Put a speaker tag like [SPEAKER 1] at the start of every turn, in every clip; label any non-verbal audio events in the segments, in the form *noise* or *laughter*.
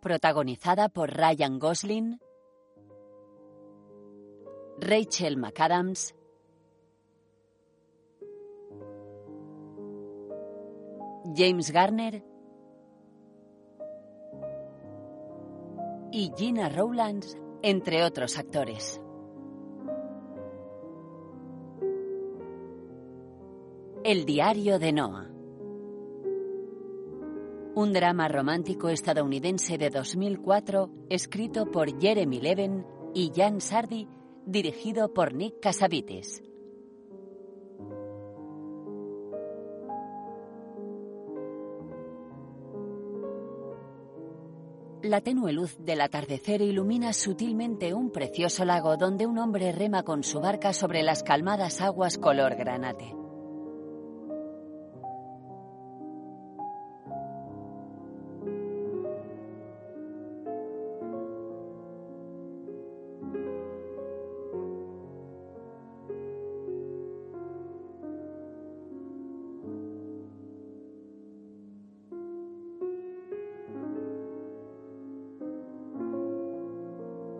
[SPEAKER 1] protagonizada por Ryan Gosling, Rachel McAdams, James Garner y Gina Rowlands, entre otros actores. El diario de Noah. Un drama romántico estadounidense de 2004 escrito por Jeremy Levin y Jan Sardi, dirigido por Nick Casavites. La tenue luz del atardecer ilumina sutilmente un precioso lago donde un hombre rema con su barca sobre las calmadas aguas color granate.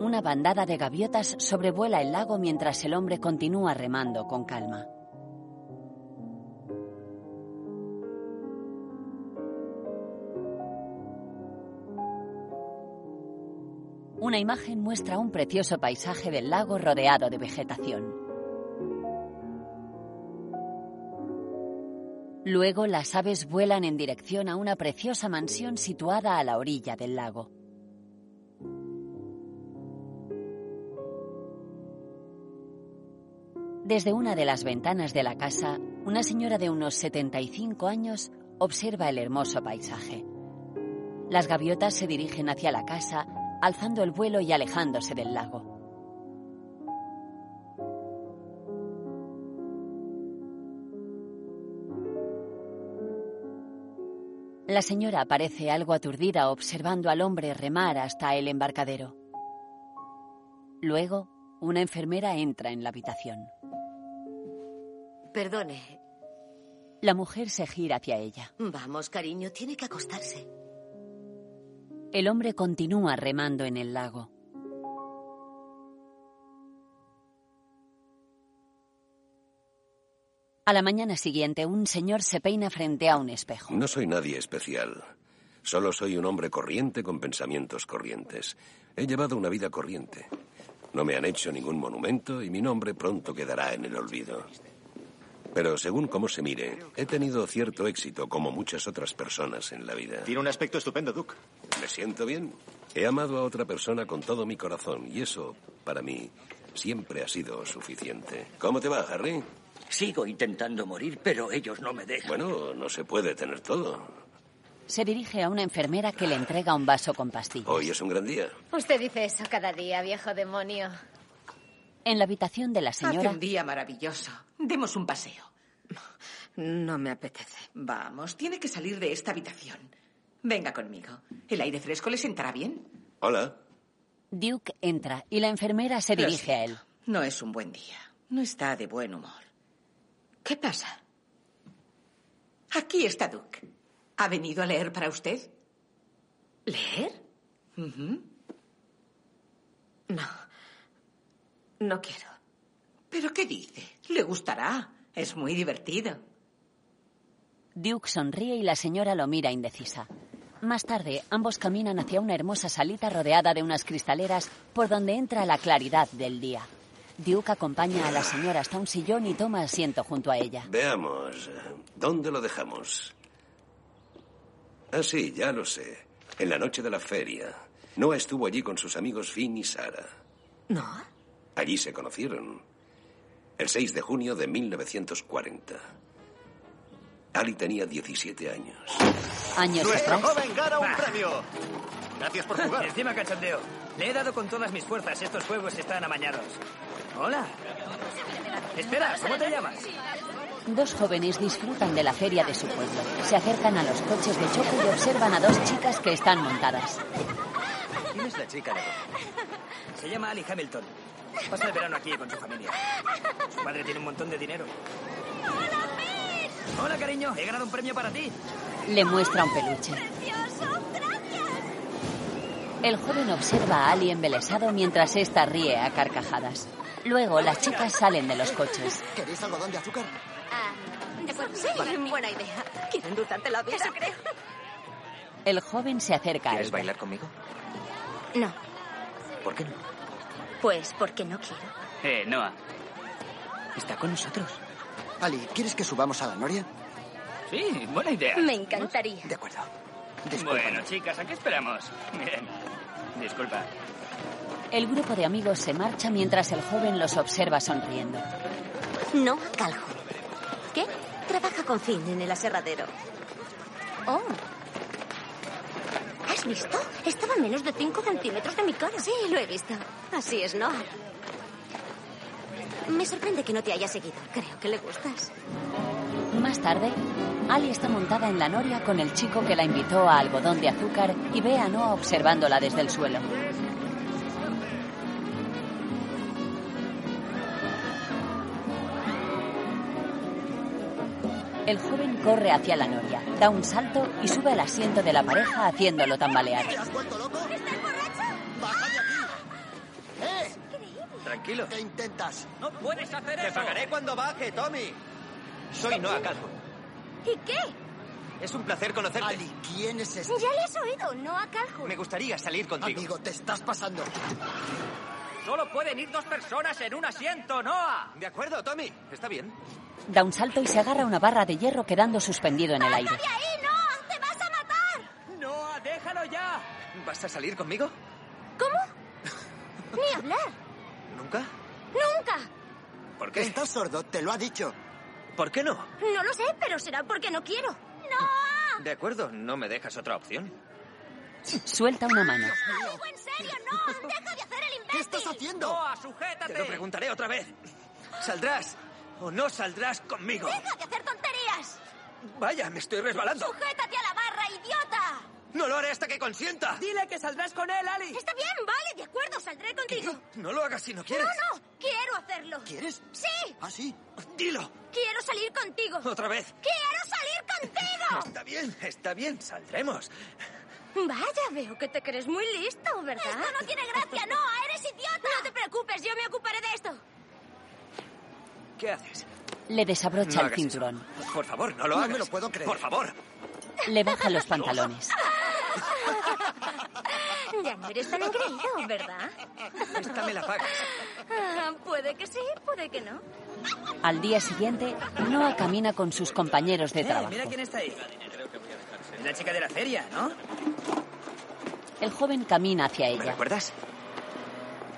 [SPEAKER 1] Una bandada de gaviotas sobrevuela el lago mientras el hombre continúa remando con calma. Una imagen muestra un precioso paisaje del lago rodeado de vegetación. Luego las aves vuelan en dirección a una preciosa mansión situada a la orilla del lago. Desde una de las ventanas de la casa, una señora de unos 75 años observa el hermoso paisaje. Las gaviotas se dirigen hacia la casa, alzando el vuelo y alejándose del lago. La señora parece algo aturdida observando al hombre remar hasta el embarcadero. Luego, una enfermera entra en la habitación.
[SPEAKER 2] Perdone.
[SPEAKER 1] La mujer se gira hacia ella.
[SPEAKER 2] Vamos, cariño, tiene que acostarse.
[SPEAKER 1] El hombre continúa remando en el lago. A la mañana siguiente, un señor se peina frente a un espejo.
[SPEAKER 3] No soy nadie especial. Solo soy un hombre corriente con pensamientos corrientes. He llevado una vida corriente. No me han hecho ningún monumento y mi nombre pronto quedará en el olvido. Pero según cómo se mire, he tenido cierto éxito como muchas otras personas en la vida.
[SPEAKER 4] Tiene un aspecto estupendo, Duke.
[SPEAKER 3] Me siento bien. He amado a otra persona con todo mi corazón y eso, para mí, siempre ha sido suficiente. ¿Cómo te va, Harry?
[SPEAKER 5] Sigo intentando morir, pero ellos no me dejan.
[SPEAKER 3] Bueno, no se puede tener todo.
[SPEAKER 1] Se dirige a una enfermera que le entrega un vaso con pastillas.
[SPEAKER 3] Hoy es un gran día.
[SPEAKER 6] Usted dice eso cada día, viejo demonio.
[SPEAKER 1] En la habitación de la señora.
[SPEAKER 7] Hace un día maravilloso. Demos un paseo.
[SPEAKER 2] No me apetece.
[SPEAKER 7] Vamos, tiene que salir de esta habitación. Venga conmigo. El aire fresco le sentará bien.
[SPEAKER 3] Hola.
[SPEAKER 1] Duke entra y la enfermera se
[SPEAKER 7] Lo
[SPEAKER 1] dirige a él.
[SPEAKER 7] siento. No es un buen día. No está de buen humor.
[SPEAKER 2] ¿Qué pasa?
[SPEAKER 7] Aquí está Duke. ¿Ha venido a leer para usted?
[SPEAKER 2] ¿Leer?
[SPEAKER 7] Ujú.
[SPEAKER 2] No. No quiero.
[SPEAKER 7] ¿Pero qué dice? Le gustará. Es muy divertido.
[SPEAKER 1] Duke sonríe y la señora lo mira indecisa. Más tarde, ambos caminan hacia una hermosa salita rodeada de unas cristaleras por donde entra la claridad del día. Duke acompaña a la señora hasta un sillón y toma asiento junto a ella.
[SPEAKER 3] Veamos, eh, ¿dónde lo dejamos? Ah, sí, ya lo sé. En la noche de la feria. Noah estuvo allí con sus amigos Finn y Sara.
[SPEAKER 2] ¿No?
[SPEAKER 3] Allí se conocieron. El 6 de junio de 1940. Ali tenía 17 años.
[SPEAKER 1] Años
[SPEAKER 4] Nuestro
[SPEAKER 1] atrás,
[SPEAKER 4] joven gana un premio. Gracias por jugar.
[SPEAKER 8] Ah. *laughs* Encima cachondeo. Le he dado con todas mis fuerzas. Estos juegos están amañados. Hola. Espera, ¿cómo te llamas?
[SPEAKER 1] dos jóvenes disfrutan de la feria de su pueblo. Se acercan a los coches de choque y observan a dos chicas que están montadas.
[SPEAKER 8] ¿Quién es la chica de Se llama Ali Hamilton. Pasa el verano aquí con su familia. Su madre tiene un montón de dinero. Hola, cariño. He ganado un premio para ti.
[SPEAKER 1] Le muestra un peluche. El joven observa a Ali embelesado mientras ésta ríe a carcajadas. Luego las chicas salen de los coches.
[SPEAKER 9] ¿Queréis algodón de azúcar?
[SPEAKER 6] Ah, de acuerdo. Sí, buena idea.
[SPEAKER 10] Quiero endulzarte la vida.
[SPEAKER 6] creo.
[SPEAKER 1] El joven se acerca a
[SPEAKER 8] ¿Quieres
[SPEAKER 1] ella.
[SPEAKER 8] bailar conmigo?
[SPEAKER 10] No,
[SPEAKER 8] ¿Por qué no?
[SPEAKER 10] pues porque no quiero.
[SPEAKER 8] Eh, Noah. ¿Está con nosotros?
[SPEAKER 9] Ali, ¿quieres que subamos a la noria?
[SPEAKER 8] Sí, buena idea.
[SPEAKER 10] Me encantaría.
[SPEAKER 9] De acuerdo.
[SPEAKER 8] Bueno, chicas, ¿a qué esperamos? Bien. Disculpa.
[SPEAKER 1] El grupo de amigos se marcha mientras el joven los observa sonriendo.
[SPEAKER 10] No a Calhoun. ¿Qué? Trabaja con Finn en el aserradero. Oh. ¿Has visto? Estaba a menos de 5 centímetros de mi cara. Sí, lo he visto. Así es, no. Me sorprende que no te haya seguido. Creo que le gustas.
[SPEAKER 1] Más tarde, Ali está montada en la noria con el chico que la invitó a algodón de azúcar y ve a Noah observándola desde el suelo. El joven corre hacia la noria, da un salto y sube al asiento de la pareja haciéndolo tambalear.
[SPEAKER 9] ¿Te has vuelto loco? ¿Estás borracho? ¡Baja de aquí! ¡Eh!
[SPEAKER 8] Tranquilo.
[SPEAKER 9] ¿Qué intentas?
[SPEAKER 8] No puedes hacer
[SPEAKER 4] Te pagaré cuando baje, Tommy. Soy Noah Calvo.
[SPEAKER 10] ¿Y qué?
[SPEAKER 4] Es un placer conocerte.
[SPEAKER 9] Ali, ¿quién es este?
[SPEAKER 10] Ya le has oído, no a Calhoun.
[SPEAKER 4] Me gustaría salir contigo.
[SPEAKER 9] Amigo, te estás pasando.
[SPEAKER 8] Solo pueden ir dos personas en un asiento, Noah.
[SPEAKER 4] De acuerdo, Tommy. Está bien.
[SPEAKER 1] Da un salto y se agarra a una barra de hierro quedando suspendido en el aire.
[SPEAKER 10] ahí, no! ¡Te vas a matar!
[SPEAKER 8] Noah, déjalo ya.
[SPEAKER 4] ¿Vas a salir conmigo? *laughs*
[SPEAKER 10] ¿Cómo? Ni hablar.
[SPEAKER 4] ¿Nunca?
[SPEAKER 10] ¡Nunca!
[SPEAKER 4] ¿Por qué?
[SPEAKER 9] ¿Estás sordo? Te lo ha dicho.
[SPEAKER 4] ¿Por qué no?
[SPEAKER 10] No lo sé, pero será porque no quiero. ¡No!
[SPEAKER 4] De acuerdo, no me dejas otra opción.
[SPEAKER 1] Suelta una mano.
[SPEAKER 10] ¡Algo en serio, no! ¡Deja de hacer el
[SPEAKER 9] ¿Qué estás haciendo?
[SPEAKER 8] Noah, sujétate.
[SPEAKER 4] Te lo preguntaré otra vez. ¿Saldrás o no saldrás conmigo?
[SPEAKER 10] ¡Deja de hacer tonterías!
[SPEAKER 4] Vaya, me estoy resbalando.
[SPEAKER 10] ¡Sujétate a la barra, idiota!
[SPEAKER 4] No lo haré hasta que consienta.
[SPEAKER 8] Dile que saldrás con él, Ali.
[SPEAKER 10] Está bien, vale, de acuerdo, saldré contigo.
[SPEAKER 4] No lo hagas si no
[SPEAKER 10] No,
[SPEAKER 4] quieres.
[SPEAKER 10] no, quiero hacerlo.
[SPEAKER 9] ¿Quieres?
[SPEAKER 10] Sí,
[SPEAKER 9] ¿Ah, sí?
[SPEAKER 4] Dilo.
[SPEAKER 10] quiero salir contigo.
[SPEAKER 4] Otra vez.
[SPEAKER 10] ¡Quiero salir contigo!
[SPEAKER 4] Está bien, está bien, saldremos.
[SPEAKER 10] *laughs* Vaya, veo que te crees muy listo, ¿verdad? Esto no tiene gracia, no, eres idiota. No te preocupes, yo me ocuparé de esto.
[SPEAKER 4] ¿Qué haces?
[SPEAKER 1] Le desabrocha
[SPEAKER 4] No
[SPEAKER 1] el
[SPEAKER 4] hagas
[SPEAKER 1] cinturón.
[SPEAKER 4] eso. Por favor, no lo
[SPEAKER 9] No
[SPEAKER 4] hagas.
[SPEAKER 9] me lo puedo creer.
[SPEAKER 4] Por favor.
[SPEAKER 1] Le baja los pantalones.
[SPEAKER 10] Ya no eres tan engreído, ¿verdad?
[SPEAKER 4] Esta me la pagas.
[SPEAKER 10] Ah, puede que sí, puede que no.
[SPEAKER 1] Al día siguiente, Noah camina con sus compañeros de
[SPEAKER 8] Eh,
[SPEAKER 1] trabajo.
[SPEAKER 8] mira quién está ahí. Es la chica de la feria, ¿no?
[SPEAKER 1] El joven camina hacia
[SPEAKER 4] ¿Me
[SPEAKER 1] ella.
[SPEAKER 4] recuerdas?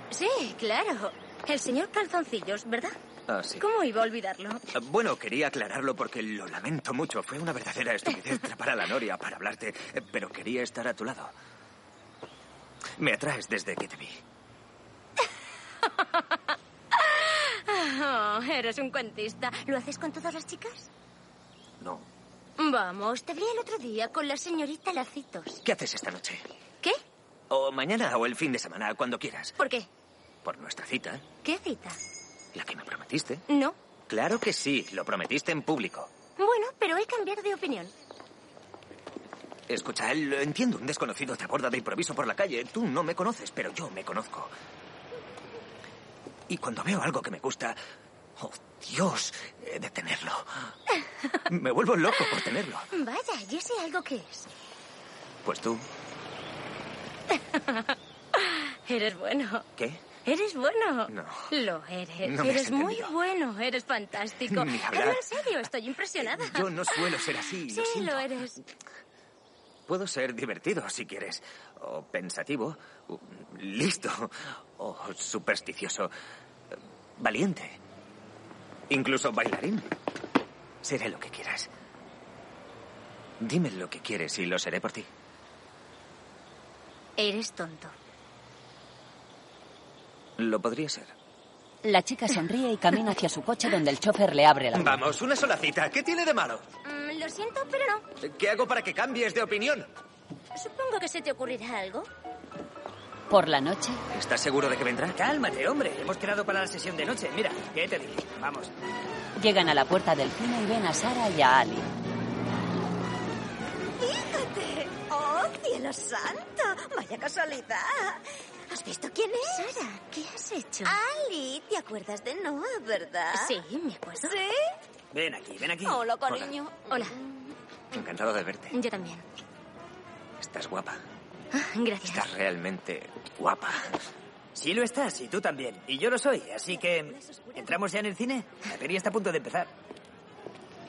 [SPEAKER 10] Sí, claro. El señor Calzoncillos, ¿verdad?
[SPEAKER 4] Ah, sí.
[SPEAKER 10] ¿Cómo iba a olvidarlo?
[SPEAKER 4] Eh, Bueno, quería aclararlo porque lo lamento mucho. Fue una verdadera
[SPEAKER 6] *laughs*
[SPEAKER 4] estupidez trapar a la noria para hablarte, eh, pero quería estar a tu lado. Me atraes desde que te vi.
[SPEAKER 10] Oh, eres un cuentista. ¿Lo haces con todas las chicas?
[SPEAKER 4] No.
[SPEAKER 10] Vamos, te vi el otro día con la señorita Lacitos.
[SPEAKER 4] ¿Qué haces esta noche?
[SPEAKER 10] ¿Qué?
[SPEAKER 4] O mañana o el fin de semana, cuando quieras.
[SPEAKER 10] ¿Por qué?
[SPEAKER 4] Por nuestra cita,
[SPEAKER 10] ¿Qué cita?
[SPEAKER 4] la que me prometiste.
[SPEAKER 10] No.
[SPEAKER 4] Claro que sí, lo prometiste en público.
[SPEAKER 10] Bueno, pero he cambiado de opinión.
[SPEAKER 4] Escucha, lo entiendo. Un desconocido te aborda de improviso por la calle. Tú no me conoces, pero yo me conozco. Y cuando veo algo que me gusta, oh Dios, he de tenerlo. Me vuelvo loco por tenerlo.
[SPEAKER 10] Vaya, ya sé algo que es.
[SPEAKER 4] Pues tú,
[SPEAKER 10] Eres bueno.
[SPEAKER 4] ¿qué?
[SPEAKER 10] Eres bueno.
[SPEAKER 4] No.
[SPEAKER 10] Lo eres.
[SPEAKER 4] No me has
[SPEAKER 10] eres muy
[SPEAKER 4] entendido.
[SPEAKER 10] bueno. Eres fantástico.
[SPEAKER 4] Ni hablar. Eh,
[SPEAKER 10] Hablo en serio, estoy impresionada.
[SPEAKER 4] Yo no suelo ser así.
[SPEAKER 10] Sí,
[SPEAKER 4] lo siento.
[SPEAKER 10] lo eres.
[SPEAKER 4] Puedo ser divertido si quieres, o pensativo, o listo, o supersticioso, eh, valiente, incluso bailarín. Seré lo que quieras. Dime lo que quieres y lo seré por ti.
[SPEAKER 10] Eres tonto.
[SPEAKER 4] Lo podría ser.
[SPEAKER 1] La chica sonríe y camina hacia su coche donde el chofer le abre la puerta.
[SPEAKER 4] Vamos, una sola cita. ¿Qué tiene de malo?
[SPEAKER 10] Mm, lo siento, pero no.
[SPEAKER 4] ¿Qué hago para que cambies de opinión?
[SPEAKER 10] Supongo que se te ocurrirá algo.
[SPEAKER 1] Por la noche,
[SPEAKER 4] ¿Estás seguro de que vendrá?
[SPEAKER 8] Cálmate, hombre. Hemos quedado para la sesión de noche. Mira, ¿qué te dije? Vamos.
[SPEAKER 1] llegan a la puerta del cine y ven a Sara y a Ali.
[SPEAKER 10] ¡Fíjate! ¡Oh, cielo santo! Vaya casualidad.
[SPEAKER 6] ¿Has visto quién es?
[SPEAKER 10] Sara, ¿qué has hecho?
[SPEAKER 6] Ali, ¿te acuerdas de Noah, verdad?
[SPEAKER 10] Sí, me acuerdo.
[SPEAKER 6] ¿Sí?
[SPEAKER 8] Ven aquí, ven aquí.
[SPEAKER 6] Hola, cariño.
[SPEAKER 10] Hola,
[SPEAKER 4] Encantado de verte.
[SPEAKER 10] yo también.
[SPEAKER 4] Estás guapa.
[SPEAKER 10] Ah, gracias.
[SPEAKER 4] Estás realmente guapa.
[SPEAKER 8] Sí lo estás, y tú también. Y yo lo soy, así que... ¿Entramos ya en el cine? La peli está a punto de empezar.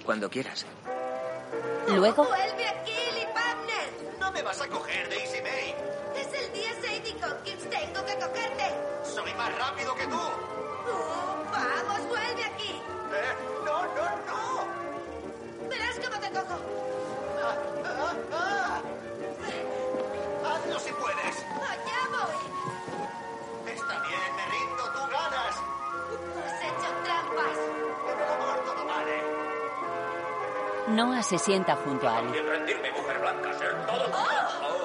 [SPEAKER 4] Cuando quieras.
[SPEAKER 1] Luego,
[SPEAKER 9] ¡Vuelve aquí, Lily Pabner!
[SPEAKER 11] No me vas a coger, Daisy May.
[SPEAKER 9] Es el día Sadie Hopkins, tengo que cogerte.
[SPEAKER 11] Soy más rápido que tú.
[SPEAKER 9] Oh, vamos, vuelve aquí.
[SPEAKER 11] ¿Eh? No, no, no.
[SPEAKER 9] Verás cómo te cojo.
[SPEAKER 11] Ah, ah, ah. Hazlo si puedes.
[SPEAKER 9] Allá voy.
[SPEAKER 11] Está bien, me rindo, tú ganas.
[SPEAKER 9] Has hecho trampas.
[SPEAKER 11] Amor, todo vale.
[SPEAKER 1] Noah se sienta junto a Ali.
[SPEAKER 11] Sin rendirme, mujer blanca, ser todo.
[SPEAKER 9] Oh.
[SPEAKER 4] Ah.
[SPEAKER 11] Oh.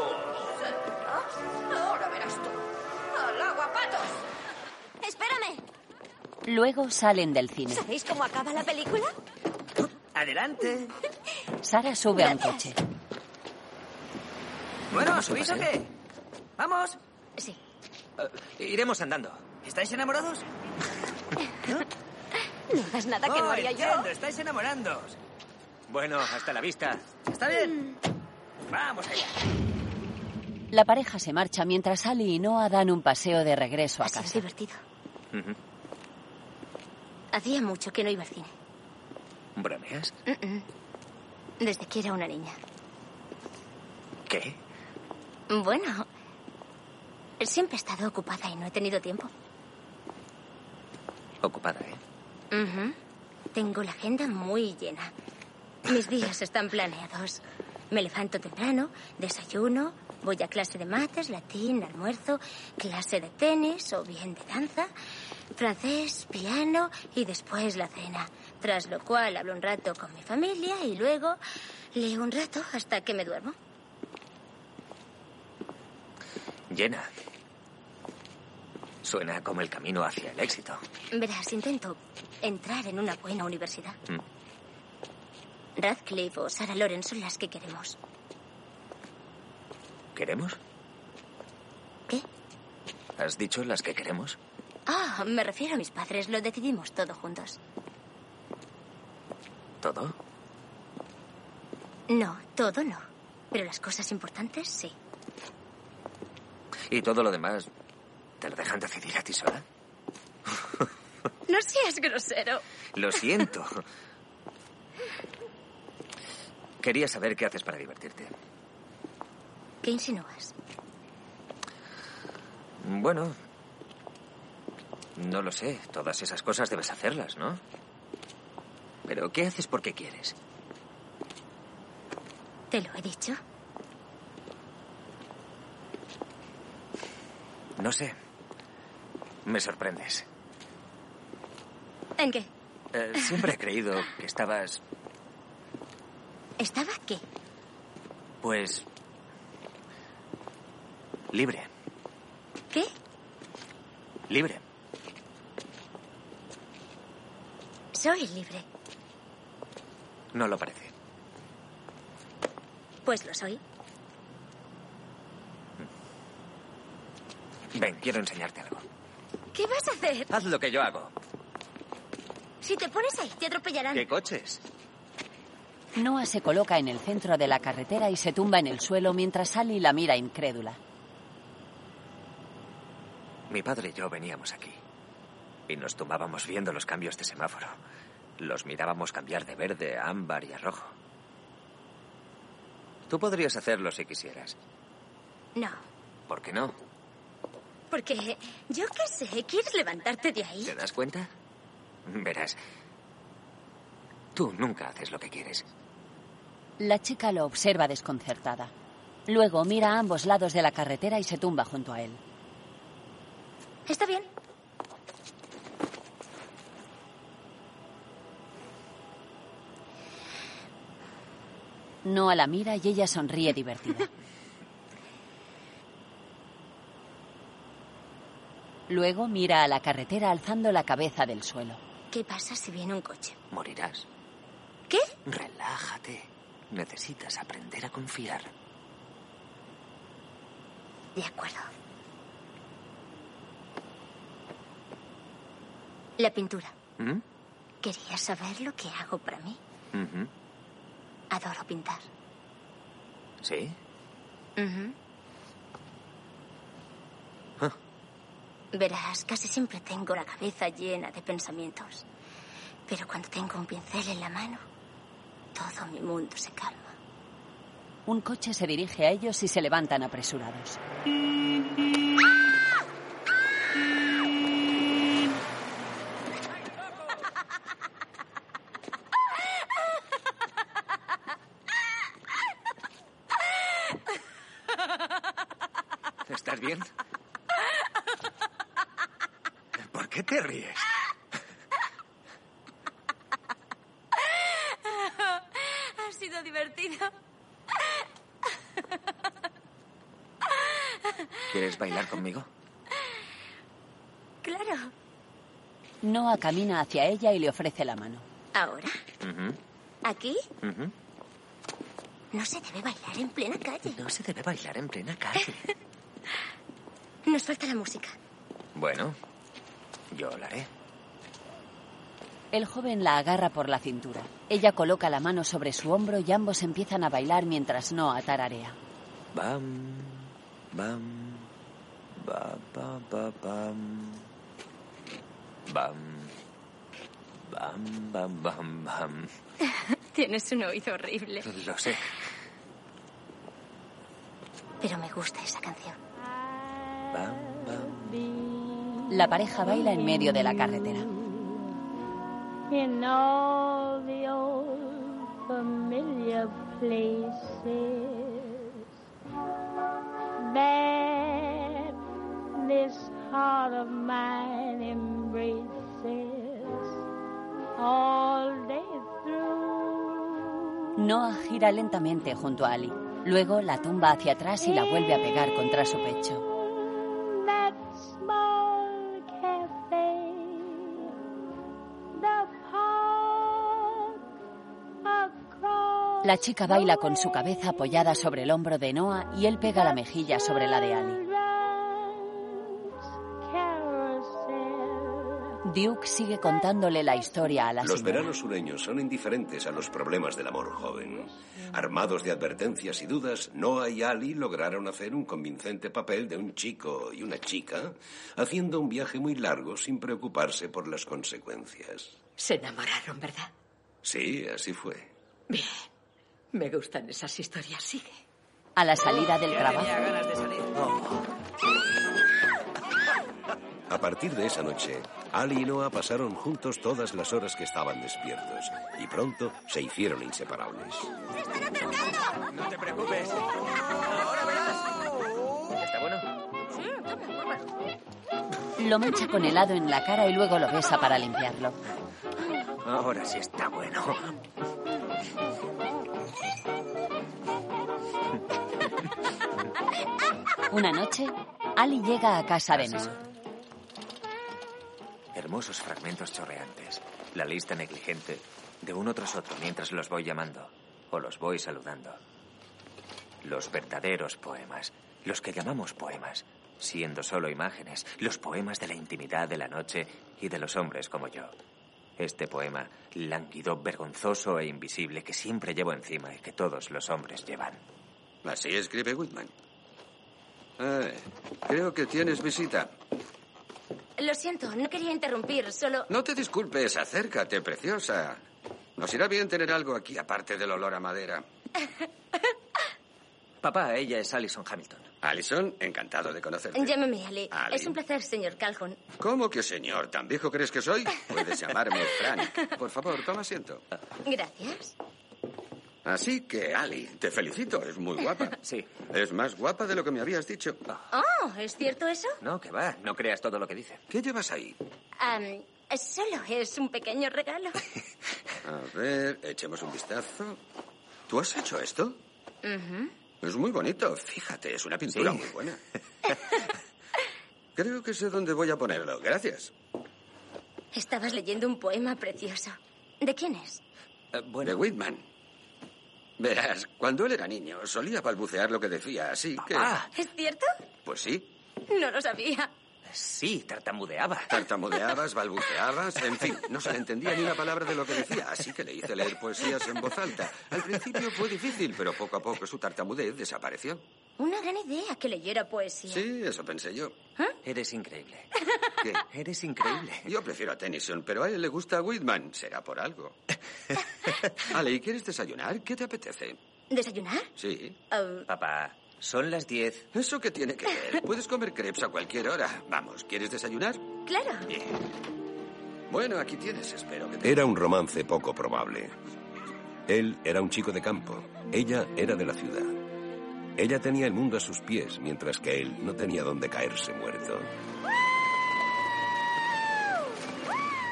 [SPEAKER 9] Ahora verás tú. ¡Al agua, patos!
[SPEAKER 10] Espérame.
[SPEAKER 1] Luego salen del cine.
[SPEAKER 10] ¿Sabéis cómo acaba la película?
[SPEAKER 8] Adelante.
[SPEAKER 1] Sara sube a un coche.
[SPEAKER 8] Bueno, ¿subís o qué? Vamos.
[SPEAKER 10] Sí.
[SPEAKER 4] Eh, iremos andando.
[SPEAKER 8] ¿Estáis enamorados?
[SPEAKER 10] *laughs* No hagas nada que
[SPEAKER 8] Oh,
[SPEAKER 10] no haría
[SPEAKER 8] entiendo,
[SPEAKER 10] yo.
[SPEAKER 8] estáis enamorándoos.
[SPEAKER 4] Bueno, hasta la vista.
[SPEAKER 8] ¿Está
[SPEAKER 1] Mm,
[SPEAKER 8] bien? Vamos allá.
[SPEAKER 1] La pareja se marcha mientras Ali y Noah dan un paseo de regreso a
[SPEAKER 10] Ha sido
[SPEAKER 1] casa.
[SPEAKER 10] divertido. Hacía mucho que no iba al cine.
[SPEAKER 4] ¿Bromeas?
[SPEAKER 10] Mm-mm. Desde que era una niña.
[SPEAKER 4] ¿Qué?
[SPEAKER 10] Bueno, siempre he estado ocupada y no he tenido tiempo.
[SPEAKER 4] Ocupada, ¿eh?
[SPEAKER 10] Ujú. Tengo la agenda muy llena. Mis días están planeados. Me levanto temprano, desayuno, voy a clase de mates, latín, almuerzo, clase de tenis o bien de danza, francés, piano y después la cena. Tras lo cual hablo un rato con mi familia y luego leo un rato hasta que me duermo.
[SPEAKER 4] Llena. Suena como el camino hacia el éxito.
[SPEAKER 10] Verás, intento entrar en una buena universidad.
[SPEAKER 4] Mm.
[SPEAKER 10] Radcliffe o Sarah Lawrence son las que queremos.
[SPEAKER 4] ¿Queremos?
[SPEAKER 10] ¿Qué?
[SPEAKER 4] ¿Has dicho las que queremos?
[SPEAKER 10] Ah, me refiero a mis padres, lo decidimos todo juntos.
[SPEAKER 4] ¿Todo?
[SPEAKER 10] No, todo no. Pero las cosas importantes sí.
[SPEAKER 4] ¿Y todo lo demás te lo dejan decidir a ti sola?
[SPEAKER 10] No seas grosero.
[SPEAKER 4] Lo siento. Quería saber qué haces para divertirte.
[SPEAKER 10] ¿Qué insinúas?
[SPEAKER 4] Bueno, no lo sé. Todas esas cosas debes hacerlas, ¿no? Pero ¿qué haces porque quieres?
[SPEAKER 10] ¿Te lo he dicho?
[SPEAKER 4] No sé. Me sorprendes.
[SPEAKER 10] ¿En qué?
[SPEAKER 4] Eh, siempre he creído que estabas,
[SPEAKER 10] ¿Estaba qué?
[SPEAKER 4] pues, libre,
[SPEAKER 10] ¿Qué?
[SPEAKER 4] libre.
[SPEAKER 10] Soy libre.
[SPEAKER 4] No lo parece.
[SPEAKER 10] Pues lo soy.
[SPEAKER 4] Ven, quiero enseñarte algo.
[SPEAKER 10] ¿Qué vas a hacer?
[SPEAKER 4] Haz lo que yo hago.
[SPEAKER 10] Si te pones ahí, te atropellarán.
[SPEAKER 4] ¿Qué coches?
[SPEAKER 1] Noah se coloca en el centro de la carretera y se tumba en el suelo mientras Ali la mira incrédula.
[SPEAKER 4] Mi padre y yo veníamos aquí. Y nos tomábamos viendo los cambios de semáforo. Los mirábamos cambiar de verde a ámbar y a rojo. Tú podrías hacerlo si quisieras.
[SPEAKER 10] No,
[SPEAKER 4] ¿Por qué no?
[SPEAKER 10] porque yo qué sé, ¿quieres levantarte de ahí?
[SPEAKER 4] ¿Te das cuenta? Verás. Tú nunca haces lo que quieres.
[SPEAKER 1] La chica lo observa desconcertada. Luego mira a ambos lados de la carretera y se tumba junto a él.
[SPEAKER 10] Está bien.
[SPEAKER 1] Noah la mira y ella
[SPEAKER 10] *laughs*
[SPEAKER 1] sonríe divertida. Luego mira a la carretera alzando la cabeza del suelo.
[SPEAKER 10] ¿Qué pasa si viene un coche?
[SPEAKER 4] Morirás.
[SPEAKER 10] ¿Qué?
[SPEAKER 4] Relájate. Necesitas aprender a confiar.
[SPEAKER 10] De acuerdo. La pintura.
[SPEAKER 4] ¿Mm?
[SPEAKER 10] Quería saber lo que hago para mí.
[SPEAKER 4] Ujú.
[SPEAKER 10] Adoro pintar.
[SPEAKER 4] ¿Sí?
[SPEAKER 10] Ujú.
[SPEAKER 4] Ah.
[SPEAKER 10] Verás, casi siempre tengo la cabeza llena de pensamientos. Pero cuando tengo un pincel en la mano, todo mi mundo se *laughs* calma.
[SPEAKER 1] Un coche se dirige a ellos y se levantan apresurados.
[SPEAKER 4] ¿Estás bien? ¿Por qué te ríes?
[SPEAKER 9] Ha sido divertido.
[SPEAKER 4] ¿Quieres bailar conmigo?
[SPEAKER 10] Claro.
[SPEAKER 1] Noah camina hacia ella y le ofrece la mano.
[SPEAKER 10] ¿Ahora?
[SPEAKER 4] Ujú,
[SPEAKER 10] ¿Aquí?
[SPEAKER 4] ujú.
[SPEAKER 10] No se debe bailar en plena calle.
[SPEAKER 4] No se debe bailar en plena calle.
[SPEAKER 10] *laughs* Nos falta la música.
[SPEAKER 4] Bueno, yo la haré.
[SPEAKER 1] El joven la agarra por la cintura. Ella coloca la mano sobre su hombro y ambos empiezan a bailar mientras Noah tararea.
[SPEAKER 4] Bam, bam, ba, ba, ba, bam. Bam, bam, bam, bam, bam.
[SPEAKER 10] *laughs* Tienes un oído horrible.
[SPEAKER 4] Lo sé.
[SPEAKER 10] Pero me gusta esa canción.
[SPEAKER 4] Bam, bam.
[SPEAKER 1] La pareja baila en medio de la carretera.
[SPEAKER 12] In all the old familiar places that this heart of mine embraces all day through.
[SPEAKER 1] Noah gira lentamente junto a Ali. Luego la tumba hacia atrás y la vuelve a pegar contra su pecho.
[SPEAKER 12] that small cafe, the park across.
[SPEAKER 1] La chica baila con su cabeza apoyada sobre el hombro de Noah y él pega la mejilla sobre la de Ali. Duke sigue contándole la historia a la
[SPEAKER 3] Los
[SPEAKER 1] señora.
[SPEAKER 3] veranos sureños son indiferentes a los problemas del amor joven. Armados de advertencias y dudas, Noah y Ali lograron hacer un convincente papel de un chico y una chica, haciendo un viaje muy largo sin preocuparse por las consecuencias.
[SPEAKER 2] Se enamoraron, ¿verdad?
[SPEAKER 3] Sí, así fue.
[SPEAKER 2] Bien. Me gustan esas historias, sigue.
[SPEAKER 1] A la salida del
[SPEAKER 2] Ya
[SPEAKER 1] trabajo.
[SPEAKER 2] tenía ganas
[SPEAKER 8] de salir.
[SPEAKER 3] A partir de esa noche, Ali y Noah pasaron juntos todas las horas que estaban despiertos y pronto se hicieron inseparables.
[SPEAKER 8] No te preocupes. Ahora verás.
[SPEAKER 4] ¿Está bueno?
[SPEAKER 1] Lo mancha con helado en la cara y luego lo besa para limpiarlo.
[SPEAKER 4] Ahora sí está bueno.
[SPEAKER 1] Una noche, Ali llega a casa de Noah.
[SPEAKER 4] Hermosos fragmentos chorreantes. La lista negligente, de uno tras otro, mientras los voy llamando o los voy saludando. Los verdaderos poemas, los que llamamos poemas, siendo solo imágenes, los poemas de la intimidad de la noche y de los hombres como yo. Este poema, lánguido, vergonzoso e invisible, que siempre llevo encima y que todos los hombres llevan.
[SPEAKER 13] Así escribe Goodman. Eh, creo que tienes visita.
[SPEAKER 10] Lo siento, no quería interrumpir, solo...
[SPEAKER 13] No te disculpes, acércate, preciosa. Nos irá bien tener algo aquí aparte del olor a madera.
[SPEAKER 4] *laughs* Papá, ella es Alison Hamilton.
[SPEAKER 13] Alison, encantado de conocerte.
[SPEAKER 10] Llámame Ali.
[SPEAKER 13] Ali.
[SPEAKER 10] Es un placer, señor Calhoun.
[SPEAKER 13] ¿Cómo que señor? ¿Tan viejo crees que soy? Puedes llamarme Frank. Por favor, toma asiento.
[SPEAKER 10] Gracias.
[SPEAKER 13] Así que, Ali, te felicito. Es muy guapa.
[SPEAKER 4] *laughs* Sí. Ah,
[SPEAKER 13] Es más guapa de lo que me habías dicho.
[SPEAKER 10] Oh, ¿es cierto eso?
[SPEAKER 4] No, que va, no creas todo lo que dice.
[SPEAKER 13] ¿Qué llevas ahí?
[SPEAKER 10] Am, solo es un pequeño regalo.
[SPEAKER 13] A ver, echemos un vistazo. ¿Tú has hecho esto?
[SPEAKER 10] Ujú.
[SPEAKER 13] Es muy bonito, fíjate, es una pintura muy
[SPEAKER 4] *laughs*
[SPEAKER 13] buena. Creo que sé dónde voy a ponerlo, gracias.
[SPEAKER 10] Estabas leyendo un poema precioso. ¿De quién es?
[SPEAKER 4] Eh,
[SPEAKER 13] De Whitman.
[SPEAKER 4] Ah.
[SPEAKER 13] Verás, cuando él era niño solía balbucear lo que decía, así que...
[SPEAKER 10] ¿Es cierto?
[SPEAKER 13] Pues sí.
[SPEAKER 10] No lo sabía.
[SPEAKER 4] Sí, tartamudeaba.
[SPEAKER 13] Tartamudeabas, balbuceabas, en fin, no se le entendía ni una palabra de lo que decía, así que le hice leer poesías en voz alta. Al principio fue difícil, pero poco a poco su tartamudez desapareció.
[SPEAKER 10] Una gran idea que leyera poesía.
[SPEAKER 13] Sí, eso pensé yo.
[SPEAKER 4] Eres increíble.
[SPEAKER 13] ¿Qué?
[SPEAKER 4] Eres increíble.
[SPEAKER 13] Yo prefiero a Tennyson, pero a él le gusta Whitman. Será por
[SPEAKER 4] *laughs*
[SPEAKER 13] algo. Ale, ¿y quieres desayunar? ¿Qué te apetece?
[SPEAKER 10] ¿Desayunar?
[SPEAKER 13] Sí.
[SPEAKER 10] Ah,
[SPEAKER 4] Papá, son las 10.
[SPEAKER 13] ¿Eso qué tiene que ver? Puedes comer crepes a cualquier hora. Vamos, ¿quieres desayunar?
[SPEAKER 10] claro.
[SPEAKER 13] Bueno, aquí tienes, espero que te...
[SPEAKER 3] Era un romance poco probable. Él era un chico de campo, ella era de la ciudad. Ella tenía el mundo a sus pies, mientras que él no tenía dónde caerse muerto.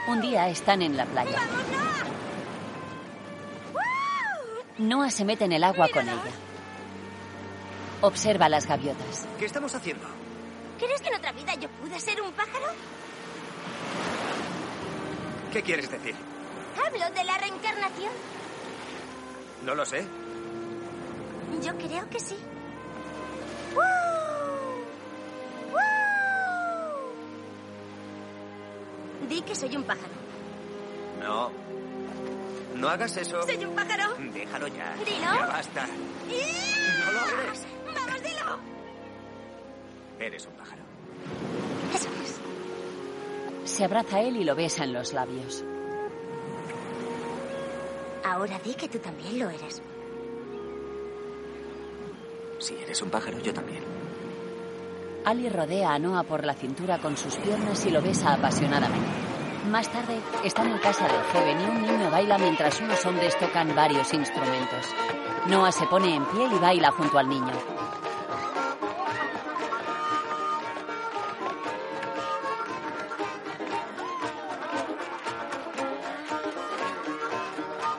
[SPEAKER 1] Un día están en la playa. Noah se mete en el agua con ella. Observa las gaviotas.
[SPEAKER 4] ¿Qué estamos haciendo?
[SPEAKER 6] ¿Crees que en otra vida yo pude ser un pájaro?
[SPEAKER 4] ¿Qué quieres decir?
[SPEAKER 6] Hablo de la reencarnación.
[SPEAKER 4] No lo sé.
[SPEAKER 6] Yo creo que sí. ¡Guau! ¡Guau! Di que soy un pájaro.
[SPEAKER 4] No. No hagas eso.
[SPEAKER 6] Soy un pájaro.
[SPEAKER 4] Déjalo ya.
[SPEAKER 6] Dilo.
[SPEAKER 4] Ya basta. No lo hagas.
[SPEAKER 6] ¡Vamos, dilo!
[SPEAKER 4] Eres un pájaro.
[SPEAKER 6] Eso es.
[SPEAKER 1] Se abraza a él y lo besa en los labios.
[SPEAKER 10] Ahora di que tú también lo eres.
[SPEAKER 4] Si eres un pájaro, yo también.
[SPEAKER 1] Ali rodea a Noah por la cintura con sus piernas y lo besa apasionadamente. Más tarde, están en casa del joven y un niño baila mientras unos hombres tocan varios instrumentos. Noah se pone en pie y baila junto al niño.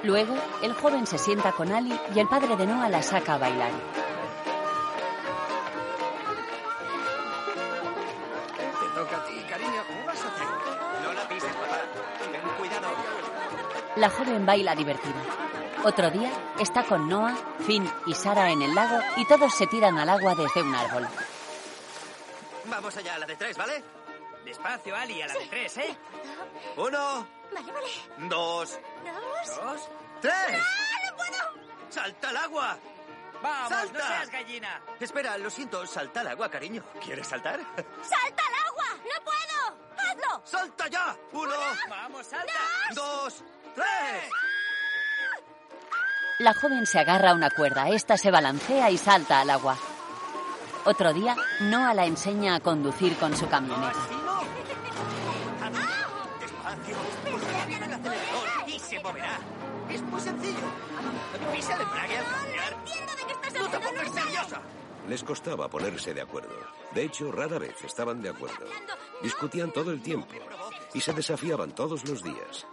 [SPEAKER 1] Luego, el joven se sienta con Ali y el padre de Noah la saca a bailar.
[SPEAKER 8] Te toca a ti, cariño. ¿Cómo vas a hacer? No la pises, papá. Ten cuidado.
[SPEAKER 1] La joven baila divertida. Otro día está con Noah, Finn y Sara en el lago y todos se tiran al agua desde un árbol.
[SPEAKER 8] Vamos allá a la de tres, ¿vale? Despacio, Ali, a la de tres, ¿eh? Uno,
[SPEAKER 6] Vale, vale.
[SPEAKER 8] dos,
[SPEAKER 6] Dos.
[SPEAKER 8] dos, tres.
[SPEAKER 6] ¡No, no puedo!
[SPEAKER 8] ¡Salta al agua!
[SPEAKER 14] Vamos,
[SPEAKER 8] ¡Salta!
[SPEAKER 14] no seas gallina.
[SPEAKER 8] Espera, lo siento, salta al agua, cariño. ¿Quieres *laughs* saltar?
[SPEAKER 6] ¡Salta al agua! ¡No puedo! ¡Hazlo!
[SPEAKER 8] ¡Salta ya! ¡Uno!
[SPEAKER 14] Vamos, salta.
[SPEAKER 8] ¡Dos! ¡Tres!
[SPEAKER 1] La joven se agarra a una cuerda, esta se balancea y salta al agua. Otro día, Noah la enseña a conducir con su camioneta.
[SPEAKER 8] Despacio. Pulsará bien el acelerador y se moverá. Es muy sencillo. Pisa el embrague al cambiar.
[SPEAKER 6] Entiendo de qué estás
[SPEAKER 8] ¡No te
[SPEAKER 6] hablando.
[SPEAKER 8] pongas nerviosa!
[SPEAKER 3] Les costaba ponerse de acuerdo. De hecho, rara vez estaban de acuerdo. Discutían todo el tiempo y se desafiaban todos los días.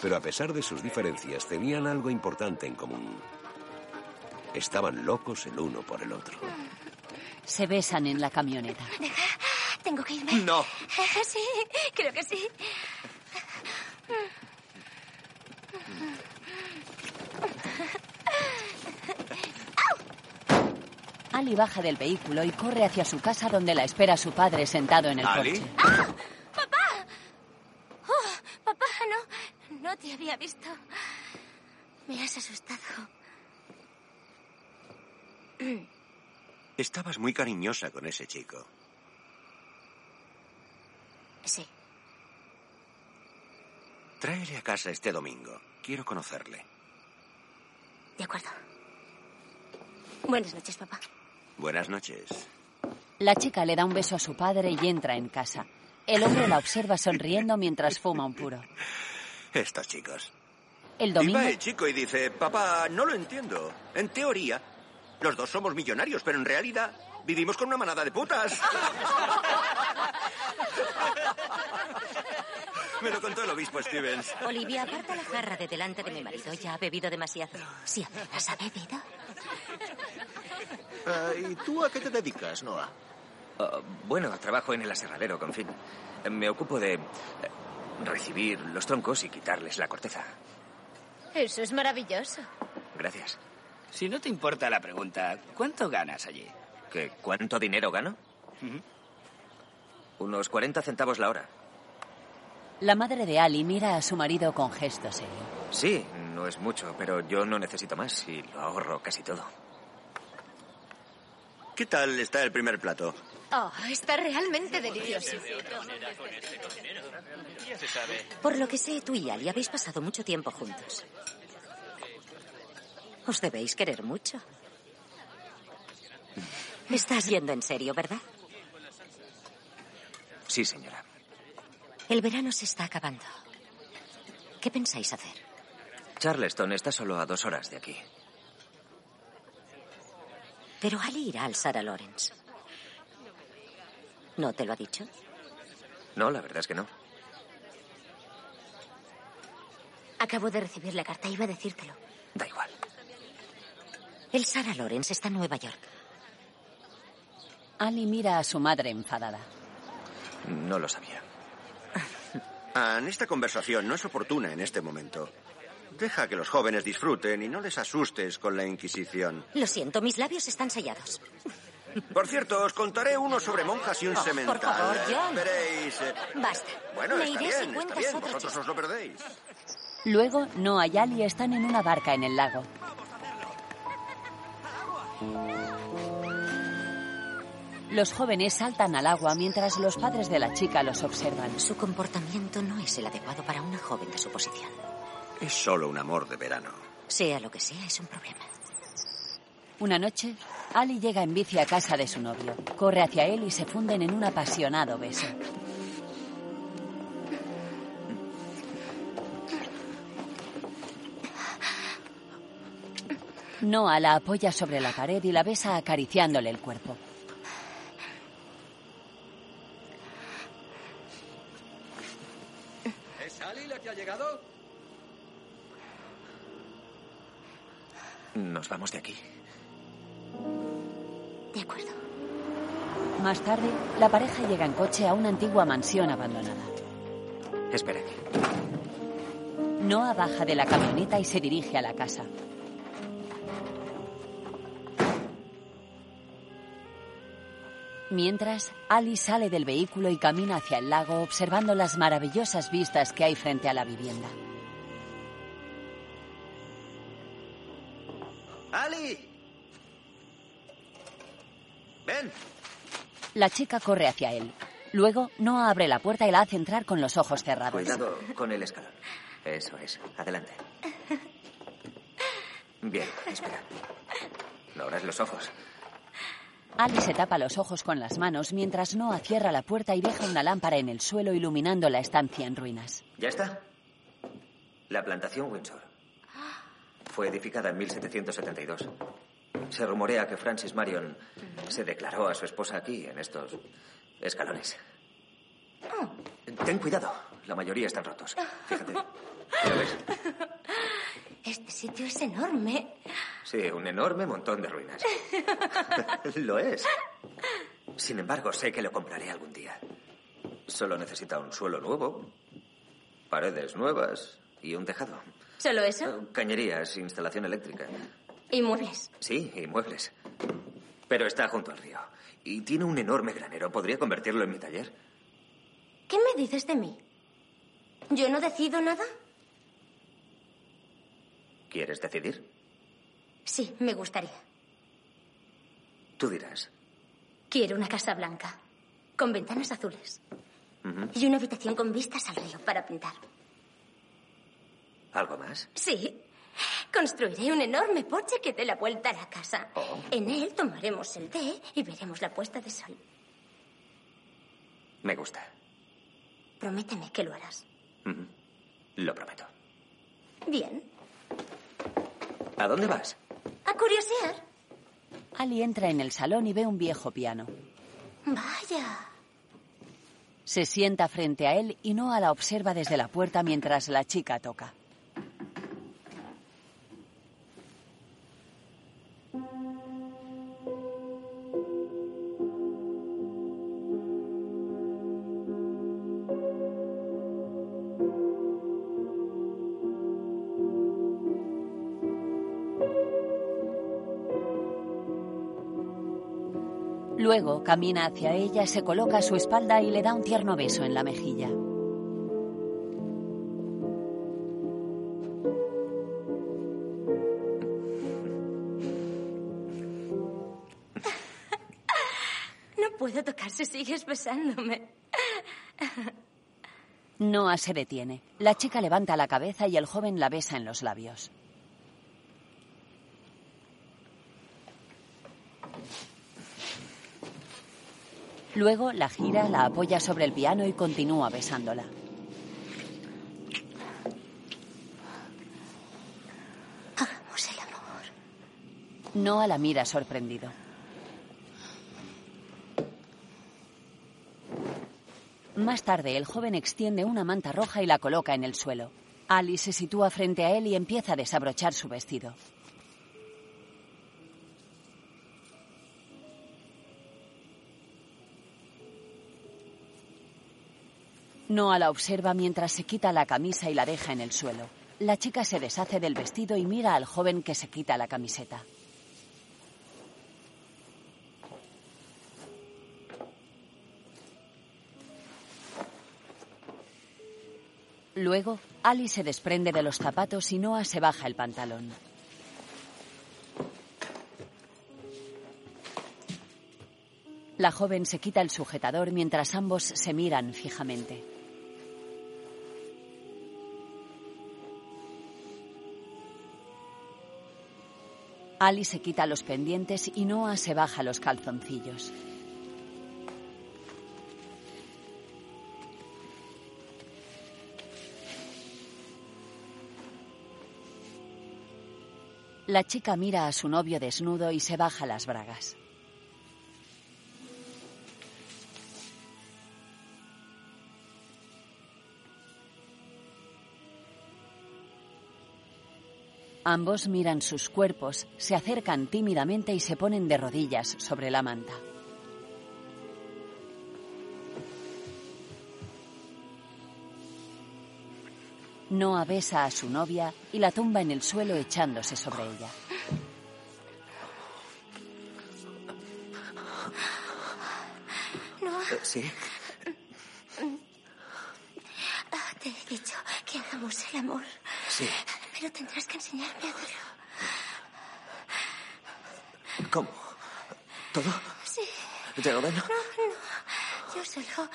[SPEAKER 3] Pero a pesar de sus diferencias, tenían algo importante en común. Estaban locos el uno por el otro.
[SPEAKER 1] Se besan en la camioneta.
[SPEAKER 6] Tengo que irme.
[SPEAKER 8] No.
[SPEAKER 6] *laughs* Sí, creo que sí.
[SPEAKER 1] Ali baja del vehículo y corre hacia su casa donde la espera su padre sentado en el
[SPEAKER 8] ¿Ali?
[SPEAKER 1] porche.
[SPEAKER 9] Ah,
[SPEAKER 6] Oh, papá, no. No te había visto. Me has asustado.
[SPEAKER 15] Estabas muy cariñosa con ese chico.
[SPEAKER 6] Sí.
[SPEAKER 15] Tráele a casa este domingo. Quiero conocerle.
[SPEAKER 6] De acuerdo. Buenas noches, papá.
[SPEAKER 15] Buenas noches.
[SPEAKER 1] La chica le da un beso a su padre y entra en casa. El hombre la observa sonriendo mientras fuma un puro.
[SPEAKER 15] Estos chicos.
[SPEAKER 1] El
[SPEAKER 15] Y
[SPEAKER 1] domingo,
[SPEAKER 15] va el chico y dice, papá, no lo entiendo. En teoría, los dos somos millonarios, pero en realidad vivimos con una manada de
[SPEAKER 4] *laughs*
[SPEAKER 15] putas. Me lo contó el obispo Stevens.
[SPEAKER 16] Olivia, aparta la jarra de delante de mi marido. Ya ha bebido demasiado.
[SPEAKER 6] Si apenas ha bebido.
[SPEAKER 15] Ah, ¿Y tú a qué te dedicas, Noah?
[SPEAKER 4] Ah, bueno, trabajo en el aserradero, con fin. Me ocupo de eh, recibir los troncos y quitarles la corteza.
[SPEAKER 16] Eso es maravilloso.
[SPEAKER 4] Gracias.
[SPEAKER 14] Si no te importa la pregunta, ¿cuánto ganas allí?
[SPEAKER 4] ¿Qué, ¿Cuánto dinero gano? Unos 40 centavos la hora.
[SPEAKER 1] La madre de Ali mira a su marido con gesto serio.
[SPEAKER 4] Sí, no es mucho, pero yo no necesito más y lo ahorro casi todo.
[SPEAKER 13] ¿Qué tal está el primer plato?
[SPEAKER 9] Oh, está realmente delicioso.
[SPEAKER 17] Por lo que sé, tú y Ali habéis pasado mucho tiempo juntos. Os debéis querer mucho. Me estás yendo en serio, ¿verdad?
[SPEAKER 4] Sí, señora.
[SPEAKER 17] El verano se está acabando. ¿Qué pensáis hacer?
[SPEAKER 4] Charleston está solo a dos horas de aquí.
[SPEAKER 17] Pero Ali irá al Sarah Lawrence. ¿No te lo ha dicho?
[SPEAKER 4] No, la verdad es que no.
[SPEAKER 10] Acabo de recibir la carta, iba a decírtelo.
[SPEAKER 4] Da igual.
[SPEAKER 17] El Sarah Lawrence está en Nueva York.
[SPEAKER 1] Ali mira a su madre enfadada.
[SPEAKER 4] No lo
[SPEAKER 13] *laughs*
[SPEAKER 4] sabía.
[SPEAKER 13] Anne, Ah, esta conversación no es oportuna en este momento. Deja que los jóvenes disfruten y no les asustes con la Inquisición.
[SPEAKER 17] Lo siento, mis labios están sellados.
[SPEAKER 13] Por cierto, os contaré uno sobre monjas y un
[SPEAKER 17] Oh, por
[SPEAKER 13] semental.
[SPEAKER 17] favor, John.
[SPEAKER 13] Veréis. eh,
[SPEAKER 17] Basta.
[SPEAKER 13] Bueno,
[SPEAKER 17] Me
[SPEAKER 13] está
[SPEAKER 17] iré si
[SPEAKER 13] bien, está
[SPEAKER 17] cuentas
[SPEAKER 13] bien.
[SPEAKER 17] otro
[SPEAKER 13] Vosotros
[SPEAKER 17] chiste.
[SPEAKER 13] os lo perdéis.
[SPEAKER 1] Luego, Noah y Ali están en una barca en el lago. Los jóvenes saltan al agua mientras los padres de la chica los observan.
[SPEAKER 17] Su comportamiento no es el adecuado para una joven de su posición.
[SPEAKER 13] Es solo un amor de verano.
[SPEAKER 17] Sea lo que sea, es un problema.
[SPEAKER 1] Una noche, Ali llega en bici a casa de su novio. Corre hacia él y se funden en un apasionado beso. Noah la apoya sobre la pared y la besa acariciándole el cuerpo.
[SPEAKER 18] ¿Es Ali la que ha llegado?
[SPEAKER 4] Nos vamos de aquí.
[SPEAKER 10] De acuerdo.
[SPEAKER 1] Más tarde, la pareja llega en coche a una antigua mansión abandonada.
[SPEAKER 4] Espera aquí.
[SPEAKER 1] Noah baja de la camioneta y se dirige a la casa. Mientras, Ali sale del vehículo y camina hacia el lago observando las maravillosas vistas que hay frente a la vivienda.
[SPEAKER 13] ¡Ali! ¡Ven!
[SPEAKER 1] La chica corre hacia él. Luego, Noah abre la puerta y la hace entrar con los ojos cerrados.
[SPEAKER 4] Cuidado con el escalón. Eso es. Adelante. Bien, espera. No abras los ojos.
[SPEAKER 1] Ali se tapa los ojos con las manos mientras Noah cierra la puerta y deja una lámpara en el suelo iluminando la estancia en ruinas.
[SPEAKER 4] ¿Ya está? La plantación Windsor. Fue edificada en 1772. Se rumorea que Francis Marion se declaró a su esposa aquí, en estos escalones. Ten cuidado, la mayoría están rotos.
[SPEAKER 6] *laughs*
[SPEAKER 4] Fíjate. ¿Lo ves?
[SPEAKER 10] Este sitio es enorme.
[SPEAKER 4] Sí, un enorme montón de ruinas. lo es. Sin embargo, sé que lo compraré algún día. Solo necesita un suelo nuevo, paredes nuevas y un tejado.
[SPEAKER 10] ¿Solo eso?
[SPEAKER 4] Cañerías, instalación eléctrica.
[SPEAKER 10] Y muebles.
[SPEAKER 4] Sí, y muebles. Pero está junto al río. Y tiene un enorme granero. Podría convertirlo en mi taller.
[SPEAKER 10] ¿Qué me dices de mí? ¿Yo no decido nada?
[SPEAKER 4] ¿Quieres decidir?
[SPEAKER 10] Sí, me gustaría.
[SPEAKER 4] Tú dirás.
[SPEAKER 10] Quiero una casa blanca, con ventanas azules
[SPEAKER 4] Ujú.
[SPEAKER 10] y una habitación con vistas al río para pintar.
[SPEAKER 4] ¿Algo más?
[SPEAKER 10] Sí. Construiré un enorme porche que dé la vuelta a la casa. En él tomaremos el té y veremos la puesta de sol.
[SPEAKER 4] Me gusta.
[SPEAKER 10] Prométeme que lo harás.
[SPEAKER 4] Ujú. Lo prometo.
[SPEAKER 10] Bien.
[SPEAKER 4] ¿A dónde vas?
[SPEAKER 10] A curiosear.
[SPEAKER 1] Ali entra en el salón y ve un viejo piano.
[SPEAKER 10] Vaya.
[SPEAKER 1] Se sienta frente a él y Noah la observa desde la puerta mientras la chica toca. Luego camina hacia ella, se coloca a su espalda y le da un tierno beso en la mejilla.
[SPEAKER 10] No puedo tocar si sigues besándome.
[SPEAKER 1] Noah se detiene. La chica levanta la cabeza y el joven la besa en los labios. Luego la gira, la apoya sobre el piano y continúa besándola.
[SPEAKER 10] Hagamos el amor.
[SPEAKER 1] Noah la mira sorprendido. Más tarde, el joven extiende una manta roja y la coloca en el suelo. Ali se sitúa frente a él y empieza a desabrochar su vestido. Noah la observa mientras se quita la camisa y la deja en el suelo. La chica se deshace del vestido y mira al joven que se quita la camiseta. Luego, Ali se desprende de los zapatos y Noah se baja el pantalón. La joven se quita el sujetador mientras ambos se miran fijamente. Ali se quita los pendientes y Noah se baja los calzoncillos. La chica mira a su novio desnudo y se baja las bragas. Ambos miran sus cuerpos, se acercan tímidamente y se ponen de rodillas sobre la manta. Noah besa a su novia y la tumba en el suelo echándose sobre ella.
[SPEAKER 10] Noah,
[SPEAKER 4] Eh, Sí.
[SPEAKER 10] ah, te he dicho que hagamos el amor.
[SPEAKER 4] Sí.
[SPEAKER 10] Pero tendrás que enseñarme a hacerlo.
[SPEAKER 4] ¿Cómo? ¿Todo?
[SPEAKER 10] Sí.
[SPEAKER 4] ¿Te lo dan?
[SPEAKER 10] No, no. Yo solo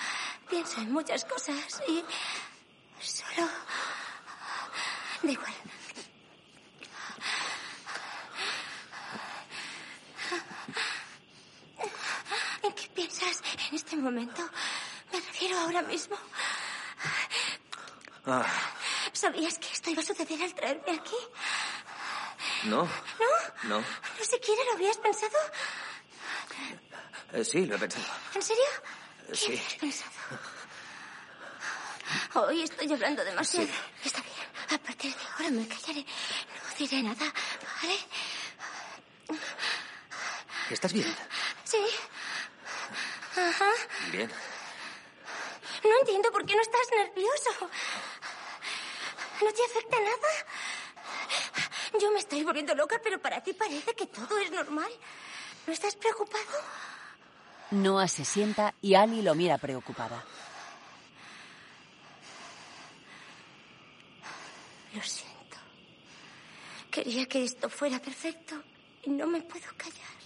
[SPEAKER 10] pienso en muchas cosas y solo... Da igual. ¿En qué piensas en este momento? Me refiero ahora mismo.
[SPEAKER 4] Ah,
[SPEAKER 10] ¿Sabías que esto iba a suceder al traerme aquí?
[SPEAKER 4] no,
[SPEAKER 10] ¿No?
[SPEAKER 4] no.
[SPEAKER 10] ¿No siquiera lo habías pensado?
[SPEAKER 4] Eh, sí, lo he pensado.
[SPEAKER 10] ¿En serio?
[SPEAKER 4] Eh, Sí.
[SPEAKER 10] ¿Has pensado? Hoy estoy hablando demasiado. Está bien. A partir de ahora me callaré. No diré nada. ¿Vale?
[SPEAKER 4] ¿Estás bien?
[SPEAKER 10] Sí. Ajá.
[SPEAKER 4] Bien.
[SPEAKER 10] No entiendo por qué no estás nervioso. ¿No te afecta nada? Yo me estoy volviendo loca, pero para ti parece que todo es normal. ¿No estás preocupado?
[SPEAKER 1] Noah se sienta y Ali lo mira preocupada.
[SPEAKER 10] Lo siento. Quería que esto fuera perfecto y no me puedo callar.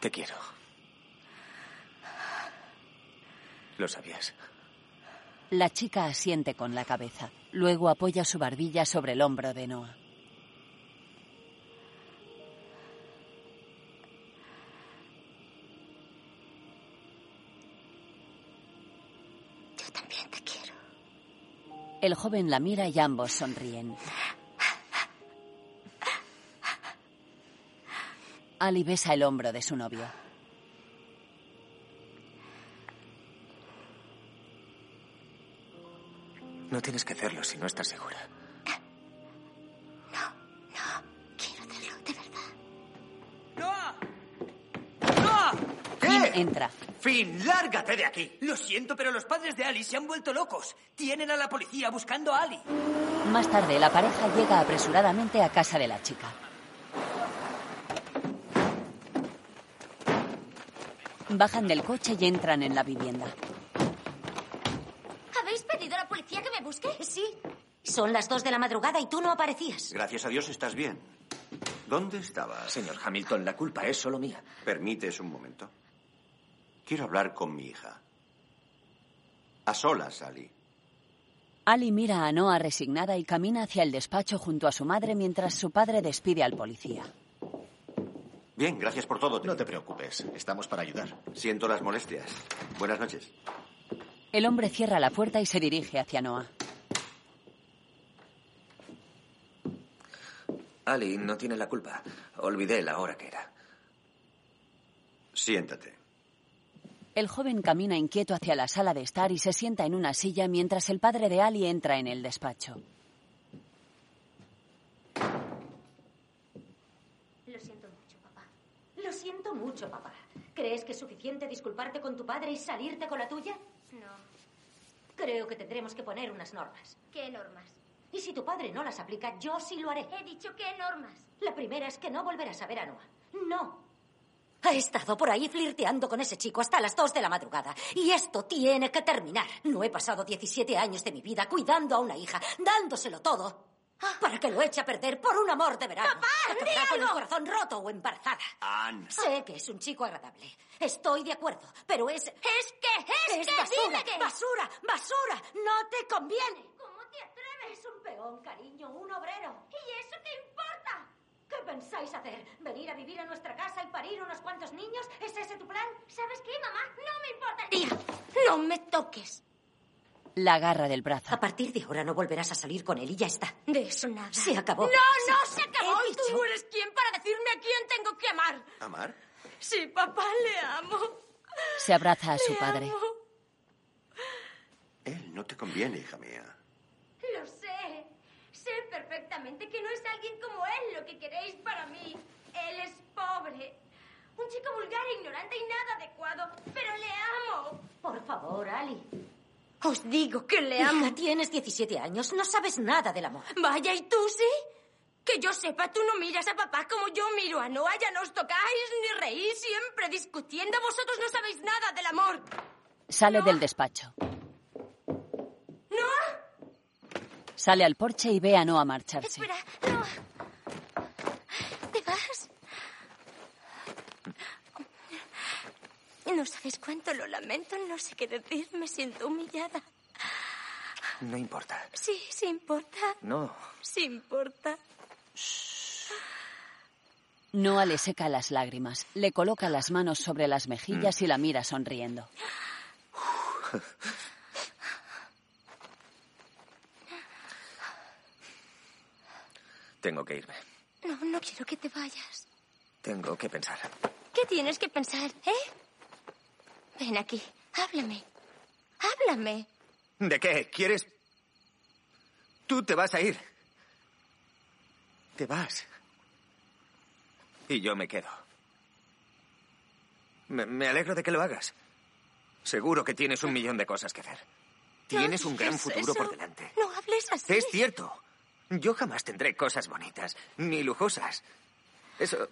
[SPEAKER 4] Te quiero. Lo sabías.
[SPEAKER 1] La chica asiente con la cabeza. Luego apoya su barbilla sobre el hombro de Noah.
[SPEAKER 10] Yo también te quiero.
[SPEAKER 1] El joven la mira y ambos sonríen. Ali besa el hombro de su novio.
[SPEAKER 4] No tienes que hacerlo si no estás segura.
[SPEAKER 1] Finn entra.
[SPEAKER 8] Finn, lárgate de aquí. Lo siento, pero los padres de Ali se han vuelto locos. Tienen a la policía buscando a Ali.
[SPEAKER 1] Más tarde, la pareja llega apresuradamente a casa de la chica. Bajan del coche y entran en la vivienda.
[SPEAKER 10] ¿Habéis pedido a la policía que me busque?
[SPEAKER 17] Sí. Son las dos de la madrugada y tú no aparecías.
[SPEAKER 13] Gracias a Dios estás bien. ¿Dónde estabas?
[SPEAKER 4] Señor Hamilton, la culpa es solo mía.
[SPEAKER 13] ¿Permites un momento? Quiero hablar con mi hija. A solas, Ali.
[SPEAKER 1] Ali mira a Noah resignada y camina hacia el despacho junto a su madre mientras su padre despide al policía.
[SPEAKER 13] Bien, gracias por todo.
[SPEAKER 19] No te preocupes, estamos para ayudar.
[SPEAKER 13] Siento las molestias. Buenas noches.
[SPEAKER 1] El hombre cierra la puerta y se dirige hacia Noah.
[SPEAKER 4] Ali no tiene la culpa. Olvidé la hora que era.
[SPEAKER 13] Siéntate.
[SPEAKER 1] El joven camina inquieto hacia la sala de estar y se sienta en una silla mientras el padre de Ali entra en el despacho.
[SPEAKER 17] Lo siento mucho, papá. Lo siento mucho, papá. ¿Crees que es suficiente disculparte con tu padre y salirte con la tuya?
[SPEAKER 10] No.
[SPEAKER 17] Creo que tendremos que poner unas normas.
[SPEAKER 10] ¿Qué normas?
[SPEAKER 17] Y si tu padre no las aplica, yo sí lo haré.
[SPEAKER 10] He dicho qué normas.
[SPEAKER 17] La primera es que no volverás a ver a Noah. No. Ha estado por ahí flirteando con ese chico hasta las 2 de la madrugada. Y esto tiene que terminar. No he pasado 17 años de mi vida cuidando a una hija, dándoselo todo, para que lo eche a perder por un amor de verano.
[SPEAKER 10] ¡Papá!
[SPEAKER 17] Acabará
[SPEAKER 10] ¡Di
[SPEAKER 17] con el
[SPEAKER 10] algo!
[SPEAKER 17] corazón roto o embarazada.
[SPEAKER 13] Ann.
[SPEAKER 17] Sé que es un chico agradable. Estoy de acuerdo, pero es... Es
[SPEAKER 10] que, es que,
[SPEAKER 17] basura,
[SPEAKER 10] dime que-
[SPEAKER 17] basura, basura. No te conviene.
[SPEAKER 10] ¿Cómo te atreves?
[SPEAKER 17] Es un peón, cariño, un obrero.
[SPEAKER 10] ¿Y eso qué importa?
[SPEAKER 17] ¿Qué pensáis hacer? ¿Venir a vivir a nuestra casa y parir unos cuantos niños? ¿Es ese tu plan?
[SPEAKER 10] ¿Sabes qué, mamá? No me importaría.
[SPEAKER 17] No me toques.
[SPEAKER 1] La agarra del brazo.
[SPEAKER 17] A partir de ahora no volverás a salir con él y ya está.
[SPEAKER 10] De eso nada.
[SPEAKER 17] Se acabó.
[SPEAKER 10] No, no, se acabó.
[SPEAKER 17] He dicho-
[SPEAKER 10] Tú eres quien para decirme a quién tengo que amar.
[SPEAKER 13] ¿Amar?
[SPEAKER 10] Sí, papá, le amo.
[SPEAKER 1] Se abraza a su
[SPEAKER 10] Le
[SPEAKER 1] padre.
[SPEAKER 10] amo.
[SPEAKER 13] Él no te conviene, hija mía.
[SPEAKER 10] Lo sé. Sé perfectamente que no es alguien como él lo que queréis para mí. Él es pobre. Un chico vulgar, ignorante y nada adecuado. Pero le amo.
[SPEAKER 17] Por favor, Ali.
[SPEAKER 10] Os digo que le
[SPEAKER 17] Hija,
[SPEAKER 10] amo.
[SPEAKER 17] tienes 17 años, no sabes nada del amor.
[SPEAKER 10] Vaya, ¿y tú sí? Que yo sepa, tú no miras a papá como yo miro a Noah. Ya no os tocáis ni reís, siempre discutiendo. Vosotros no sabéis nada del amor.
[SPEAKER 1] Sale del despacho.
[SPEAKER 10] ¿Noah?
[SPEAKER 1] Sale al porche y ve a Noah marcharse.
[SPEAKER 10] Espera, Noah. ¿Te vas? No sabéis cuánto lo lamento, no sé qué decir, me siento humillada.
[SPEAKER 4] No importa.
[SPEAKER 10] Sí, sí importa,
[SPEAKER 4] No.
[SPEAKER 10] sí importa.
[SPEAKER 1] Noah le seca las lágrimas, le coloca las manos sobre las mejillas
[SPEAKER 2] Mm.
[SPEAKER 1] y la
[SPEAKER 2] *gasps*
[SPEAKER 1] mira sonriendo.
[SPEAKER 4] Tengo que irme.
[SPEAKER 10] No, no quiero que te vayas.
[SPEAKER 4] Tengo que pensar.
[SPEAKER 10] ¿Qué tienes que pensar, eh? Ven aquí, háblame. Háblame.
[SPEAKER 4] ¿De qué? ¿Quieres? Tú te vas a ir. Te vas. Y yo me quedo. Me, me alegro de que lo hagas. Seguro que tienes un millón de cosas que hacer. Tienes un gran
[SPEAKER 10] digas
[SPEAKER 4] futuro por
[SPEAKER 10] eso.
[SPEAKER 4] delante.
[SPEAKER 10] No hables así.
[SPEAKER 4] Es cierto. Yo jamás tendré cosas bonitas, ni lujosas. Eso.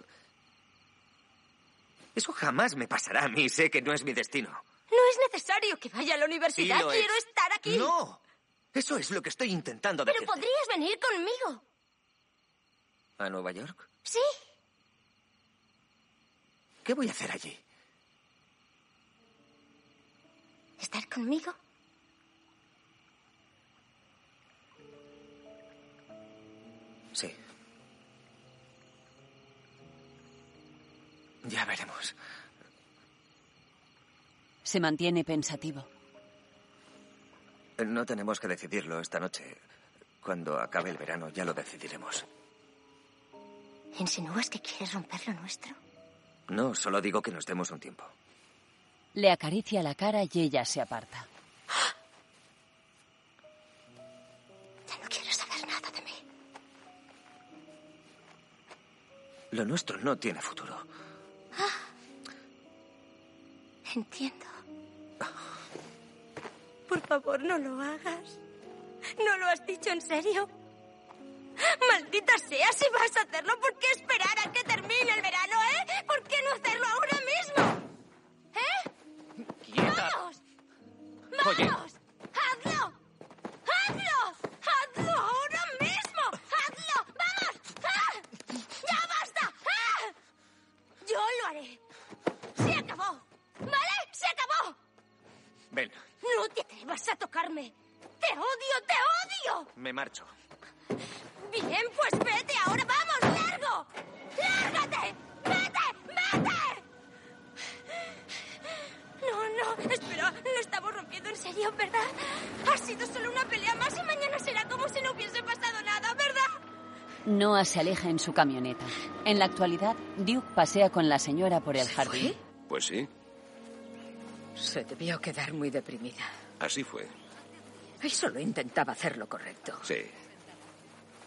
[SPEAKER 4] Eso jamás me pasará a mí. Sé que no es mi destino.
[SPEAKER 10] No es necesario que vaya a la universidad.
[SPEAKER 4] Sí lo es.
[SPEAKER 10] quiero estar aquí.
[SPEAKER 4] ¡No! Eso es lo que estoy intentando
[SPEAKER 10] Pero
[SPEAKER 4] decir.
[SPEAKER 10] podrías venir conmigo.
[SPEAKER 4] ¿A Nueva York?
[SPEAKER 10] Sí.
[SPEAKER 4] ¿Qué voy a hacer allí?
[SPEAKER 10] ¿Estar conmigo?
[SPEAKER 4] Sí. Ya veremos.
[SPEAKER 1] Se mantiene pensativo.
[SPEAKER 4] No tenemos que decidirlo esta noche. Cuando acabe el verano ya lo decidiremos.
[SPEAKER 17] ¿Insinúas que quieres romper lo nuestro?
[SPEAKER 4] No, solo digo que nos demos un tiempo.
[SPEAKER 1] Le acaricia la cara y ella se aparta.
[SPEAKER 10] Ya no quiero saber nada de mí.
[SPEAKER 4] Lo nuestro no tiene futuro.
[SPEAKER 10] Ah. Entiendo. Por favor, no lo hagas. ¿No lo has dicho en serio? Maldita sea, si vas a hacerlo, ¿por qué esperar a que termine el verano, eh? ¿Por qué no hacerlo ahora mismo? ¿Eh?
[SPEAKER 9] ¡Ah!
[SPEAKER 4] me marcho.
[SPEAKER 9] Bien, pues vete, ahora vamos, largo. ¡Lárgate! ¡Vete! ¡Vete! No, no, espera, lo estamos rompiendo en serio, ¿verdad? Ha sido solo una pelea más y mañana será como si no hubiese pasado nada, ¿verdad?
[SPEAKER 1] Noah se aleja en su camioneta. En la actualidad, Duke pasea con la señora por el jardín.
[SPEAKER 3] Pues sí,
[SPEAKER 2] Se debió quedar muy deprimida.
[SPEAKER 3] así fue.
[SPEAKER 2] Y solo intentaba hacer lo correcto.
[SPEAKER 3] Sí.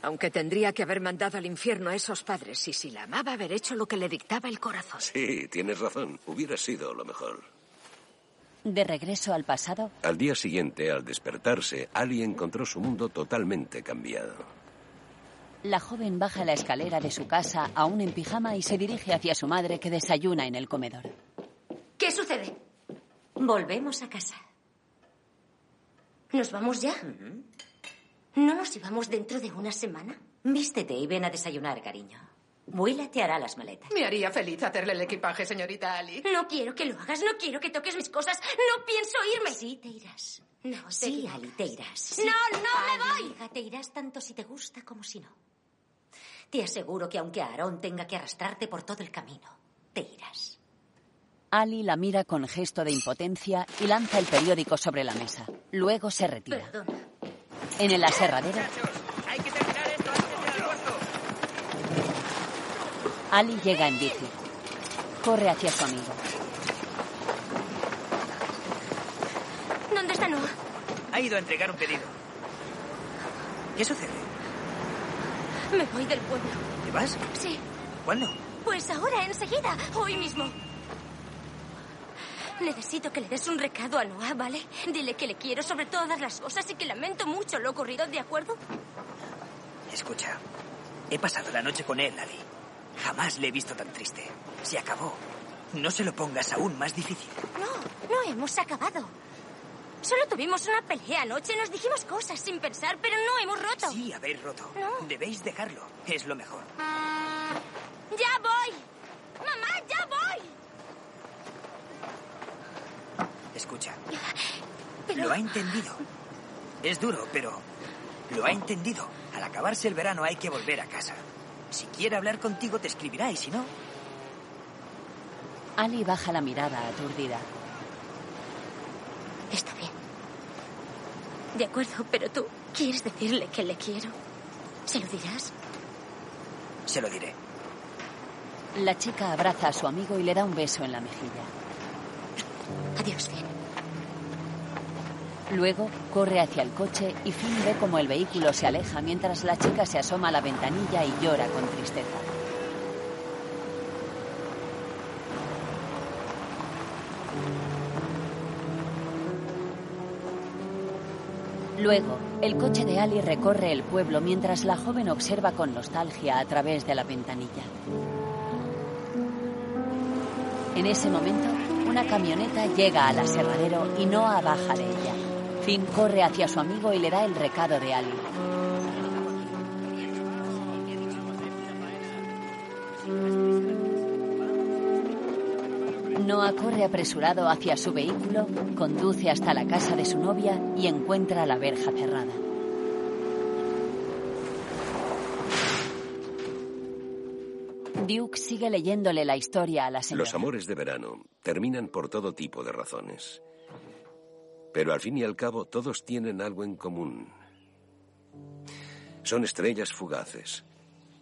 [SPEAKER 2] Aunque tendría que haber mandado al infierno a esos padres y si la amaba haber hecho lo que le dictaba el corazón.
[SPEAKER 3] Sí, tienes razón. Hubiera sido lo mejor.
[SPEAKER 1] De regreso al pasado,
[SPEAKER 3] Al día siguiente, al despertarse, Ali encontró su mundo totalmente cambiado.
[SPEAKER 1] la joven baja la escalera de su casa, aún en pijama, y se dirige hacia su madre que desayuna en el comedor.
[SPEAKER 10] ¿Qué sucede? Volvemos a casa. ¿Nos vamos ya? ¿No nos íbamos dentro de una semana?
[SPEAKER 17] Vístete y ven a desayunar, cariño. Willa te hará las maletas.
[SPEAKER 7] Me haría feliz hacerle el equipaje, señorita Ali.
[SPEAKER 10] No quiero que lo hagas, no quiero que toques mis cosas, no pienso irme. Sí, te irás. No, te
[SPEAKER 17] Sí,
[SPEAKER 10] irás.
[SPEAKER 17] Ali, te irás.
[SPEAKER 10] No, no me
[SPEAKER 17] Ali,
[SPEAKER 10] voy.
[SPEAKER 17] hija, te irás tanto si te gusta como si no. Te aseguro que aunque Aarón tenga que arrastrarte por todo el camino, te irás.
[SPEAKER 1] Ali la mira con gesto de impotencia y lanza el periódico sobre la mesa. Luego se retira. En el aserradero, Ali llega en bici. Corre hacia su amigo.
[SPEAKER 10] ¿Dónde está Noah?
[SPEAKER 8] Ha ido a entregar un pedido. ¿Qué sucede?
[SPEAKER 10] Me voy del pueblo.
[SPEAKER 8] ¿Te vas?
[SPEAKER 10] Sí,
[SPEAKER 8] ¿Cuándo?
[SPEAKER 10] pues ahora, enseguida, hoy mismo. Necesito que le des un recado a Noah, ¿vale? Dile que le quiero sobre todas las cosas y que lamento mucho lo ocurrido, ¿de acuerdo?
[SPEAKER 8] Escucha, he pasado la noche con él, Ali. Jamás le he visto tan triste. Se acabó. No se lo pongas aún más difícil.
[SPEAKER 10] No, no hemos acabado. Solo tuvimos una pelea anoche, nos dijimos cosas sin pensar, pero no hemos roto.
[SPEAKER 8] Sí, habéis roto. Debéis dejarlo. Es lo mejor.
[SPEAKER 10] ¡Ya voy! ¡Mamá, ya voy!
[SPEAKER 8] Escucha. Lo ha entendido. Es duro, pero lo ha entendido. Al acabarse el verano hay que volver a casa. Si quiere hablar contigo, te escribirá y si no,
[SPEAKER 1] Ali baja la mirada aturdida.
[SPEAKER 10] Está bien. De acuerdo, pero tú quieres decirle que le quiero. ¿Se lo dirás?
[SPEAKER 8] se lo diré.
[SPEAKER 1] La chica abraza a su amigo y le da un beso en la mejilla.
[SPEAKER 10] Adiós, Finn.
[SPEAKER 1] Luego corre hacia el coche y Finn ve cómo el vehículo se aleja mientras la chica se asoma a la ventanilla y llora con tristeza. Luego, el coche de Ali recorre el pueblo mientras la joven observa con nostalgia a través de la ventanilla. En ese momento, una camioneta llega al aserradero y Noah baja de ella. Finn corre hacia su amigo y le da el recado de Ali. Noah corre apresurado hacia su vehículo, conduce hasta la casa de su novia y encuentra la verja cerrada. Duke sigue leyéndole la historia a la señora.
[SPEAKER 3] Los amores de verano terminan por todo tipo de razones. Pero al fin y al cabo todos tienen algo en común. Son estrellas fugaces,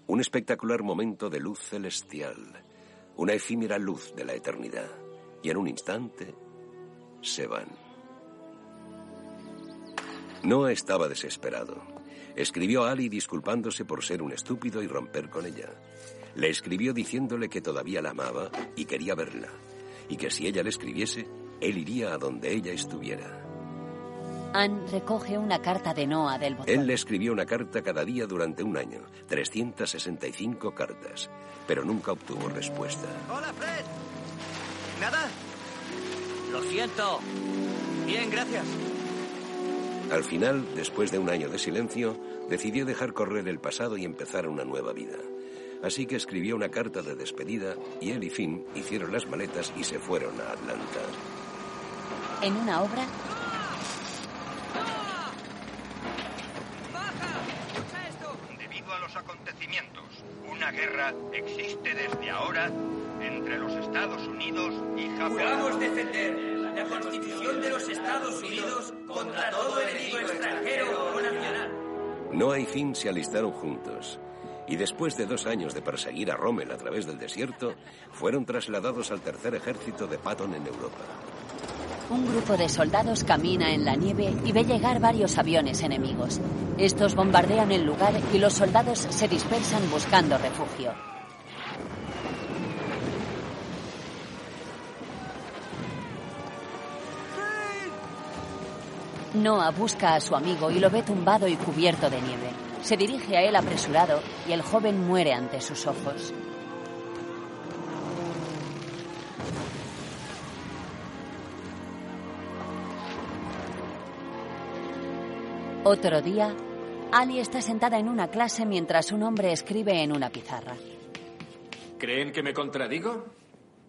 [SPEAKER 3] un espectacular momento de luz celestial, una efímera luz de la eternidad, y en un instante se van. Noah estaba desesperado. Escribió a Ali disculpándose por ser un estúpido y romper con ella. Le escribió diciéndole que todavía la amaba y quería verla, y que si ella le escribiese, él iría a donde ella estuviera.
[SPEAKER 1] Anne recoge una carta de Noah del botón.
[SPEAKER 3] Él le escribió una carta cada día durante un año, 365 cartas, pero nunca obtuvo respuesta.
[SPEAKER 8] Hola, Fred. ¿Nada? Lo siento. Bien, gracias.
[SPEAKER 3] Al final, después de un año de silencio, decidió dejar correr el pasado y empezar una nueva vida. Así que escribió una carta de despedida y él y Finn hicieron las maletas y se fueron a Atlanta.
[SPEAKER 1] En una obra,
[SPEAKER 20] una guerra existe desde ahora entre los Estados Unidos y Japón.
[SPEAKER 8] Juramos defender la Constitución de los Estados Unidos contra todo enemigo extranjero o nacional.
[SPEAKER 3] Noah y Finn se alistaron juntos y después de dos años de perseguir a Rommel a través del desierto, fueron trasladados al tercer ejército de Patton en Europa.
[SPEAKER 1] Un grupo de soldados camina en la nieve y ve llegar varios aviones enemigos. Estos bombardean el lugar y los soldados se dispersan buscando refugio. Noah busca a su amigo y lo ve tumbado y cubierto de nieve. Se dirige a él apresurado y el joven muere ante sus ojos. Otro día, Ali está sentada en una clase mientras un hombre escribe en una pizarra.
[SPEAKER 21] ¿Creen que me contradigo?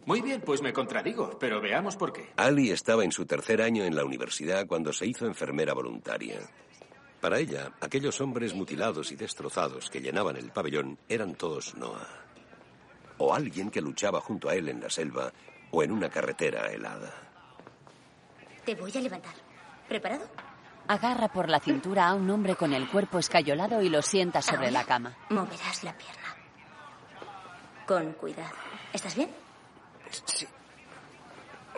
[SPEAKER 21] Muy bien, pues me contradigo, pero veamos por qué.
[SPEAKER 3] Ali estaba en su tercer año en la universidad cuando se hizo enfermera voluntaria. Para ella, aquellos hombres mutilados y destrozados que llenaban el pabellón eran todos Noah. O alguien que luchaba junto a él en la selva o en una carretera helada.
[SPEAKER 10] Te voy a levantar. ¿Preparado?
[SPEAKER 1] Agarra por la cintura a un hombre con el cuerpo escayolado y lo sienta sobre la cama.
[SPEAKER 10] Moverás la pierna. Con cuidado. ¿Estás bien?
[SPEAKER 22] Sí.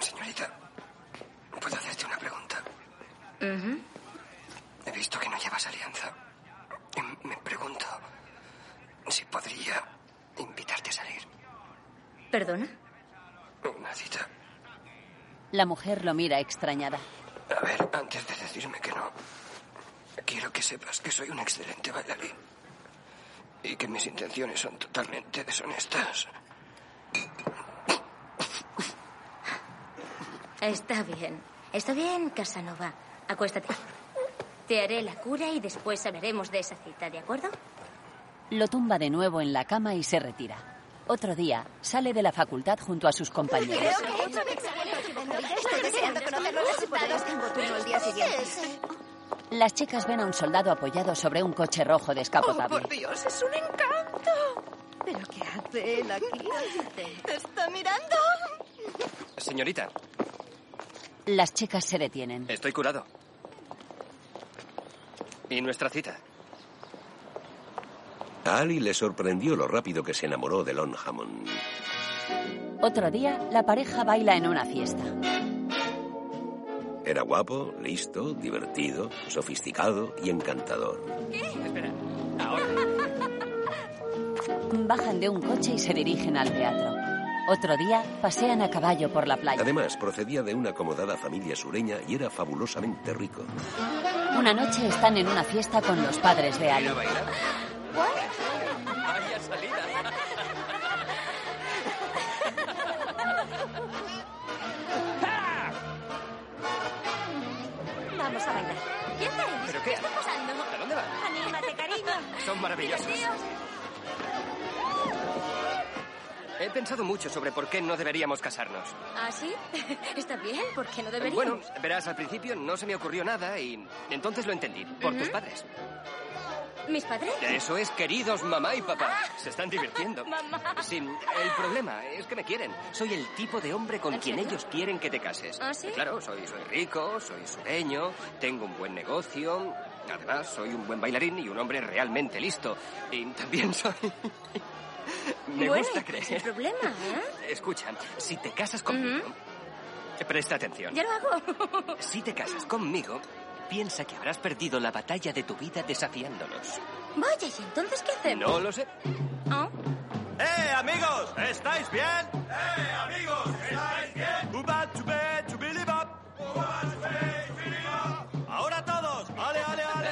[SPEAKER 22] Señorita, ¿puedo hacerte una pregunta?
[SPEAKER 10] Ujú.
[SPEAKER 22] He visto que no llevas alianza. Y Me pregunto si podría invitarte a salir.
[SPEAKER 10] ¿Perdona?
[SPEAKER 22] Una cita.
[SPEAKER 1] La mujer lo mira extrañada.
[SPEAKER 22] A ver, antes de decirme que no, quiero que sepas que soy un excelente bailarín. Y que mis intenciones son totalmente deshonestas.
[SPEAKER 10] Está bien. Está bien, Casanova. Acuéstate. Te haré la cura y después hablaremos de esa cita, ¿de acuerdo?
[SPEAKER 1] Lo tumba de nuevo en la cama y se retira. Otro día, sale de la facultad junto a sus compañeros.
[SPEAKER 9] Estoy deseando conocer los resultados. Tengo turno el día siguiente.
[SPEAKER 1] Las chicas ven a un soldado apoyado sobre un coche rojo
[SPEAKER 23] Oh,
[SPEAKER 1] descapotable.
[SPEAKER 23] por Dios, es un encanto. ¿Pero qué hace él aquí? ¿Te está mirando?
[SPEAKER 24] Señorita,
[SPEAKER 1] Las chicas se detienen.
[SPEAKER 24] estoy curado. ¿Y nuestra cita?
[SPEAKER 3] A Ali le sorprendió lo rápido que se enamoró de Lon Hammond.
[SPEAKER 1] Otro día, la pareja baila en una fiesta.
[SPEAKER 3] Era guapo, listo, divertido, sofisticado y encantador.
[SPEAKER 1] Bajan de un coche y se dirigen al teatro. Otro día, pasean a caballo por la playa.
[SPEAKER 3] Además, procedía de una acomodada familia sureña y era fabulosamente rico.
[SPEAKER 1] Una noche están en una fiesta con los padres de Ali.
[SPEAKER 20] Vaya salida.
[SPEAKER 9] Vamos a bailar. ¿Qué hacéis?
[SPEAKER 24] ¿Pero qué
[SPEAKER 9] está
[SPEAKER 24] haces?
[SPEAKER 9] pasando?
[SPEAKER 24] ¿A dónde vas?
[SPEAKER 9] Anímate, cariño.
[SPEAKER 24] Son maravillosos.
[SPEAKER 9] Divertíos.
[SPEAKER 24] He pensado mucho sobre por qué no deberíamos casarnos.
[SPEAKER 10] ¿Ah, sí? *laughs* Está bien, porque no deberíamos.
[SPEAKER 24] Bueno, verás, al principio no se me ocurrió nada y entonces lo entendí. Por tus padres.
[SPEAKER 10] ¿Mis padres?
[SPEAKER 24] Eso es, queridos mamá y papá. Se están
[SPEAKER 10] *laughs*
[SPEAKER 24] divirtiendo. Sí, el problema es que me quieren. Soy el tipo de hombre con
[SPEAKER 10] ¿En
[SPEAKER 24] quien
[SPEAKER 10] serio?
[SPEAKER 24] ellos quieren que te cases.
[SPEAKER 10] ¿Ah, sí?
[SPEAKER 24] Claro, soy, soy rico, soy sureño, tengo un buen negocio. Además, soy un buen bailarín y un hombre realmente listo. Y también *laughs* soy... Me
[SPEAKER 10] Bueno,
[SPEAKER 24] gusta
[SPEAKER 10] pues sin
[SPEAKER 24] creer.
[SPEAKER 10] problema, ¿eh?
[SPEAKER 24] Escucha, si te casas conmigo... Presta atención.
[SPEAKER 10] Ya lo hago.
[SPEAKER 24] Si te casas conmigo, piensa que habrás perdido la batalla de tu vida desafiándonos.
[SPEAKER 10] Vaya, ¿y entonces qué hacemos?
[SPEAKER 24] No lo sé.
[SPEAKER 20] ¡Eh, amigos! ¿Estáis bien? ¡Eh, amigos! ¿Estáis bien? Uba, chube, chubilibab. Uba, chube, chubilibab. Ahora todos. Ale, ale, ale.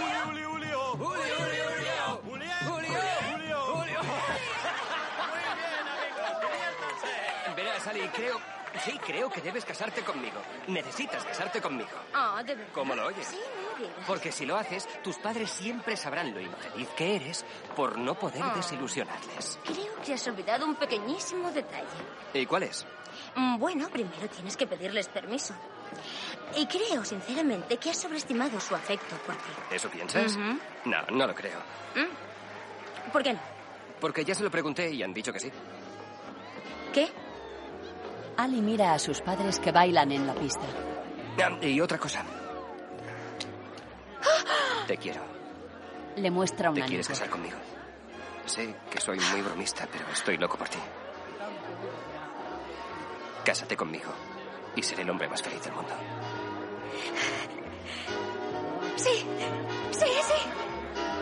[SPEAKER 20] Uli, uli, ulio. Uli, uli, ulio. Uli, ulio. Ulio. Ulio. Muy bien, amigos. Diviértanse.
[SPEAKER 24] Verás, Ali, creo... Sí, creo que debes casarte conmigo. Necesitas casarte conmigo.
[SPEAKER 10] Ah, de verdad.
[SPEAKER 24] ¿Cómo lo oyes?
[SPEAKER 10] Sí, muy bien.
[SPEAKER 24] Porque si lo haces, tus padres siempre sabrán lo infeliz que eres por no poder
[SPEAKER 10] Ah.
[SPEAKER 24] desilusionarles.
[SPEAKER 10] Creo que has olvidado un pequeñísimo detalle.
[SPEAKER 24] ¿Y cuál es?
[SPEAKER 10] Mm, Bueno, primero tienes que pedirles permiso. Y creo, sinceramente, que has sobreestimado su afecto por ti.
[SPEAKER 24] ¿Eso piensas?
[SPEAKER 10] Ujú.
[SPEAKER 24] No, no lo creo.
[SPEAKER 10] ¿Por qué no?
[SPEAKER 5] Porque ya se lo pregunté y han dicho que sí.
[SPEAKER 1] ¿Qué? Ali mira a sus padres que bailan en la pista.
[SPEAKER 5] Ah, Y otra cosa. Te quiero.
[SPEAKER 1] Le muestra un
[SPEAKER 5] ¿Te quieres
[SPEAKER 1] anillo.
[SPEAKER 5] casar conmigo? Sé que soy muy bromista, pero estoy loco por ti. Cásate conmigo y seré el hombre más feliz del mundo.
[SPEAKER 9] Sí, sí, sí.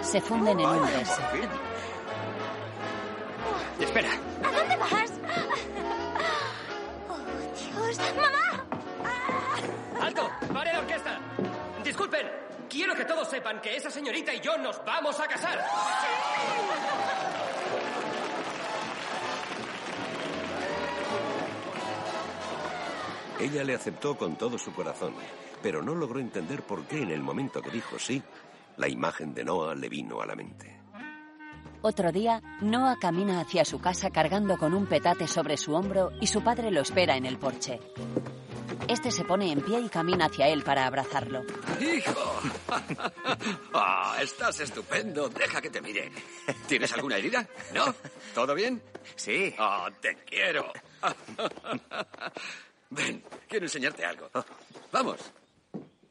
[SPEAKER 1] Se funden
[SPEAKER 5] Ah,
[SPEAKER 1] en un beso.
[SPEAKER 5] Espera.
[SPEAKER 9] ¿A dónde vas? Oh, Dios. ¡Mamá!
[SPEAKER 5] ¡Alto! ¡Pare la orquesta! Disculpen, quiero que todos sepan que esa señorita y yo nos vamos a casar.
[SPEAKER 3] Ella le aceptó con todo su corazón, pero no logró entender por qué en el momento que dijo sí, la imagen de Noah le vino a la mente.
[SPEAKER 1] Otro día, Noah camina hacia su casa cargando con un petate sobre su hombro y su padre lo espera en el porche. Este se pone en pie y camina hacia él para abrazarlo.
[SPEAKER 13] ¡Hijo! Ah, estás estupendo. Deja que te mire. ¿Tienes alguna herida? ¿No? ¿Todo bien? Sí. Oh, te quiero. *laughs* Ven, quiero enseñarte algo. Vamos.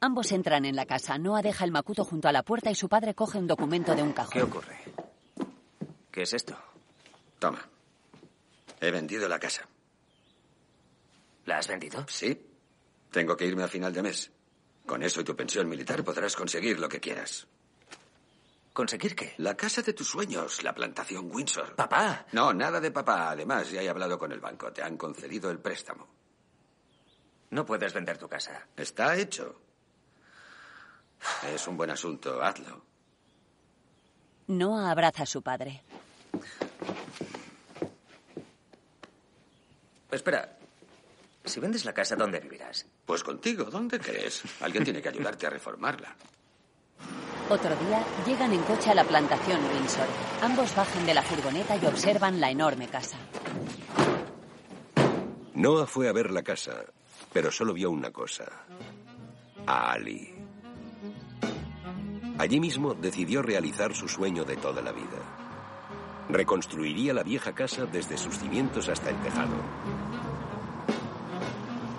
[SPEAKER 1] Ambos entran en la casa. Noah deja el macuto junto a la puerta y su padre coge un documento de un cajón.
[SPEAKER 4] ¿Qué ocurre? ¿Qué es esto?
[SPEAKER 15] Toma. He vendido la casa.
[SPEAKER 4] ¿La has vendido?
[SPEAKER 15] Sí. Tengo que irme a final de mes. Con eso y tu pensión militar podrás conseguir lo que quieras.
[SPEAKER 4] ¿Conseguir qué?
[SPEAKER 15] La casa de tus sueños, la plantación Windsor.
[SPEAKER 4] Papá.
[SPEAKER 15] No, nada de papá. Además, ya he hablado con el banco. Te han concedido el préstamo.
[SPEAKER 4] No puedes vender tu casa.
[SPEAKER 15] Está hecho. Es un buen asunto. Hazlo.
[SPEAKER 1] Noah abraza a su padre.
[SPEAKER 4] Espera. Si vendes la casa, ¿dónde vivirás?
[SPEAKER 15] Pues contigo. ¿Dónde crees? Alguien tiene que ayudarte a reformarla.
[SPEAKER 1] Otro día, llegan en coche a la plantación Windsor. Ambos bajan de la furgoneta y observan la enorme casa.
[SPEAKER 3] Noah fue a ver la casa, pero solo vio una cosa. A Ali. Allí mismo decidió realizar su sueño de toda la vida. Reconstruiría la vieja casa desde sus cimientos hasta el tejado.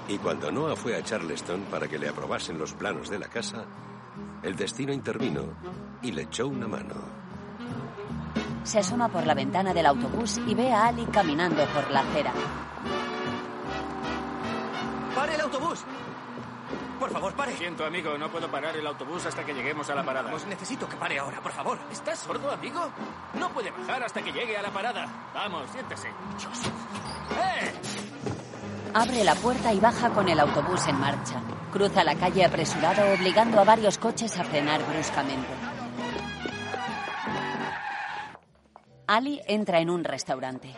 [SPEAKER 3] Y cuando Noah fue a Charleston para que le aprobasen los planos de la casa, el destino intervino y le echó una mano.
[SPEAKER 1] Se asoma por la ventana del autobús y ve a Ali caminando por la acera.
[SPEAKER 8] ¡Pare el autobús! Por favor, pare.
[SPEAKER 20] Siento, amigo, no puedo parar el autobús hasta que lleguemos a la parada.
[SPEAKER 8] Vamos, necesito que pare ahora, por favor.
[SPEAKER 20] ¿Estás sordo, amigo? No puede bajar hasta que llegue a la parada. Vamos, siéntese. ¡Eh!
[SPEAKER 1] Abre la puerta y baja con el autobús en marcha. Cruza la calle apresurado, obligando a varios coches a frenar bruscamente. Ali entra en un restaurante.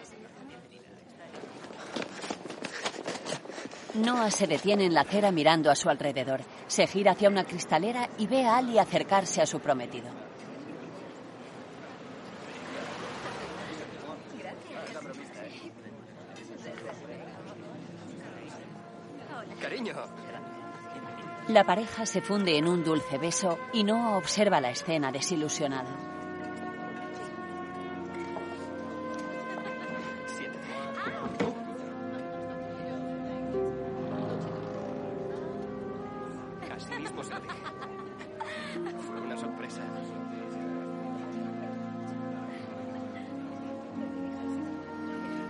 [SPEAKER 1] Noah se detiene en la acera mirando a su alrededor. Se gira hacia una cristalera y ve a Ali acercarse a su prometido.
[SPEAKER 13] Cariño.
[SPEAKER 1] La pareja se funde en un dulce beso y Noah observa la escena desilusionado.
[SPEAKER 24] Así mismo sabe. Fue una sorpresa.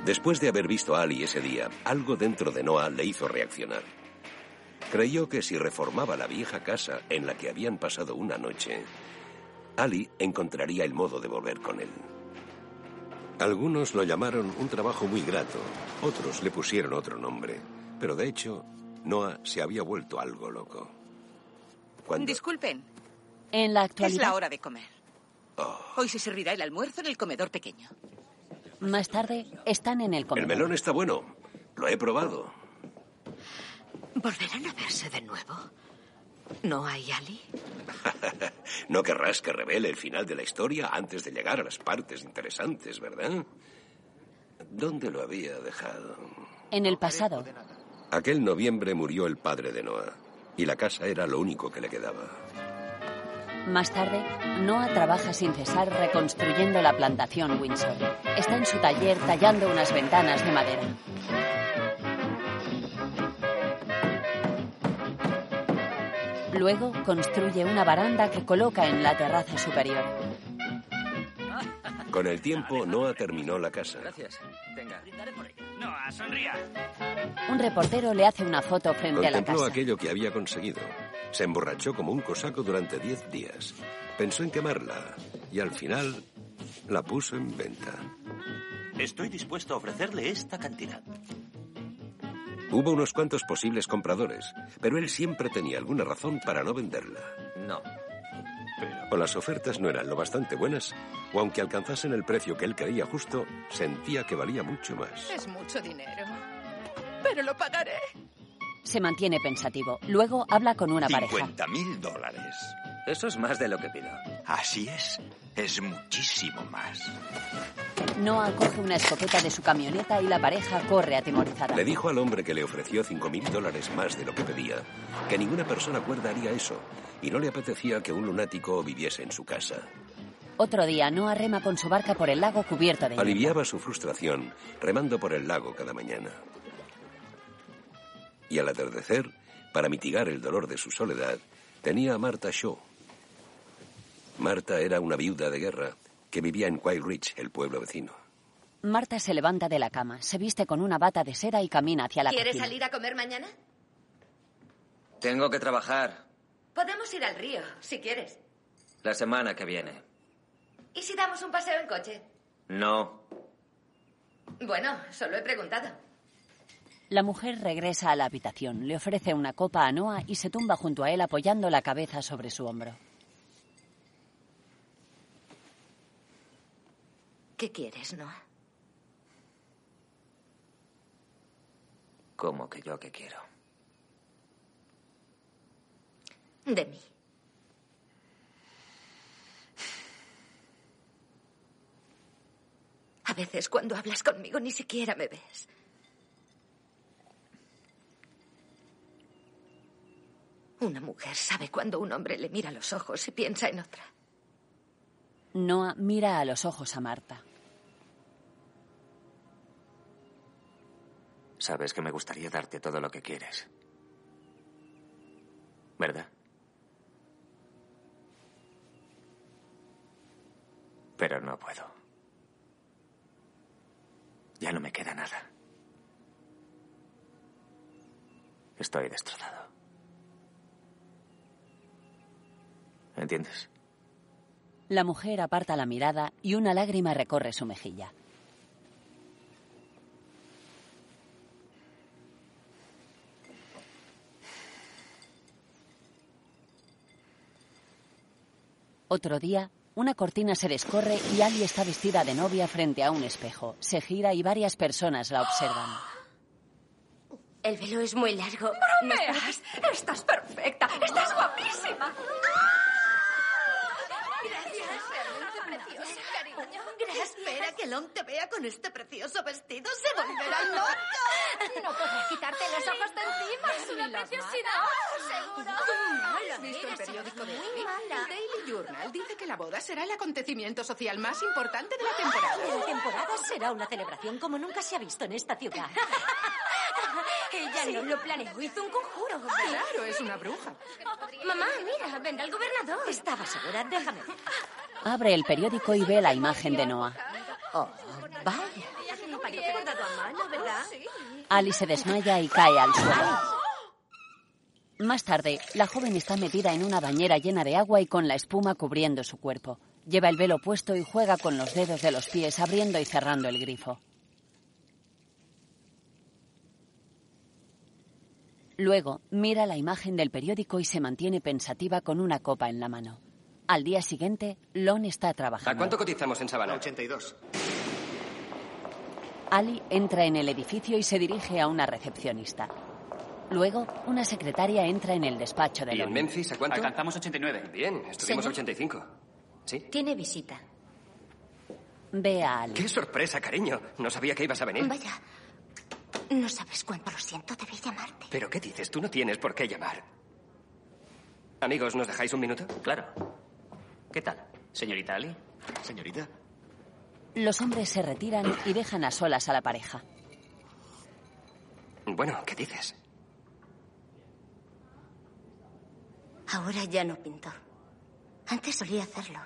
[SPEAKER 3] Después de haber visto a Ali ese día, algo dentro de Noah le hizo reaccionar. Creyó que si reformaba la vieja casa en la que habían pasado una noche, Ali encontraría el modo de volver con él. Algunos lo llamaron un trabajo muy grato, otros le pusieron otro nombre, pero de hecho, Noah se había vuelto algo loco. Cuando...
[SPEAKER 7] Disculpen,
[SPEAKER 1] En la
[SPEAKER 7] es
[SPEAKER 1] actualidad,
[SPEAKER 7] la hora de comer. Hoy se servirá el almuerzo en el comedor pequeño.
[SPEAKER 1] más tarde, están en el
[SPEAKER 3] El
[SPEAKER 1] comedor.
[SPEAKER 3] melón está bueno, lo he probado.
[SPEAKER 2] ¿Volverán a verse de nuevo? ¿No hay Ali?
[SPEAKER 3] *laughs* No querrás que revele el final de la historia antes de llegar a las partes interesantes, ¿verdad? ¿Dónde lo había dejado?
[SPEAKER 1] En el pasado,
[SPEAKER 3] Aquel noviembre murió el padre de Noah y la casa era lo único que le quedaba.
[SPEAKER 1] Más tarde, Noah trabaja sin cesar reconstruyendo la plantación Windsor. Está en su taller tallando unas ventanas de madera. Luego construye una baranda que coloca en la terraza superior.
[SPEAKER 3] Con el tiempo, Noah terminó la casa.
[SPEAKER 4] Gracias. Venga.
[SPEAKER 24] No, sonría.
[SPEAKER 1] Un reportero le hace una foto frente a la
[SPEAKER 3] Contempló
[SPEAKER 1] casa.
[SPEAKER 3] aquello que había conseguido. Se emborrachó como un cosaco durante diez días. Pensó en quemarla y al final la puso en venta.
[SPEAKER 12] Estoy dispuesto a ofrecerle esta cantidad.
[SPEAKER 3] Hubo unos cuantos posibles compradores, pero él siempre tenía alguna razón para no venderla.
[SPEAKER 4] No.
[SPEAKER 3] O las ofertas no eran lo bastante buenas, o aunque alcanzasen el precio que él creía justo, sentía que valía mucho más.
[SPEAKER 25] Es mucho dinero. Pero lo pagaré.
[SPEAKER 1] Se mantiene pensativo. Luego habla con una pareja.
[SPEAKER 12] 50 mil dólares.
[SPEAKER 4] Eso es más de lo que pido.
[SPEAKER 12] Así es. Es muchísimo más.
[SPEAKER 1] Noah coge una escopeta de su camioneta y la pareja corre atemorizada.
[SPEAKER 3] Le dijo al hombre que le ofreció cinco mil dólares más de lo que pedía que ninguna persona cuerda haría eso y no le apetecía que un lunático viviese en su casa.
[SPEAKER 1] Otro día, Noah rema con su barca por el lago cubierto de nieve.
[SPEAKER 3] Aliviaba su frustración remando por el lago cada mañana. Y al atardecer, para mitigar el dolor de su soledad, tenía a Marta Shaw. Marta era una viuda de guerra que vivía en White Ridge, el pueblo vecino.
[SPEAKER 1] Marta se levanta de la cama, se viste con una bata de seda y camina hacia la
[SPEAKER 26] ¿Quieres
[SPEAKER 1] cocina.
[SPEAKER 26] salir a comer mañana?
[SPEAKER 4] Tengo que trabajar
[SPEAKER 26] Podemos ir al río, si quieres.
[SPEAKER 4] la semana que viene.
[SPEAKER 26] ¿Y si damos un paseo en coche?
[SPEAKER 4] No.
[SPEAKER 26] Bueno, solo he preguntado.
[SPEAKER 1] La mujer regresa a la habitación, le ofrece una copa a Noah y se tumba junto a él apoyando la cabeza sobre su hombro.
[SPEAKER 17] ¿Qué quieres, Noah?
[SPEAKER 4] ¿Cómo que yo que quiero?
[SPEAKER 17] De mí.
[SPEAKER 26] A veces cuando hablas conmigo ni siquiera me ves. Una mujer sabe cuando un hombre le mira a los ojos y piensa en otra.
[SPEAKER 1] Noah mira a los ojos a Marta.
[SPEAKER 4] Sabes que me gustaría darte todo lo que quieres. ¿Verdad? Pero no puedo. Ya no me queda nada. Estoy destrozado. ¿Entiendes?
[SPEAKER 1] La mujer aparta la mirada y una lágrima recorre su mejilla. Otro día, una cortina se descorre y Ali está vestida de novia frente a un espejo. Se gira y varias personas la observan.
[SPEAKER 10] El velo es muy largo.
[SPEAKER 9] ¡Bromeas! ¡Estás perfecta! ¡Estás guapísima!
[SPEAKER 6] Gracias, realmente preciosa, cariño.
[SPEAKER 14] Espera que Lon te vea con este precioso vestido. Se volverá loco.
[SPEAKER 9] No podrás quitarte los ojos de encima. Es una preciosidad. Seguro.
[SPEAKER 14] mala.
[SPEAKER 7] ¿Has visto el
[SPEAKER 14] Eres
[SPEAKER 7] periódico de
[SPEAKER 14] muy
[SPEAKER 7] hoy?
[SPEAKER 14] mala.
[SPEAKER 7] El Daily Journal dice que la boda será el acontecimiento social más importante de la temporada.
[SPEAKER 14] La temporada será una celebración como nunca se ha visto en esta
[SPEAKER 7] *laughs*
[SPEAKER 14] ciudad.
[SPEAKER 10] Ella no lo planeó, hizo un conjuro.
[SPEAKER 7] Claro, es una bruja.
[SPEAKER 10] Mamá, mira, vendrá el gobernador.
[SPEAKER 14] Estaba segura, déjame.
[SPEAKER 1] Abre el periódico y ve la imagen de Noah.
[SPEAKER 14] Oh,
[SPEAKER 10] vaya.
[SPEAKER 14] Parece bordado a mano, ¿verdad?
[SPEAKER 1] Ali se desmaya y cae al suelo. Más tarde, la joven está metida en una bañera llena de agua y con la espuma cubriendo su cuerpo. Lleva el velo puesto y juega con los dedos de los pies abriendo y cerrando el grifo. Luego, mira la imagen del periódico y se mantiene pensativa con una copa en la mano. Al día siguiente, Lon está trabajando.
[SPEAKER 24] ¿A cuánto cotizamos en Sabana? 82.
[SPEAKER 1] Ali entra en el edificio y se dirige a una recepcionista. Luego, una secretaria entra en el despacho de
[SPEAKER 24] ¿Y en
[SPEAKER 1] Lon.
[SPEAKER 24] Memphis a cuánto? Alcanzamos 89. Bien, estuvimos
[SPEAKER 1] Señor.
[SPEAKER 24] 85. ¿Sí?
[SPEAKER 1] Tiene visita. Ve a Ali.
[SPEAKER 24] ¡Qué sorpresa, cariño! No sabía que ibas a venir.
[SPEAKER 10] Vaya. No sabes cuánto lo siento, debí llamarte.
[SPEAKER 24] ¿Pero qué dices? Tú no tienes por qué llamar. Amigos, ¿nos dejáis un minuto? Claro.
[SPEAKER 4] ¿Qué tal? Señorita Ali. Señorita.
[SPEAKER 1] Los hombres se retiran y dejan a solas a la pareja.
[SPEAKER 4] Bueno, ¿qué dices?
[SPEAKER 10] Ahora ya no pinto. Antes solía hacerlo.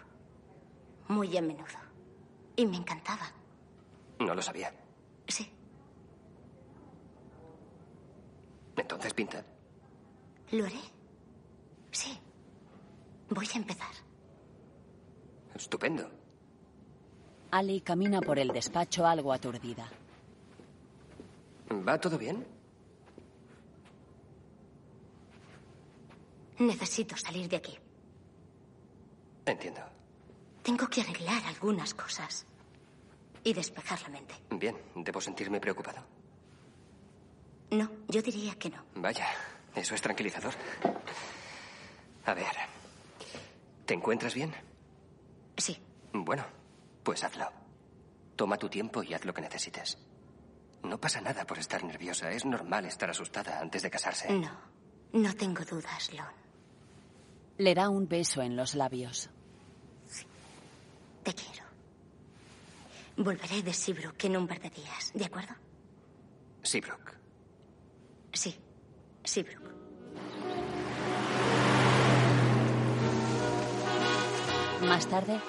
[SPEAKER 10] Muy a menudo. Y me encantaba.
[SPEAKER 4] No lo sabía.
[SPEAKER 10] Sí,
[SPEAKER 4] Entonces pinta.
[SPEAKER 10] lo haré. Sí. Voy a empezar.
[SPEAKER 4] Estupendo.
[SPEAKER 1] Ali camina por el despacho algo aturdida.
[SPEAKER 4] ¿Va todo bien?
[SPEAKER 10] Necesito salir de aquí.
[SPEAKER 4] Entiendo.
[SPEAKER 10] Tengo que arreglar algunas cosas. Y despejar la mente.
[SPEAKER 4] Bien, debo sentirme preocupado.
[SPEAKER 10] No, yo diría que no.
[SPEAKER 4] Vaya, eso es tranquilizador. A ver. ¿Te encuentras bien?
[SPEAKER 10] Sí.
[SPEAKER 4] Bueno, pues hazlo. Toma tu tiempo y haz lo que necesites. No pasa nada por estar nerviosa. Es normal estar asustada antes de casarse.
[SPEAKER 10] Eh. No, no tengo dudas, Lon.
[SPEAKER 1] Le da un beso en los labios.
[SPEAKER 10] Te quiero. Volveré de Seabrook en un par de días, ¿de acuerdo?
[SPEAKER 4] Seabrook.
[SPEAKER 10] Sí, Seabrook.
[SPEAKER 1] Más tarde,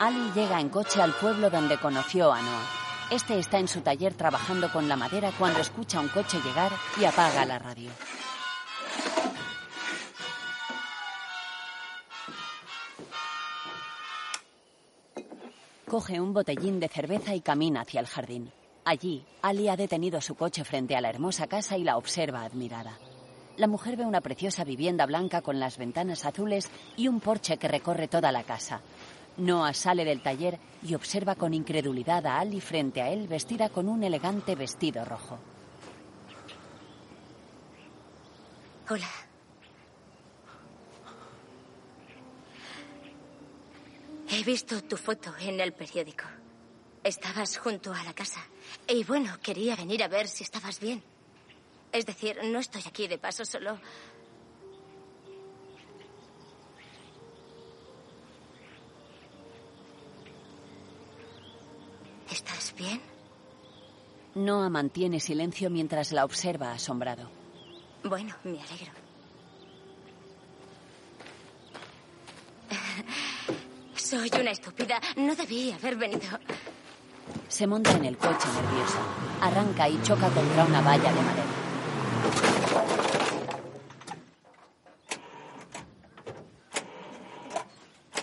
[SPEAKER 1] Ali llega en coche al pueblo donde conoció a Noah. Este está en su taller trabajando con la madera cuando escucha un coche llegar y apaga la radio. Coge un botellín de cerveza y camina hacia el jardín. Allí, Ali ha detenido su coche frente a la hermosa casa y la observa admirada. La mujer ve una preciosa vivienda blanca con las ventanas azules y un porche que recorre toda la casa. Noah sale del taller y observa con incredulidad a Ali frente a él vestida con un elegante vestido rojo.
[SPEAKER 10] Hola. He visto tu foto en el periódico. Estabas junto a la casa. Y bueno, quería venir a ver si estabas bien. Es decir, no estoy aquí de paso, solo... ¿Estás bien?
[SPEAKER 1] Noah mantiene silencio mientras la observa asombrado.
[SPEAKER 10] Bueno, me alegro. Soy una estúpida. No debí haber venido.
[SPEAKER 1] Se monta en el coche nerviosa. Arranca y choca contra una valla de madera.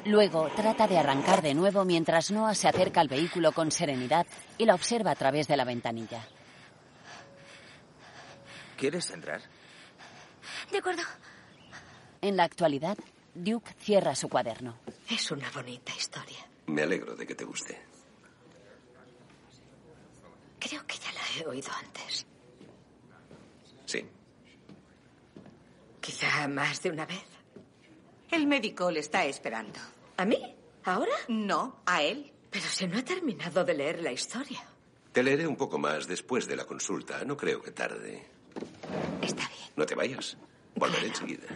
[SPEAKER 1] Luego trata de arrancar de nuevo mientras Noah se acerca al vehículo con serenidad y la observa a través de la ventanilla.
[SPEAKER 4] ¿Quieres entrar?
[SPEAKER 10] De acuerdo.
[SPEAKER 1] En la actualidad, Duke cierra su cuaderno.
[SPEAKER 16] Es una bonita historia.
[SPEAKER 3] Me alegro de que te guste.
[SPEAKER 16] Creo que ya la he oído antes.
[SPEAKER 3] Sí.
[SPEAKER 16] Quizá más de una vez.
[SPEAKER 7] El médico le está esperando.
[SPEAKER 16] ¿A mí? ¿Ahora?
[SPEAKER 7] No, a él.
[SPEAKER 16] Pero si no ha terminado de leer la historia.
[SPEAKER 3] Te leeré un poco más después de la consulta. No creo que tarde. Está bien. No te vayas. Volveré enseguida.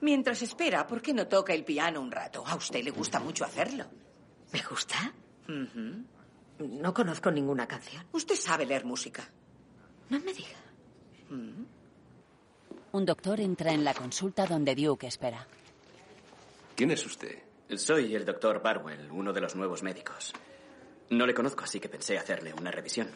[SPEAKER 7] Mientras espera, ¿por qué no toca el piano un rato? A usted le gusta mucho hacerlo.
[SPEAKER 16] ¿Me gusta? No conozco ninguna canción.
[SPEAKER 7] Usted sabe leer música.
[SPEAKER 16] No me diga.
[SPEAKER 1] Un doctor entra en la consulta donde Duke espera.
[SPEAKER 3] ¿Quién es usted?
[SPEAKER 27] Soy el doctor Barwell, uno de los nuevos médicos. No le conozco, así que pensé hacerle una revisión.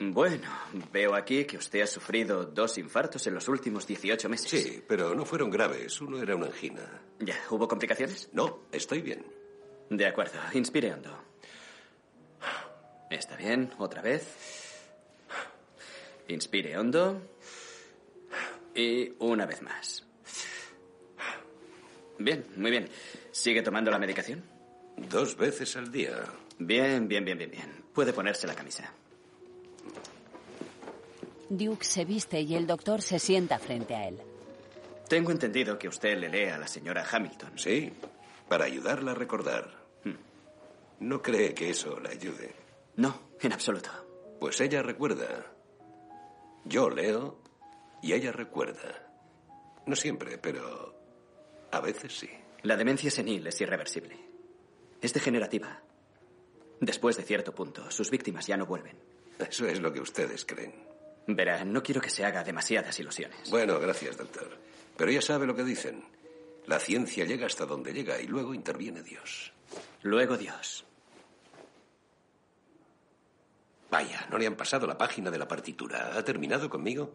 [SPEAKER 27] Bueno, veo aquí que usted ha sufrido dos infartos en los últimos 18 meses. Sí,
[SPEAKER 3] pero no fueron graves. Uno era una angina.
[SPEAKER 27] Ya, ¿hubo complicaciones?
[SPEAKER 3] No, estoy bien.
[SPEAKER 27] De acuerdo, inspire hondo. Está bien, otra vez. Inspire hondo. Y una vez más. Bien, muy bien. ¿Sigue tomando la medicación?
[SPEAKER 3] Dos veces al día.
[SPEAKER 27] Bien, bien, bien, bien, bien. Puede ponerse la camisa.
[SPEAKER 1] Duke se viste y el doctor se sienta frente a él.
[SPEAKER 27] Tengo entendido que usted le lee a la señora Hamilton.
[SPEAKER 3] Sí, para ayudarla a recordar. Hmm. No cree que eso la ayude.
[SPEAKER 27] No, en absoluto.
[SPEAKER 3] Pues ella recuerda. Yo leo y ella recuerda. No siempre, pero a veces sí.
[SPEAKER 27] La demencia senil es irreversible. Es degenerativa. Después de cierto punto, sus víctimas ya no vuelven.
[SPEAKER 3] Eso es lo que ustedes creen.
[SPEAKER 27] Verá, no quiero que se haga demasiadas ilusiones.
[SPEAKER 3] Bueno, gracias, doctor. Pero ya sabe lo que dicen. La ciencia llega hasta donde llega y luego interviene Dios.
[SPEAKER 27] Luego Dios.
[SPEAKER 3] Vaya, no le han pasado la página de la partitura. ¿Ha terminado conmigo?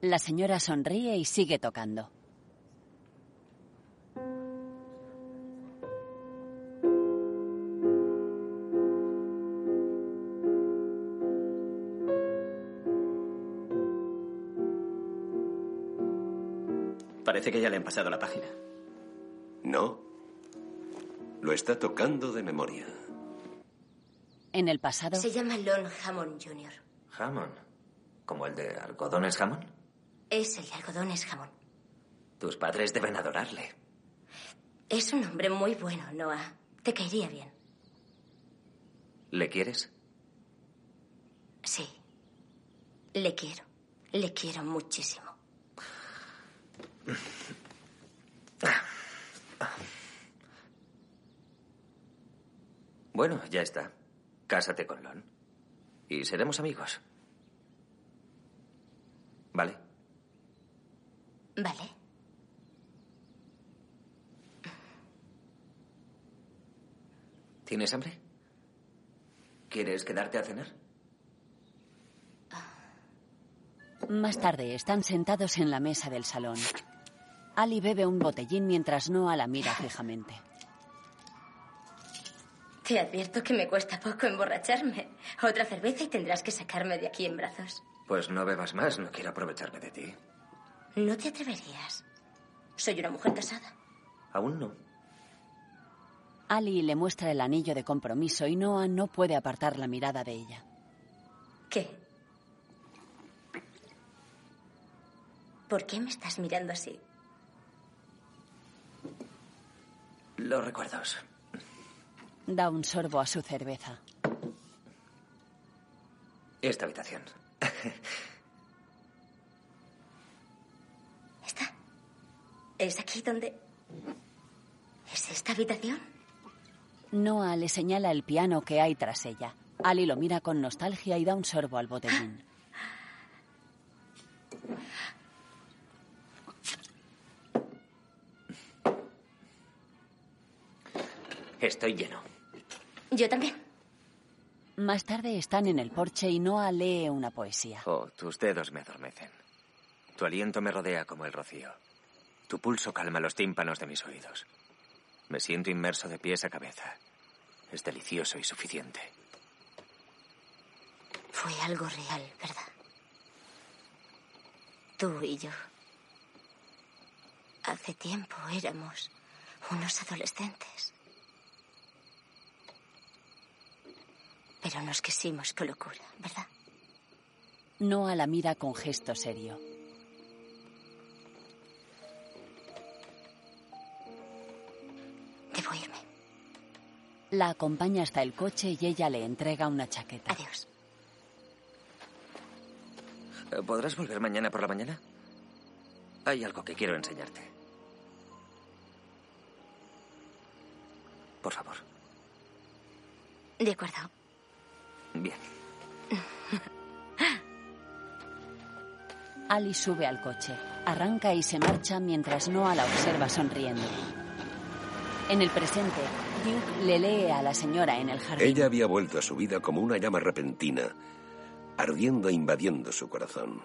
[SPEAKER 1] La señora sonríe y sigue tocando.
[SPEAKER 27] Parece que ya le han pasado la página.
[SPEAKER 3] No. Lo está tocando de memoria.
[SPEAKER 1] En el pasado.
[SPEAKER 10] Se llama Lon Hammond Jr.
[SPEAKER 4] Hammond. ¿Como el de algodones Hammond?
[SPEAKER 10] Es el de algodones Hammond.
[SPEAKER 4] Tus padres deben adorarle.
[SPEAKER 10] Es un hombre muy bueno, Noah. Te caería bien.
[SPEAKER 4] ¿Le quieres?
[SPEAKER 10] Sí. Le quiero. Le quiero muchísimo.
[SPEAKER 4] Bueno, ya está. Cásate con Lon. Y seremos amigos. ¿Vale?
[SPEAKER 10] Vale.
[SPEAKER 4] ¿Tienes hambre? ¿Quieres quedarte a cenar?
[SPEAKER 1] Más tarde están sentados en la mesa del salón. Ali bebe un botellín mientras Noah la mira fijamente.
[SPEAKER 10] Te advierto que me cuesta poco emborracharme. Otra cerveza y tendrás que sacarme de aquí en brazos.
[SPEAKER 4] Pues no bebas más, no quiero aprovecharme de ti.
[SPEAKER 10] No te atreverías. Soy una mujer casada.
[SPEAKER 4] Aún no.
[SPEAKER 1] Ali le muestra el anillo de compromiso y Noah no puede apartar la mirada de ella.
[SPEAKER 10] ¿Qué? ¿Por qué me estás mirando así?
[SPEAKER 4] Los recuerdos.
[SPEAKER 1] Da un sorbo a su cerveza.
[SPEAKER 4] Esta habitación. *laughs*
[SPEAKER 10] ¿Está? ¿Es aquí donde... ¿Es esta habitación?
[SPEAKER 1] Noah le señala el piano que hay tras ella. Ali lo mira con nostalgia y da un sorbo al botellín.
[SPEAKER 4] Estoy lleno.
[SPEAKER 10] Yo también.
[SPEAKER 1] Más tarde están en el porche y Noah lee una poesía.
[SPEAKER 4] Oh, tus dedos me adormecen. Tu aliento me rodea como el rocío. Tu pulso calma los tímpanos de mis oídos. Me siento inmerso de pies a cabeza. Es delicioso y suficiente.
[SPEAKER 10] Fue algo real, ¿verdad? Tú y yo. Hace tiempo éramos unos adolescentes. Pero nos quisimos con locura, ¿verdad?
[SPEAKER 1] Noah la mira con gesto serio.
[SPEAKER 10] Debo irme.
[SPEAKER 1] La acompaña hasta el coche y ella le entrega una chaqueta.
[SPEAKER 10] Adiós.
[SPEAKER 4] Eh, ¿Podrás volver mañana por la mañana? Hay algo que quiero enseñarte. Por favor.
[SPEAKER 10] De acuerdo.
[SPEAKER 4] Bien.
[SPEAKER 1] Ali sube al coche, arranca y se marcha mientras Noah la observa sonriendo. En el presente, Duke le lee a la señora en el jardín.
[SPEAKER 3] Ella había vuelto a su vida como una llama repentina, ardiendo e invadiendo su corazón.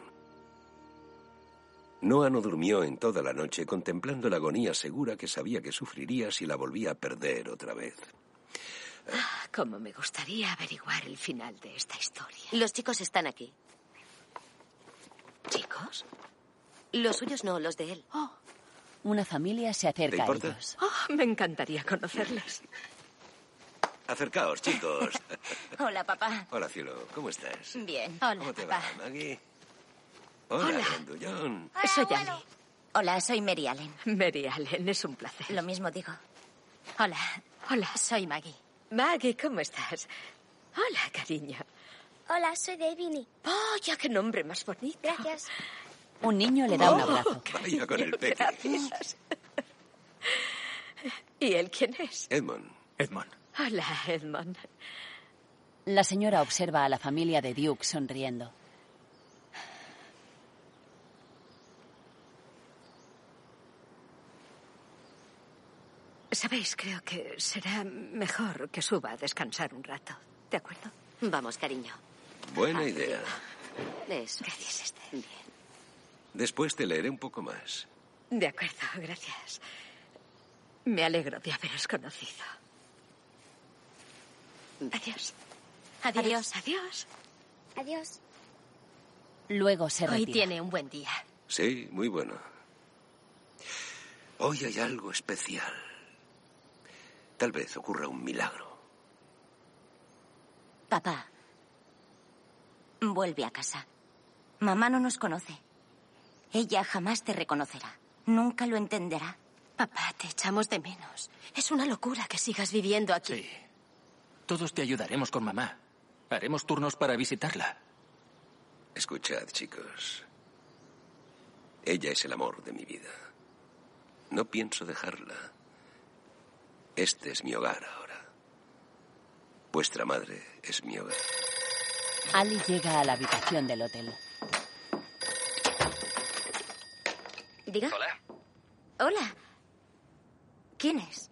[SPEAKER 3] Noah no durmió en toda la noche contemplando la agonía segura que sabía que sufriría si la volvía a perder otra vez.
[SPEAKER 2] Ah, cómo me gustaría averiguar el final de esta historia.
[SPEAKER 5] Los chicos están aquí.
[SPEAKER 2] ¿Chicos?
[SPEAKER 5] Los suyos no, los de él.
[SPEAKER 2] Oh.
[SPEAKER 1] Una familia se acerca a
[SPEAKER 3] importa?
[SPEAKER 1] ellos.
[SPEAKER 2] Oh, me encantaría conocerles.
[SPEAKER 3] Acercaos, chicos.
[SPEAKER 5] Hola, papá.
[SPEAKER 3] *laughs* Hola, cielo. ¿Cómo estás?
[SPEAKER 5] Bien.
[SPEAKER 3] ¿Cómo
[SPEAKER 5] Hola,
[SPEAKER 3] te
[SPEAKER 5] papá.
[SPEAKER 3] va, Maggie? Hola,
[SPEAKER 5] Hola.
[SPEAKER 3] grandullón.
[SPEAKER 5] Soy Ali. Hola, soy Mary Allen.
[SPEAKER 2] Mary Allen, es un placer.
[SPEAKER 5] Lo mismo digo. Hola.
[SPEAKER 2] Hola.
[SPEAKER 5] Soy Maggie.
[SPEAKER 2] Maggie, ¿cómo estás? Hola, cariño.
[SPEAKER 11] Hola, soy Davini.
[SPEAKER 2] ¡Vaya, qué nombre más bonito!
[SPEAKER 11] Gracias. Oh.
[SPEAKER 1] Un niño le da un abrazo.
[SPEAKER 3] *laughs* Vaya con el peque.
[SPEAKER 25] Gracias. ¿Y él quién es?
[SPEAKER 3] Edmond.
[SPEAKER 4] Edmond.
[SPEAKER 25] Hola, Edmond.
[SPEAKER 1] La señora observa a la familia de Duke sonriendo.
[SPEAKER 2] Sabéis, creo que será mejor que suba a descansar un rato. ¿De acuerdo?
[SPEAKER 5] Vamos, cariño.
[SPEAKER 3] Buena idea.
[SPEAKER 5] Eso. Gracias, Esther.
[SPEAKER 3] Después te leeré un poco más.
[SPEAKER 2] De acuerdo, gracias. Me alegro de haberos conocido. Adiós.
[SPEAKER 5] Adiós.
[SPEAKER 2] Adiós.
[SPEAKER 10] Adiós.
[SPEAKER 1] Luego se
[SPEAKER 5] Hoy
[SPEAKER 1] retira.
[SPEAKER 5] tiene un buen día.
[SPEAKER 3] Sí, muy bueno. Hoy hay algo especial. Tal vez ocurra un milagro.
[SPEAKER 5] Papá, vuelve a casa. Mamá no nos conoce. Ella jamás te reconocerá. Nunca lo entenderá.
[SPEAKER 26] Papá, te echamos de menos. Es una locura que sigas viviendo aquí.
[SPEAKER 20] Sí. Todos te ayudaremos con mamá. Haremos turnos para visitarla.
[SPEAKER 3] Escuchad, chicos. Ella es el amor de mi vida. No pienso dejarla. Este es mi hogar ahora. Vuestra madre es mi hogar.
[SPEAKER 1] Ali llega a la habitación del hotel.
[SPEAKER 10] Diga.
[SPEAKER 24] Hola,
[SPEAKER 10] Hola. ¿Quién es?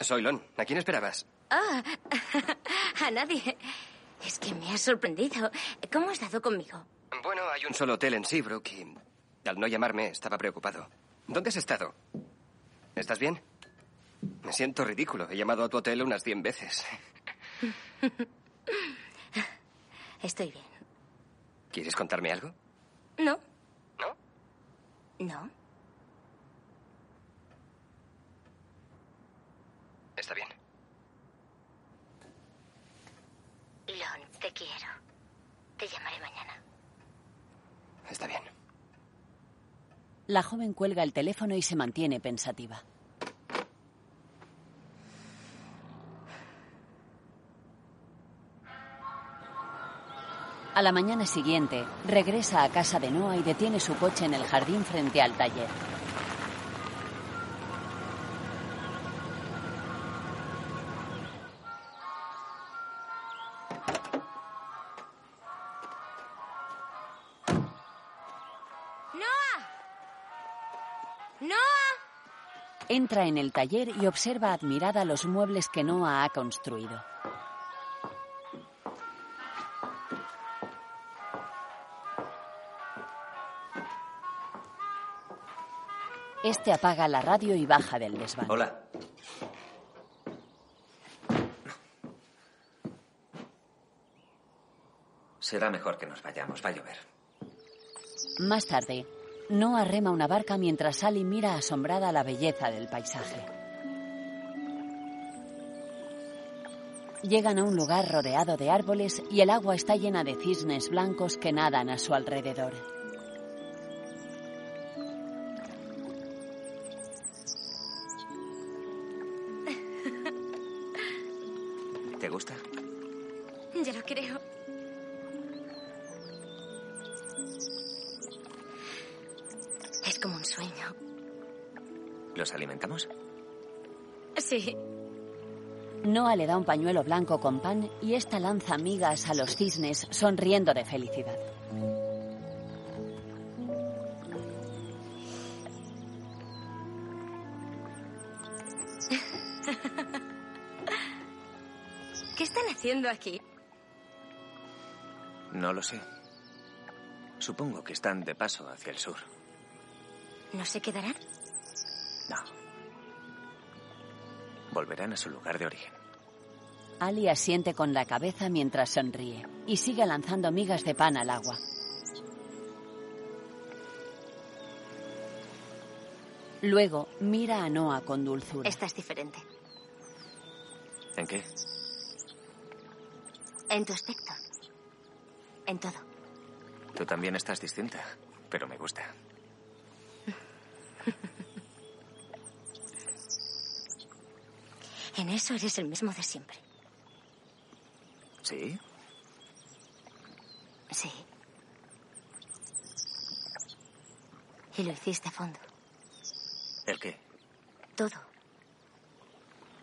[SPEAKER 24] soy Lon. ¿A quién esperabas?
[SPEAKER 10] Ah, *laughs* a nadie. Es que me ha sorprendido. ¿Cómo has dado conmigo?
[SPEAKER 24] Bueno, hay un solo hotel en Seabrook y al no llamarme estaba preocupado. ¿Dónde has estado? ¿Estás bien? Me siento ridículo. He llamado a tu hotel unas 100 veces.
[SPEAKER 10] Estoy bien.
[SPEAKER 24] ¿Quieres contarme algo?
[SPEAKER 10] ¿No?
[SPEAKER 24] ¿No?
[SPEAKER 10] No.
[SPEAKER 24] Está bien.
[SPEAKER 10] Lon, te quiero. Te llamaré mañana.
[SPEAKER 24] Está bien.
[SPEAKER 1] La joven cuelga el teléfono y se mantiene pensativa. A la mañana siguiente, regresa a casa de Noah y detiene su coche en el jardín frente al taller.
[SPEAKER 9] ¡Noah! ¡Noah!
[SPEAKER 1] Entra en el taller y observa admirada los muebles que Noah ha construido. Este apaga la radio y baja del desván.
[SPEAKER 27] Hola.
[SPEAKER 4] Será mejor que nos vayamos. Va a llover.
[SPEAKER 1] Más tarde, Noah rema una barca mientras Sally mira asombrada la belleza del paisaje. Llegan a un lugar rodeado de árboles y el agua está llena de cisnes blancos que nadan a su alrededor.
[SPEAKER 4] ¿Te gusta?
[SPEAKER 5] Ya lo creo. Es como un
[SPEAKER 10] *laughs*
[SPEAKER 5] sueño.
[SPEAKER 4] ¿Los alimentamos?
[SPEAKER 5] Sí.
[SPEAKER 1] Noah le da un pañuelo blanco con pan y esta lanza migas a los cisnes sonriendo de felicidad.
[SPEAKER 5] ¿Qué están haciendo aquí?
[SPEAKER 4] No lo sé. Supongo que están de paso hacia el sur.
[SPEAKER 5] ¿No se quedarán?
[SPEAKER 4] No. Volverán a su lugar de origen.
[SPEAKER 1] Ali asiente con la cabeza mientras sonríe y sigue lanzando migas de pan al agua. Luego mira a Noah con dulzura.
[SPEAKER 5] Estás diferente.
[SPEAKER 4] ¿En qué?
[SPEAKER 5] En tu aspecto. En todo.
[SPEAKER 4] Tú también estás distinta, pero me gusta.
[SPEAKER 5] En eso eres el mismo de siempre.
[SPEAKER 4] ¿Sí?
[SPEAKER 5] Sí. Y lo hiciste a fondo.
[SPEAKER 4] ¿El qué?
[SPEAKER 5] Todo.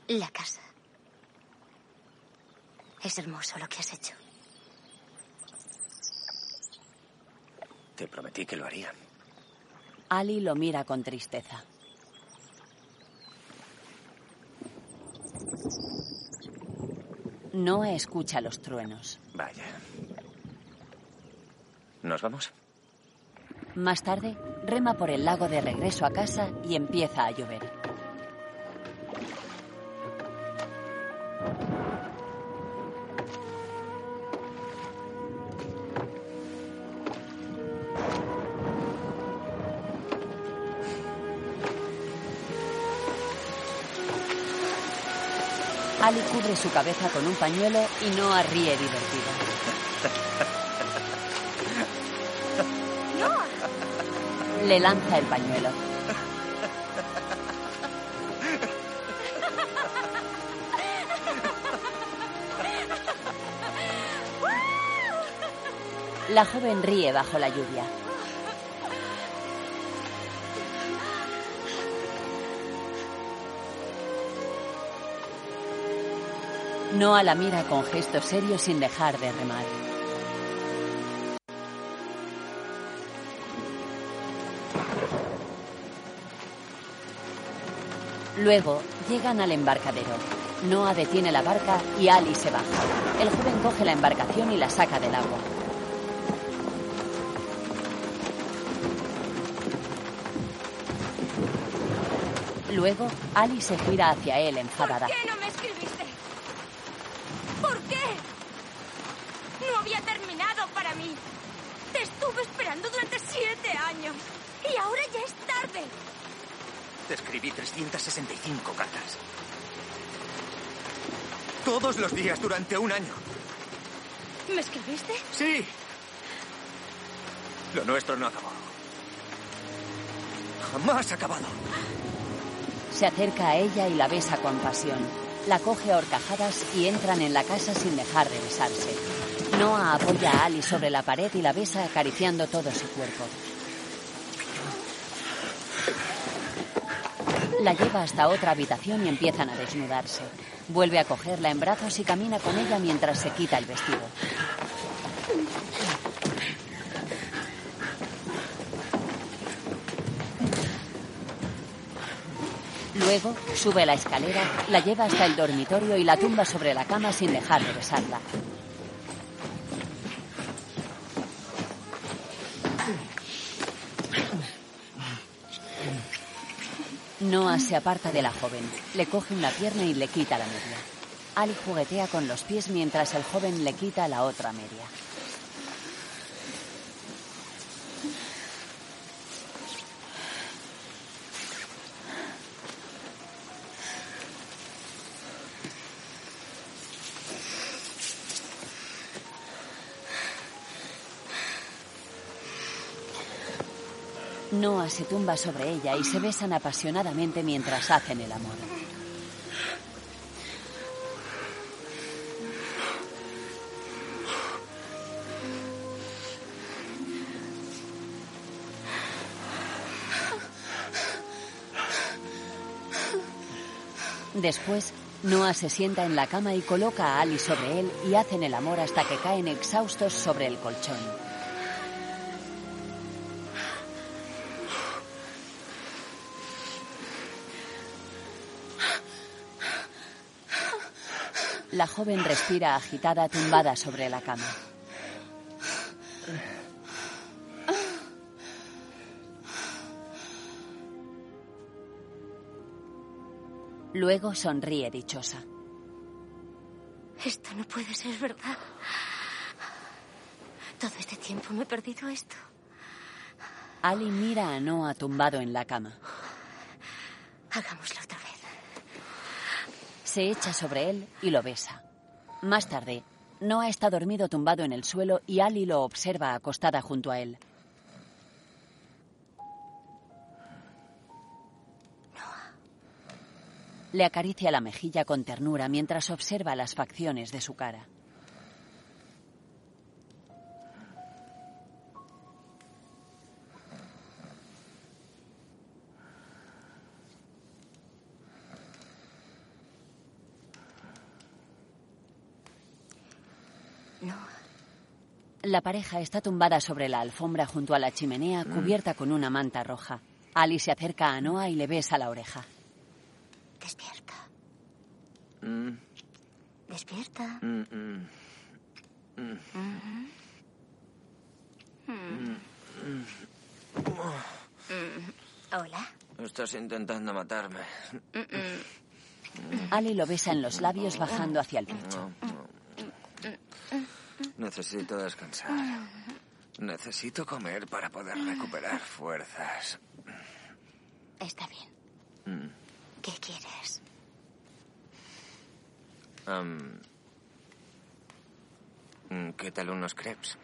[SPEAKER 5] La casa. Es hermoso lo que has hecho.
[SPEAKER 4] Te prometí que lo haría.
[SPEAKER 1] Ali lo mira con tristeza. Noah escucha los truenos.
[SPEAKER 4] Vaya. ¿Nos vamos?
[SPEAKER 1] Más tarde, rema por el lago de regreso a casa y empieza a llover. Ali cubre su cabeza con un pañuelo y Noah ríe divertida. Le lanza el pañuelo. La joven ríe bajo la lluvia. Noah la mira con gesto serio sin dejar de remar. Luego llegan al embarcadero. Noah detiene la barca y Ali se baja. El joven coge la embarcación y la saca del agua. Luego, Ali se gira hacia él enfadada.
[SPEAKER 9] ¿Por qué no me escribiste? ¿Por qué? No había terminado para mí. Te estuve esperando durante siete años. Y ahora ya es tarde.
[SPEAKER 4] Te escribí 365 cartas. Todos los días durante un año.
[SPEAKER 9] ¿Me escribiste?
[SPEAKER 4] Sí. Lo nuestro no acabó. Jamás acabado.
[SPEAKER 1] Se acerca a ella y la besa con pasión. La coge a horcajadas y entran en la casa sin dejar de besarse. Noah apoya a Ali sobre la pared y la besa acariciando todo su cuerpo. La lleva hasta otra habitación y empiezan a desnudarse. Vuelve a cogerla en brazos y camina con ella mientras se quita el vestido. Luego sube la escalera, la lleva hasta el dormitorio y la tumba sobre la cama sin dejar de besarla. Noah se aparta de la joven, le coge una pierna y le quita la media. Ali juguetea con los pies mientras el joven le quita la otra media. Noah se tumba sobre ella y se besan apasionadamente mientras hacen el amor. Después, Noah se sienta en la cama y coloca a Ali sobre él y hacen el amor hasta que caen exhaustos sobre el colchón. La joven respira agitada tumbada sobre la cama. Luego sonríe dichosa.
[SPEAKER 5] Esto no puede ser verdad. Todo este tiempo me he perdido esto.
[SPEAKER 1] Ali mira a Noah tumbado en la cama.
[SPEAKER 5] Hagámoslo otra vez.
[SPEAKER 1] Se echa sobre él y lo besa. Más tarde, Noah está dormido tumbado en el suelo y Ali lo observa acostada junto a él. Le acaricia la mejilla con ternura mientras observa las facciones de su cara. La pareja está tumbada sobre la alfombra junto a la chimenea cubierta con una manta roja. Ali se acerca a Noah y le besa la oreja.
[SPEAKER 10] Despierta,
[SPEAKER 4] Mm,
[SPEAKER 10] despierta.
[SPEAKER 4] mm, mm, mm,
[SPEAKER 10] Mm.
[SPEAKER 4] mm, mm.
[SPEAKER 10] Mm. Hola.
[SPEAKER 4] Estás intentando matarme.
[SPEAKER 10] Mm-mm.
[SPEAKER 1] Ali lo besa en los labios bajando hacia el
[SPEAKER 4] No, no. Necesito descansar. Necesito comer para poder recuperar fuerzas.
[SPEAKER 10] Está bien.
[SPEAKER 4] Mm.
[SPEAKER 10] ¿Qué quieres?
[SPEAKER 4] Am, mm, ¿Qué tal unos crepes?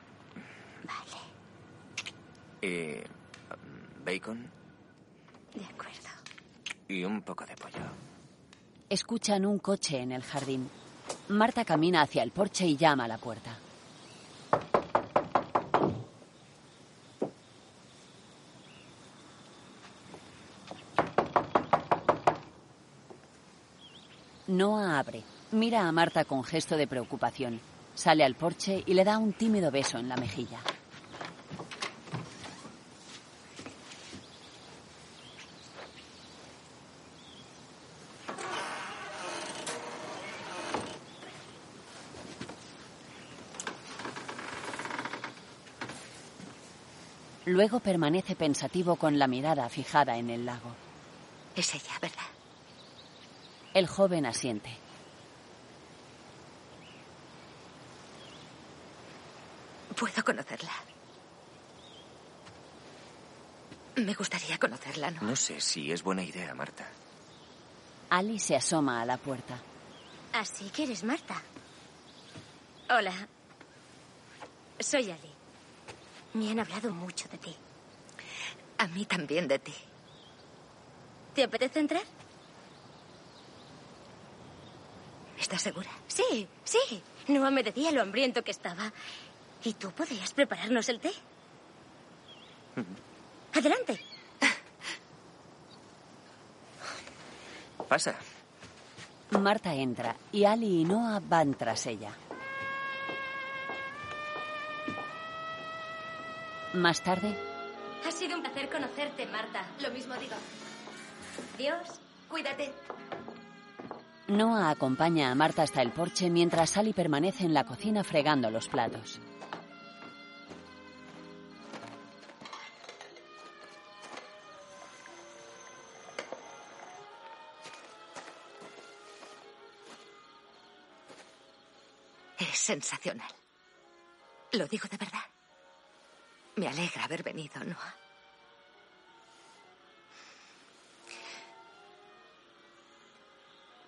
[SPEAKER 4] Vale. ¿Y am, bacon?
[SPEAKER 10] De acuerdo.
[SPEAKER 4] Y un poco de pollo.
[SPEAKER 1] Escuchan un coche en el jardín. Marta camina hacia el porche y llama a la puerta. Noah abre. Mira a Marta con gesto de preocupación. Sale al porche y le da un tímido beso en la mejilla. Luego permanece pensativo con la mirada fijada en el lago.
[SPEAKER 5] Es ella, ¿verdad?
[SPEAKER 1] El joven asiente.
[SPEAKER 5] Puedo conocerla. Me gustaría conocerla, ¿no?
[SPEAKER 4] No sé si es buena idea, Marta.
[SPEAKER 1] Ali se asoma a la puerta.
[SPEAKER 10] Así que eres Marta. Hola. Soy Ali. Me han hablado mucho de ti.
[SPEAKER 5] A mí también de ti.
[SPEAKER 10] ¿Te apetece entrar?
[SPEAKER 5] ¿Estás segura?
[SPEAKER 10] Sí, sí. Noah me decía lo hambriento que estaba. ¿Y tú podrías prepararnos el té? Adelante.
[SPEAKER 4] Pasa.
[SPEAKER 1] Marta entra y Ali y Noah van tras ella. Más tarde,
[SPEAKER 17] Ha sido un placer conocerte, Marta. Lo mismo digo. Dios, cuídate.
[SPEAKER 1] Noah acompaña a Marta hasta el porche mientras Ali permanece en la cocina fregando los platos.
[SPEAKER 5] Es sensacional. Lo digo de verdad. Me alegra haber venido, Noah.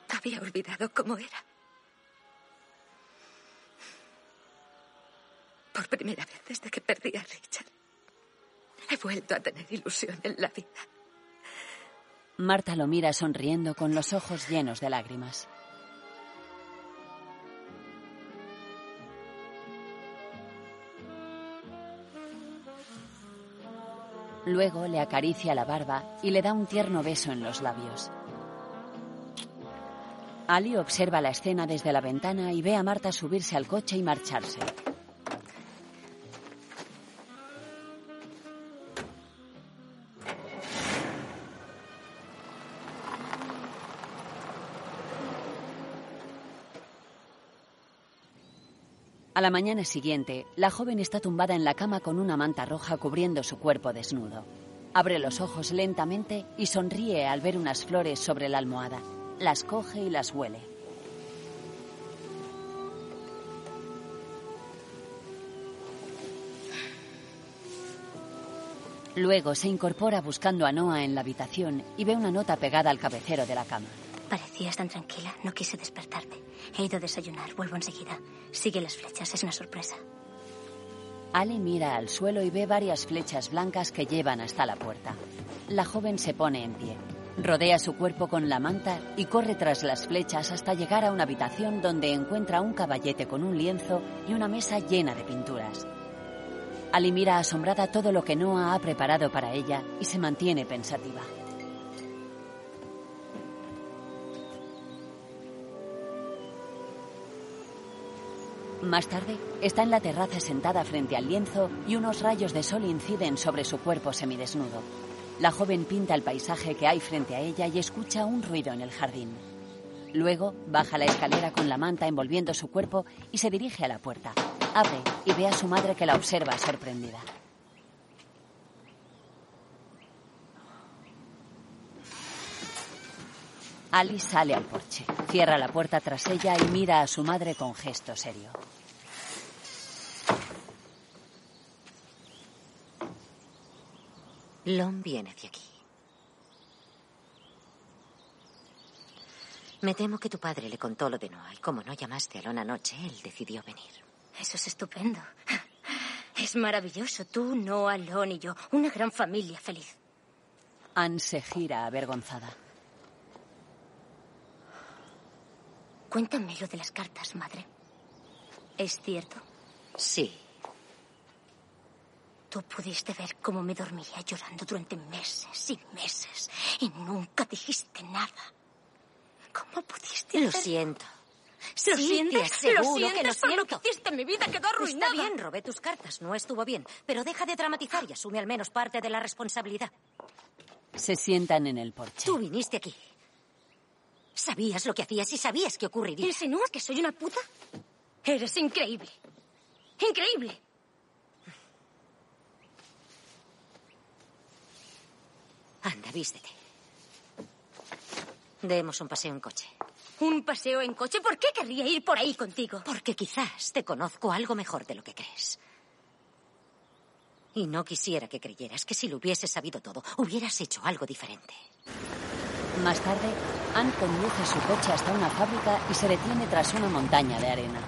[SPEAKER 5] Había olvidado cómo era. Por primera vez desde que perdí a Richard, he vuelto a tener ilusión en la vida.
[SPEAKER 1] Marta lo mira sonriendo con los ojos llenos de lágrimas. Luego le acaricia la barba y le da un tierno beso en los labios. Ali observa la escena desde la ventana y ve a Marta subirse al coche y marcharse. A la mañana siguiente, la joven está tumbada en la cama con una manta roja cubriendo su cuerpo desnudo. Abre los ojos lentamente y sonríe al ver unas flores sobre la almohada. Las coge y las huele. Luego se incorpora buscando a Noah en la habitación y ve una nota pegada al cabecero de la cama.
[SPEAKER 10] Parecías tan tranquila, no quise despertarte. He ido a desayunar, vuelvo enseguida. Sigue las flechas, es una sorpresa.
[SPEAKER 1] Ali mira al suelo y ve varias flechas blancas que llevan hasta la puerta. La joven se pone en pie, rodea su cuerpo con la manta y corre tras las flechas hasta llegar a una habitación donde encuentra un caballete con un lienzo y una mesa llena de pinturas. Ali mira asombrada todo lo que Noah ha preparado para ella y se mantiene pensativa. Más tarde, está en la terraza sentada frente al lienzo y unos rayos de sol inciden sobre su cuerpo semidesnudo. La joven pinta el paisaje que hay frente a ella y escucha un ruido en el jardín. Luego baja la escalera con la manta envolviendo su cuerpo y se dirige a la puerta. Abre y ve a su madre que la observa sorprendida. Ali sale al porche, cierra la puerta tras ella y mira a su madre con gesto serio.
[SPEAKER 17] Lon viene hacia aquí. Me temo que tu padre le contó lo de Noah y como no llamaste a Lon anoche, él decidió venir.
[SPEAKER 10] Eso es estupendo. Es maravilloso. Tú, Noah, Lon y yo. Una gran familia feliz.
[SPEAKER 1] Anne se gira avergonzada.
[SPEAKER 10] Cuéntame lo de las cartas, madre. ¿Es cierto?
[SPEAKER 17] Sí.
[SPEAKER 10] Tú pudiste ver cómo me dormía llorando durante meses y meses y nunca dijiste nada. ¿Cómo pudiste?
[SPEAKER 17] Lo
[SPEAKER 10] hacer-
[SPEAKER 17] siento.
[SPEAKER 10] Sí,
[SPEAKER 17] Lo siento,
[SPEAKER 10] te
[SPEAKER 17] lo
[SPEAKER 10] aseguro que lo
[SPEAKER 17] sientes por
[SPEAKER 10] siento.
[SPEAKER 17] que hiciste, mi vida quedó
[SPEAKER 10] arruinada.
[SPEAKER 17] Está bien, robé tus cartas, no estuvo bien. Pero deja de dramatizar y asume al menos parte de la responsabilidad.
[SPEAKER 1] Se sientan en el porche.
[SPEAKER 17] Tú viniste aquí. Sabías lo que hacías y sabías que ocurriría.
[SPEAKER 10] ¿Insinúas que soy una puta? Eres increíble. Increíble.
[SPEAKER 17] Anda, vístete. Demos un paseo en coche.
[SPEAKER 10] Un paseo en coche. ¿Por qué querría ir por ahí contigo?
[SPEAKER 17] Porque quizás te conozco algo mejor de lo que crees. Y no quisiera que creyeras que si lo hubieses sabido todo, hubieras hecho algo diferente.
[SPEAKER 1] Más tarde, Anne conduce su coche hasta una fábrica y se detiene tras una montaña de arena.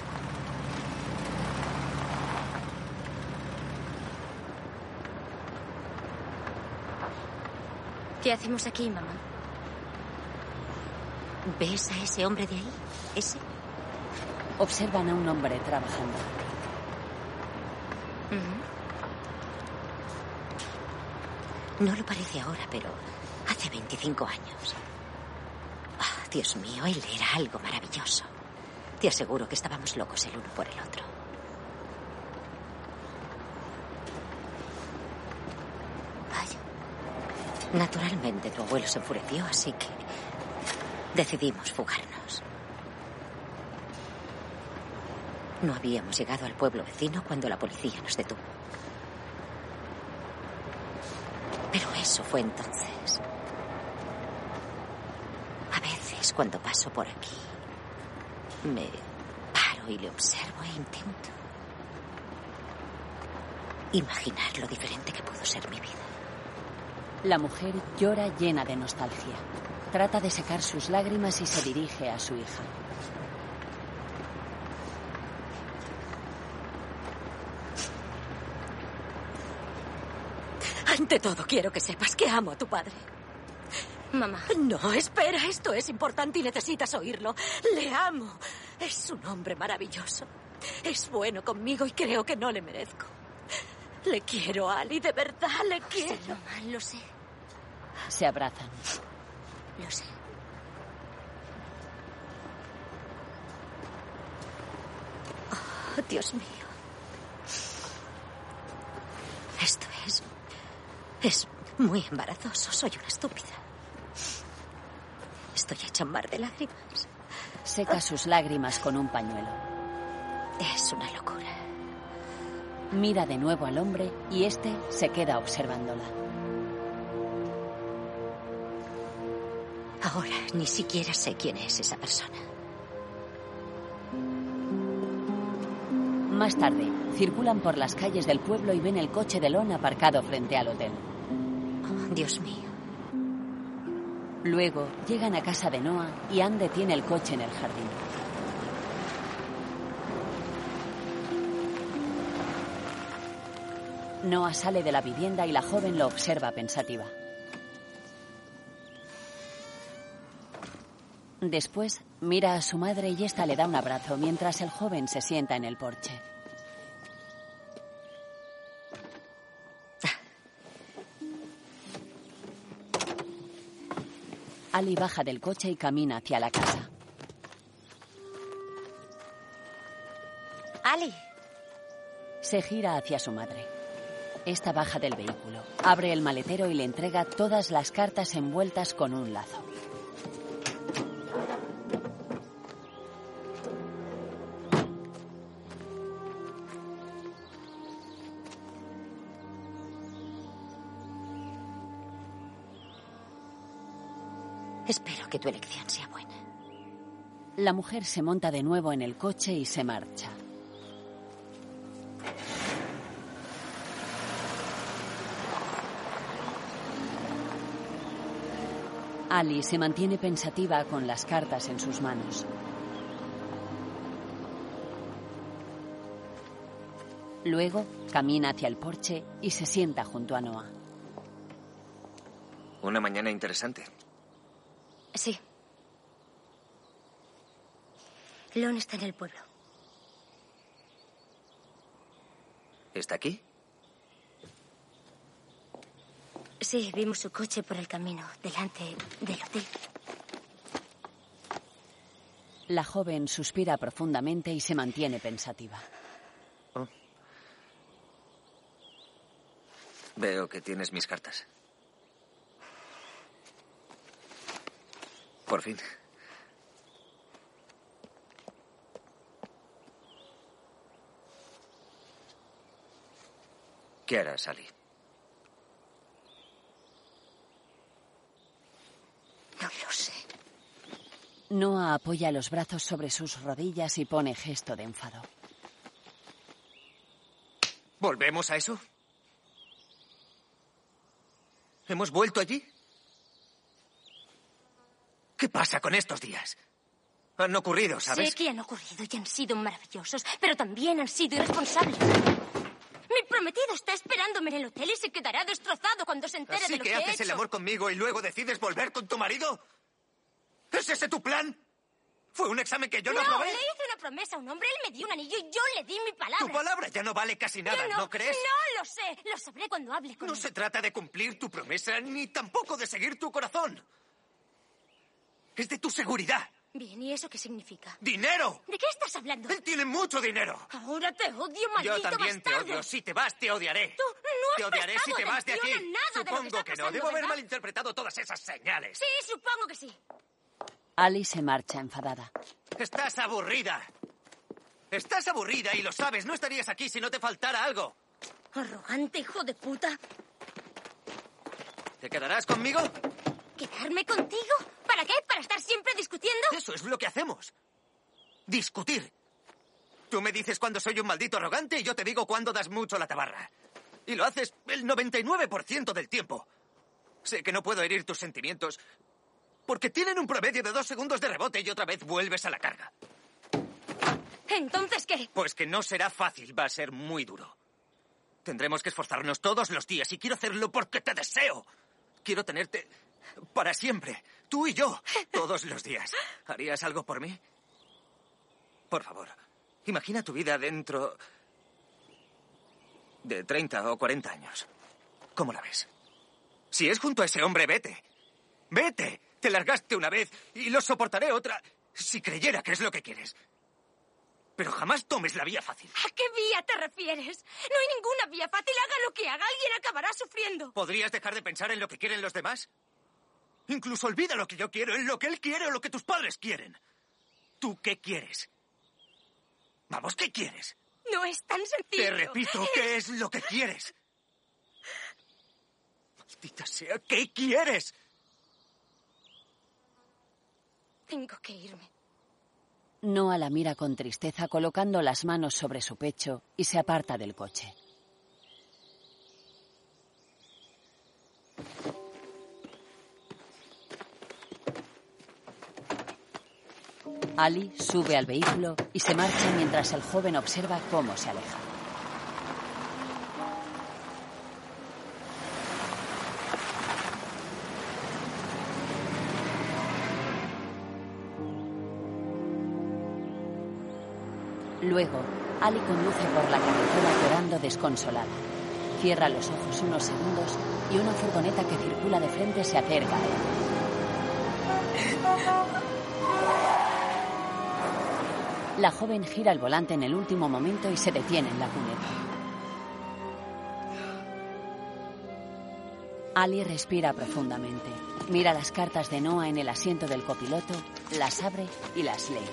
[SPEAKER 10] ¿Qué hacemos aquí, mamá?
[SPEAKER 17] ¿Ves a ese hombre de ahí? ¿Ese?
[SPEAKER 1] Observan a un hombre trabajando.
[SPEAKER 17] No lo parece ahora, pero hace 25 años. Ah, Dios mío, él era algo maravilloso. Te aseguro que estábamos locos el uno por el otro. Vaya. Naturalmente tu abuelo se enfureció, así que decidimos fugarnos. No habíamos llegado al pueblo vecino cuando la policía nos detuvo. Pero eso fue entonces. A veces cuando paso por aquí, me paro y le observo e intento imaginar lo diferente que pudo ser mi vida.
[SPEAKER 1] La mujer llora llena de nostalgia. Trata de secar sus lágrimas y se dirige a su hija.
[SPEAKER 17] Ante todo, quiero que sepas que amo a tu padre.
[SPEAKER 10] Mamá.
[SPEAKER 17] No, espera, esto es importante y necesitas oírlo. Le amo. Es un hombre maravilloso. Es bueno conmigo y creo que no le merezco. Le quiero, Ali, de verdad le quiero.
[SPEAKER 10] Lo sé,
[SPEAKER 1] Se abrazan.
[SPEAKER 10] lo sé.
[SPEAKER 17] Oh, Dios mío. Esto es. Es muy embarazoso. Soy una estúpida. Estoy hecha un mar de lágrimas.
[SPEAKER 1] Seca sus lágrimas con un pañuelo.
[SPEAKER 17] Es una locura.
[SPEAKER 1] Mira de nuevo al hombre y este se queda observándola.
[SPEAKER 17] Ahora ni siquiera sé quién es esa persona.
[SPEAKER 1] Más tarde, circulan por las calles del pueblo y ven el coche de Lon aparcado frente al hotel.
[SPEAKER 17] Oh, Dios mío.
[SPEAKER 1] Luego llegan a casa de Noah y Anne detiene el coche en el jardín. Noah sale de la vivienda y la joven lo observa pensativa. Después mira a su madre y ésta le da un abrazo mientras el joven se sienta en el porche. Ah. Ali baja del coche y camina hacia la casa.
[SPEAKER 4] Ali.
[SPEAKER 1] Se gira hacia su madre. Esta baja del vehículo, abre el maletero y le entrega todas las cartas envueltas con un lazo.
[SPEAKER 4] Espero que tu elección sea buena.
[SPEAKER 1] La mujer se monta de nuevo en el coche y se marcha. Ali se mantiene pensativa con las cartas en sus manos. Luego camina hacia el porche y se sienta junto a Noah.
[SPEAKER 20] Una mañana interesante.
[SPEAKER 4] Sí. Lon está en el pueblo.
[SPEAKER 20] ¿Está aquí?
[SPEAKER 4] Sí, vimos su coche por el camino, delante del hotel.
[SPEAKER 1] La joven suspira profundamente y se mantiene pensativa.
[SPEAKER 20] Veo que tienes mis cartas. Por fin. ¿Qué harás, Ali?
[SPEAKER 4] No lo sé.
[SPEAKER 1] Noah apoya los brazos sobre sus rodillas y pone gesto de enfado.
[SPEAKER 20] ¿Volvemos a eso? ¿Hemos vuelto allí? ¿Qué pasa con estos días? Han ocurrido, ¿sabes?
[SPEAKER 4] Sé que han ocurrido y han sido maravillosos, pero también han sido irresponsables.
[SPEAKER 10] Mi prometido está esperándome en el hotel y se quedará destrozado cuando se entere de
[SPEAKER 20] ¿Así
[SPEAKER 10] lo
[SPEAKER 20] que
[SPEAKER 10] que, he
[SPEAKER 20] haces
[SPEAKER 10] hecho.
[SPEAKER 20] el amor conmigo y luego decides volver con tu marido? ¿Es ese tu plan? ¿Fue un examen que yo no, aprobé?
[SPEAKER 10] le hice una promesa a un hombre, él me dio un anillo y yo le di mi palabra.
[SPEAKER 20] Tu palabra ya no vale casi nada,
[SPEAKER 10] Yo
[SPEAKER 20] ¿no, crees?
[SPEAKER 10] No lo sé, lo sabré cuando hable con
[SPEAKER 20] No
[SPEAKER 10] él.
[SPEAKER 20] se trata de cumplir tu promesa ni tampoco de seguir tu corazón. Es de tu seguridad.
[SPEAKER 10] Bien, ¿y eso qué significa?
[SPEAKER 20] ¡Dinero!
[SPEAKER 10] ¿De qué estás hablando?
[SPEAKER 20] Él tiene mucho dinero.
[SPEAKER 10] Ahora te odio, maldito
[SPEAKER 20] Yo también
[SPEAKER 10] bastardo.
[SPEAKER 20] te odio. Si te vas, te odiaré.
[SPEAKER 10] Tú no has
[SPEAKER 20] te odiaré si
[SPEAKER 10] prestado
[SPEAKER 20] te vas de aquí.
[SPEAKER 10] atención a nada de lo que
[SPEAKER 20] Supongo
[SPEAKER 10] está
[SPEAKER 20] que no.
[SPEAKER 10] pasando,
[SPEAKER 20] Debo haber
[SPEAKER 10] ¿verdad?
[SPEAKER 20] malinterpretado todas esas señales.
[SPEAKER 10] Sí, supongo que sí.
[SPEAKER 1] Ali se marcha enfadada.
[SPEAKER 20] Estás aburrida. Estás aburrida y lo sabes. No estarías aquí si no te faltara algo.
[SPEAKER 10] Arrogante hijo de puta.
[SPEAKER 20] ¿Te quedarás conmigo?
[SPEAKER 10] ¿Quedarme contigo? ¿Para qué? ¿Para estar siempre discutiendo?
[SPEAKER 20] Eso es lo que hacemos. Discutir. Tú me dices cuando soy un maldito arrogante y yo te digo cuando das mucho la tabarra. Y lo haces el 99% del tiempo. Sé que no puedo herir tus sentimientos porque tienen un promedio de dos segundos de rebote y otra vez vuelves a la carga.
[SPEAKER 10] ¿Entonces qué?
[SPEAKER 20] Pues que no será fácil, va a ser muy duro. Tendremos que esforzarnos todos los días y quiero hacerlo porque te deseo. Quiero tenerte para siempre, tú y yo, todos los días. ¿Harías algo por mí? Por favor, imagina tu vida dentro de 30 o 40 años. ¿Cómo la ves? Si es junto a ese hombre, vete. Vete. Te largaste una vez y lo soportaré otra si creyera que es lo que quieres. Pero jamás tomes la vía fácil.
[SPEAKER 10] ¿A qué vía te refieres? No hay ninguna vía fácil. Haga lo que haga, alguien acabará sufriendo.
[SPEAKER 20] ¿Podrías dejar de pensar en lo que quieren los demás? Incluso olvida lo que yo quiero, en lo que él quiere o lo que tus padres quieren. ¿Tú qué quieres? Vamos, ¿qué quieres?
[SPEAKER 10] No es tan sencillo.
[SPEAKER 20] Te repito, ¿qué es lo que quieres? Maldita sea, ¿qué quieres?
[SPEAKER 10] Tengo que irme.
[SPEAKER 1] Noah la mira con tristeza colocando las manos sobre su pecho y se aparta del coche. Ali sube al vehículo y se marcha mientras el joven observa cómo se aleja. Luego, Ali conduce por la carretera llorando desconsolada. Cierra los ojos unos segundos y una furgoneta que circula de frente se acerca a él. La joven gira el volante en el último momento y se detiene en la cuneta. Ali respira profundamente. Mira las cartas de Noah en el asiento del copiloto, las abre y las lee.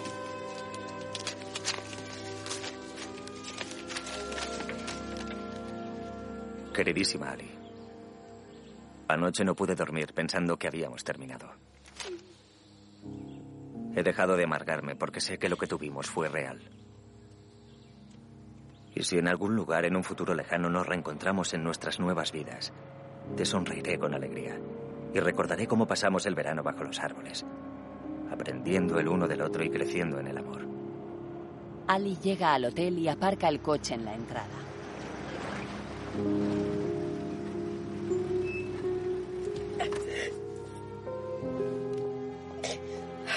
[SPEAKER 4] Queridísima Ali, anoche no pude dormir pensando que habíamos terminado. He dejado de amargarme porque sé que lo que tuvimos fue real. Y si en algún lugar en un futuro lejano nos reencontramos en nuestras nuevas vidas, te sonreiré con alegría y recordaré cómo pasamos el verano bajo los árboles, aprendiendo el uno del otro y creciendo en el amor.
[SPEAKER 1] Ali llega al hotel y aparca el coche en la entrada.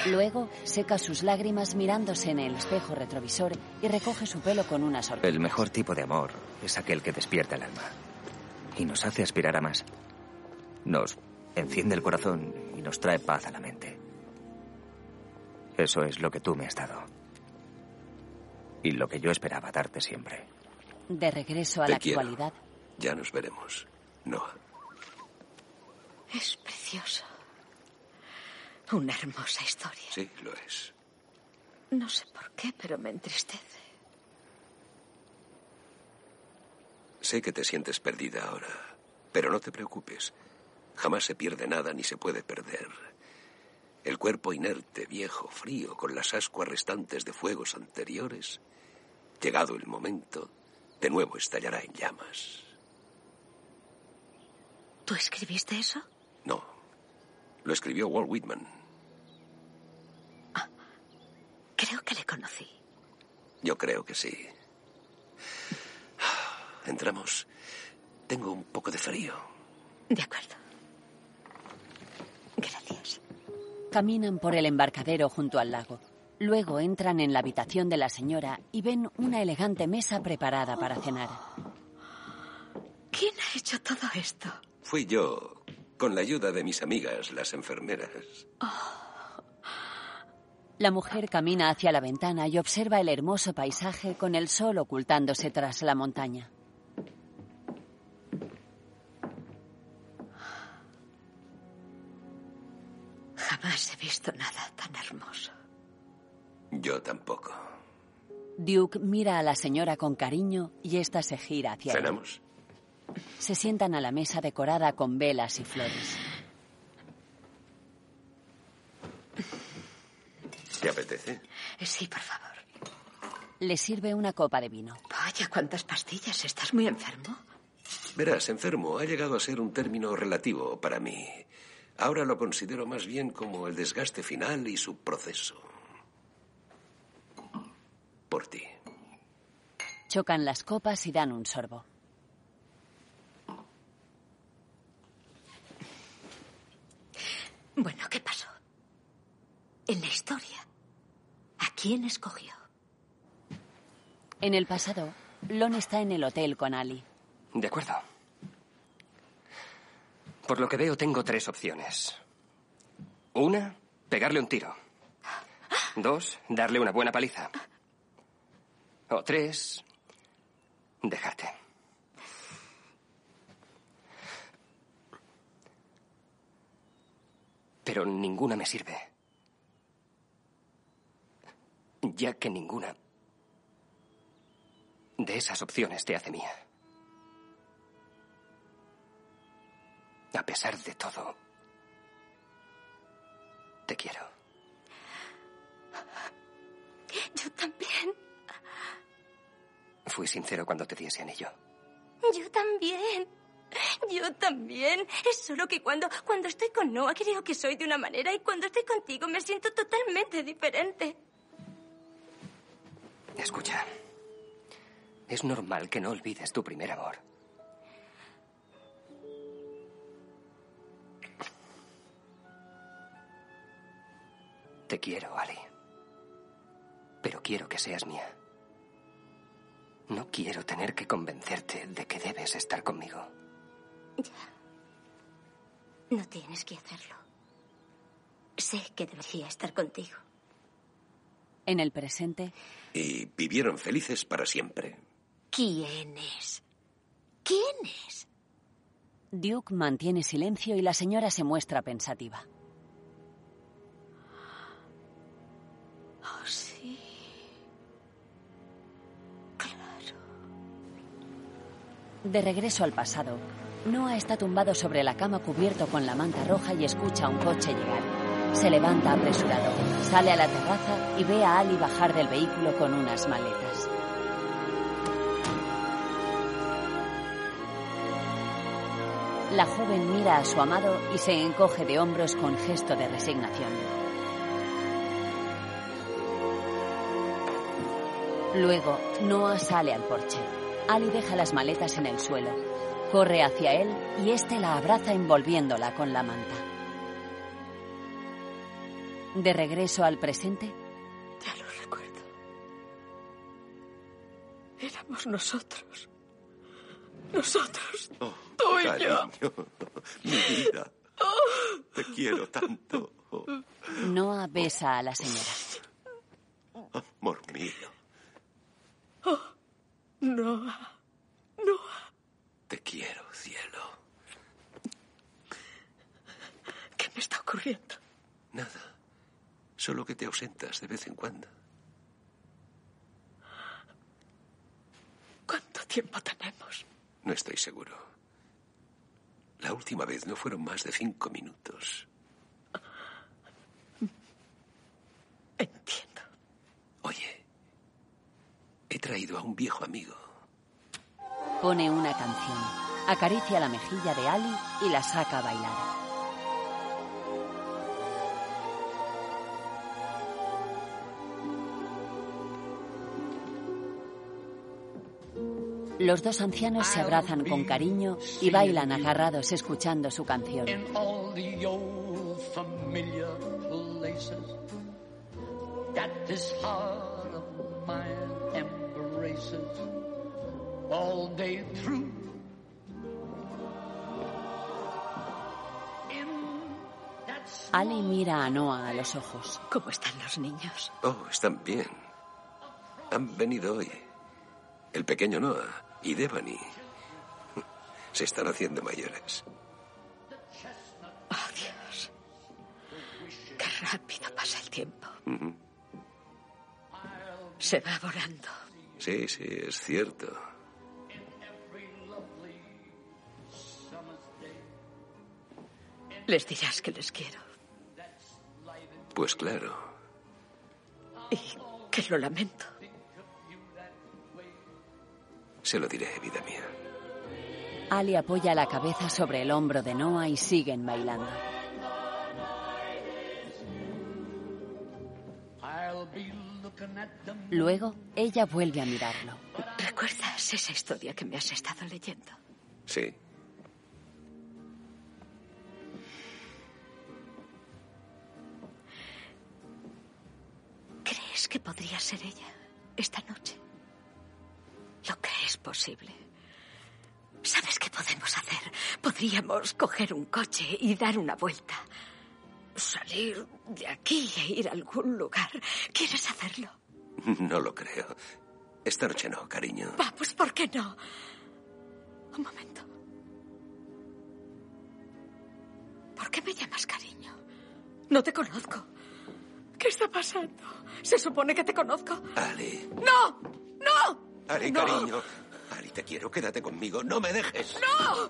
[SPEAKER 1] Luego seca sus lágrimas mirándose en el espejo retrovisor y recoge su pelo con una sorpresa.
[SPEAKER 4] El mejor tipo de amor es aquel que despierta el alma y nos hace aspirar a más. Nos enciende el corazón y nos trae paz a la mente. Eso es lo que tú me has dado. Y lo que yo esperaba darte siempre.
[SPEAKER 1] De regreso a
[SPEAKER 3] Te
[SPEAKER 1] la
[SPEAKER 3] quiero.
[SPEAKER 1] actualidad,
[SPEAKER 3] Ya nos veremos. Noah.
[SPEAKER 16] Es precioso. Una hermosa historia.
[SPEAKER 3] Sí, lo es.
[SPEAKER 16] No sé por qué, pero me entristece.
[SPEAKER 3] Sé que te sientes perdida ahora, pero no te preocupes. Jamás se pierde nada ni se puede perder. El cuerpo inerte, viejo, frío, con las ascuas restantes de fuegos anteriores, llegado el momento, de nuevo estallará en llamas.
[SPEAKER 16] ¿Tú escribiste eso?
[SPEAKER 3] No, lo escribió Walt Whitman.
[SPEAKER 16] Creo que le conocí.
[SPEAKER 3] Yo creo que sí. *sighs* Entramos. Tengo un poco de frío.
[SPEAKER 16] De acuerdo. Gracias.
[SPEAKER 1] caminan por el embarcadero junto al lago. Luego entran en la habitación de la señora y ven una elegante mesa preparada para cenar.
[SPEAKER 16] ¿Quién ha hecho todo esto?
[SPEAKER 3] Fui yo, con la ayuda de mis amigas, las enfermeras.
[SPEAKER 1] La mujer camina hacia la ventana y observa el hermoso paisaje con el sol ocultándose tras la montaña.
[SPEAKER 16] Jamás he visto nada tan hermoso.
[SPEAKER 3] Yo tampoco.
[SPEAKER 1] Duke mira a la señora con cariño y ésta se gira hacia él.
[SPEAKER 3] ¿Cenamos?
[SPEAKER 1] Se sientan a la mesa decorada con velas y flores.
[SPEAKER 3] ¿Te apetece?
[SPEAKER 16] Sí, por favor.
[SPEAKER 1] Le sirve una copa de vino.
[SPEAKER 16] Vaya, cuántas pastillas. ¿Estás muy enfermo?
[SPEAKER 3] Verás, enfermo ha llegado a ser un término relativo para mí. Ahora lo considero más bien como el desgaste final y su proceso. Por ti.
[SPEAKER 1] Chocan las copas y dan un sorbo.
[SPEAKER 16] Bueno, ¿qué pasó? En la historia, ¿a quién escogió?
[SPEAKER 1] En el pasado, Lon está en el hotel con Ali.
[SPEAKER 24] De acuerdo. Por lo que veo, tengo tres opciones. Una, pegarle un tiro. Dos, darle una buena paliza. O tres, dejarte. Pero ninguna me sirve. Ya que ninguna de esas opciones te hace mía. A pesar de todo, te quiero.
[SPEAKER 9] Yo también.
[SPEAKER 24] Fui sincero cuando te di ese anillo.
[SPEAKER 9] Yo también. Yo también. Es solo que cuando, cuando estoy con Noah creo que soy de una manera y cuando estoy contigo me siento totalmente diferente.
[SPEAKER 24] Escucha. Es normal que no olvides tu primer amor. Te quiero, Ali. Pero quiero que seas mía. No quiero tener que convencerte de que debes estar conmigo.
[SPEAKER 10] Ya. No tienes que hacerlo. Sé que debería estar contigo.
[SPEAKER 1] En el presente,
[SPEAKER 3] Y vivieron felices para siempre.
[SPEAKER 1] ¿Quién es? ¿Quién es? Duke mantiene silencio y la señora se muestra pensativa.
[SPEAKER 25] Oh, sí. Claro.
[SPEAKER 1] De regreso al pasado, Noah está tumbado sobre la cama cubierto con la manta roja y escucha a un coche llegar. Se levanta apresurado, sale a la terraza y ve a Ali bajar del vehículo con unas maletas. La joven mira a su amado y se encoge de hombros con gesto de resignación. Luego, Noah sale al porche. Ali deja las maletas en el suelo. Corre hacia él y este la abraza envolviéndola con la manta. De regreso al presente,
[SPEAKER 25] Ya lo recuerdo. Éramos nosotros. Nosotros. tú y yo.
[SPEAKER 13] Cariño, mi vida, te quiero tanto,
[SPEAKER 1] Noah besa a la señora.
[SPEAKER 13] amor mío.
[SPEAKER 25] Oh, *gasps* Noah. Noah.
[SPEAKER 13] Te quiero, cielo.
[SPEAKER 25] ¿Qué me está ocurriendo?
[SPEAKER 3] Nada. Solo que te ausentas de vez en cuando.
[SPEAKER 25] ¿Cuánto tiempo tenemos?
[SPEAKER 3] No estoy seguro. La última vez no fueron más de cinco minutos.
[SPEAKER 25] Entiendo.
[SPEAKER 3] Oye, he traído a un viejo amigo.
[SPEAKER 1] Pone una canción, acaricia la mejilla de Ali y la saca a bailar. Los dos ancianos se abrazan con cariño y bailan agarrados escuchando su canción.
[SPEAKER 11] in all the old familiar places that this heart of mine embraces all day through.
[SPEAKER 1] Ali mira a Noah a los ojos.
[SPEAKER 25] ¿Cómo están los niños?
[SPEAKER 3] Oh, están bien. Han venido hoy. El pequeño Noah y Devani. Se están haciendo mayores.
[SPEAKER 25] Oh, Dios. Qué rápido pasa el tiempo.
[SPEAKER 3] Ujú.
[SPEAKER 25] Se va volando.
[SPEAKER 3] Sí, sí, es cierto.
[SPEAKER 25] Les dirás que les quiero
[SPEAKER 3] Pues claro.
[SPEAKER 25] y que lo lamento.
[SPEAKER 3] Se lo diré, vida mía.
[SPEAKER 1] Ali apoya la cabeza sobre el hombro de Noah y siguen bailando. Luego, ella vuelve a mirarlo.
[SPEAKER 25] ¿Recuerdas esa historia que me has estado leyendo?
[SPEAKER 3] Sí.
[SPEAKER 25] ¿Crees que podría ser ella esta noche? Lo que es posible. ¿Sabes qué podemos hacer? Podríamos coger un coche y dar una vuelta. Salir de aquí e ir a algún lugar. ¿Quieres hacerlo?
[SPEAKER 3] No lo creo. Esta noche no, cariño.
[SPEAKER 25] Vamos, ¿por qué no? Un momento. ¿Por qué me llamas cariño? No te conozco. ¿Qué está pasando? Se supone que te conozco.
[SPEAKER 3] Ali,
[SPEAKER 25] ¡No! ¡No!
[SPEAKER 3] Ali,
[SPEAKER 25] No.
[SPEAKER 3] cariño. Ali, te quiero, quédate conmigo. No me dejes.
[SPEAKER 25] ¡No!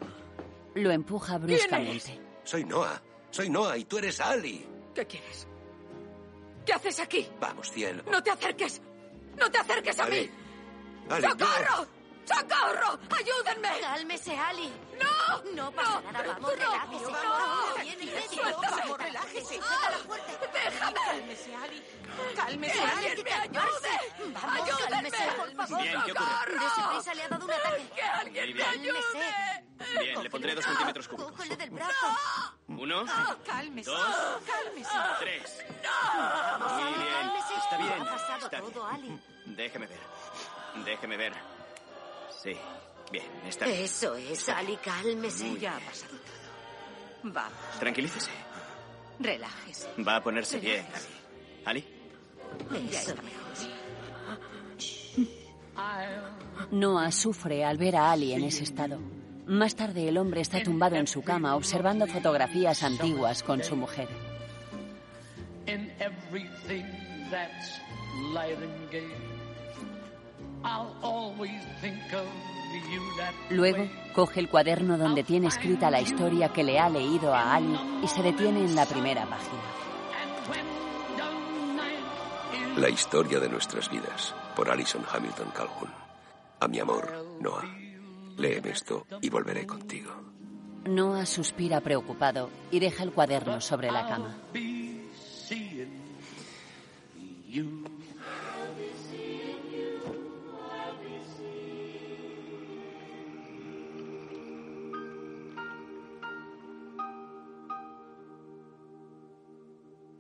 [SPEAKER 1] Lo empuja bruscamente.
[SPEAKER 3] Soy Noah. Soy Noah y tú eres Ali.
[SPEAKER 25] ¿Qué quieres? ¿Qué haces aquí?
[SPEAKER 3] Vamos, Pues cielo.
[SPEAKER 25] ¡No te acerques! ¡No te acerques a
[SPEAKER 3] Ali,
[SPEAKER 25] mí!
[SPEAKER 3] Ali, no.
[SPEAKER 25] ¡Socorro! ¡Socorro! ¡Ayúdenme!
[SPEAKER 16] Cálmese, Ali.
[SPEAKER 25] ¡No!
[SPEAKER 16] No pasa nada, vamos, relájese.
[SPEAKER 25] no,
[SPEAKER 16] vamos,
[SPEAKER 25] no,
[SPEAKER 16] bien,
[SPEAKER 25] no,
[SPEAKER 16] bien,
[SPEAKER 25] suéltame.
[SPEAKER 16] vamos,
[SPEAKER 25] Suéltame.
[SPEAKER 16] relájese.
[SPEAKER 25] Ah,
[SPEAKER 16] Sujeta la puerta.
[SPEAKER 25] déjame.
[SPEAKER 16] Cálmese, Ali. Cálmese,
[SPEAKER 25] ¡Que
[SPEAKER 16] Ali.
[SPEAKER 25] alguien
[SPEAKER 16] hay que
[SPEAKER 25] me
[SPEAKER 16] calmarse.
[SPEAKER 25] ayude!
[SPEAKER 16] Vamos,
[SPEAKER 25] ¡Ayúdenme!
[SPEAKER 16] cálmese, por favor.
[SPEAKER 25] Bien, ¿qué ocurre?
[SPEAKER 16] Dese prisa, le ha dado un ataque.
[SPEAKER 25] ¡Que alguien me
[SPEAKER 16] Cálmese.
[SPEAKER 25] ayude!
[SPEAKER 27] Bien, le pondré dos centímetros cúbicos.
[SPEAKER 16] Cógele del brazo.
[SPEAKER 27] Uno.
[SPEAKER 16] Oh, Cálmese.
[SPEAKER 27] Dos.
[SPEAKER 16] Cálmese.
[SPEAKER 27] Tres.
[SPEAKER 16] Vamos,
[SPEAKER 27] Muy
[SPEAKER 16] Ali,
[SPEAKER 27] bien,
[SPEAKER 16] cálmese.
[SPEAKER 27] está bien,
[SPEAKER 16] Ha pasado
[SPEAKER 27] está
[SPEAKER 16] todo, Ali.
[SPEAKER 27] Déjeme ver. Déjeme ver. Sí. Bien, está bien.
[SPEAKER 16] Eso es, Ali, cálmese.
[SPEAKER 27] Muy
[SPEAKER 16] Ya
[SPEAKER 27] bien.
[SPEAKER 16] Vamos.
[SPEAKER 27] Tranquilícese.
[SPEAKER 16] Relájese.
[SPEAKER 27] Va a ponerse bien, Ali. Ali,
[SPEAKER 25] Eso.
[SPEAKER 1] Noah sufre al ver a Ali en ese estado. Más tarde el hombre está tumbado en su cama observando fotografías antiguas con su mujer.
[SPEAKER 9] in everything that's light and gay. I'll always think of you that
[SPEAKER 1] Luego coge el cuaderno donde tiene escrita la historia que le ha leído a Ali y se detiene en la primera página.
[SPEAKER 3] La historia de nuestras vidas, por Alison Hamilton Calhoun. A mi amor, Noah, léeme esto y volveré contigo.
[SPEAKER 1] Noah suspira preocupado y deja el cuaderno sobre la cama.
[SPEAKER 9] seeing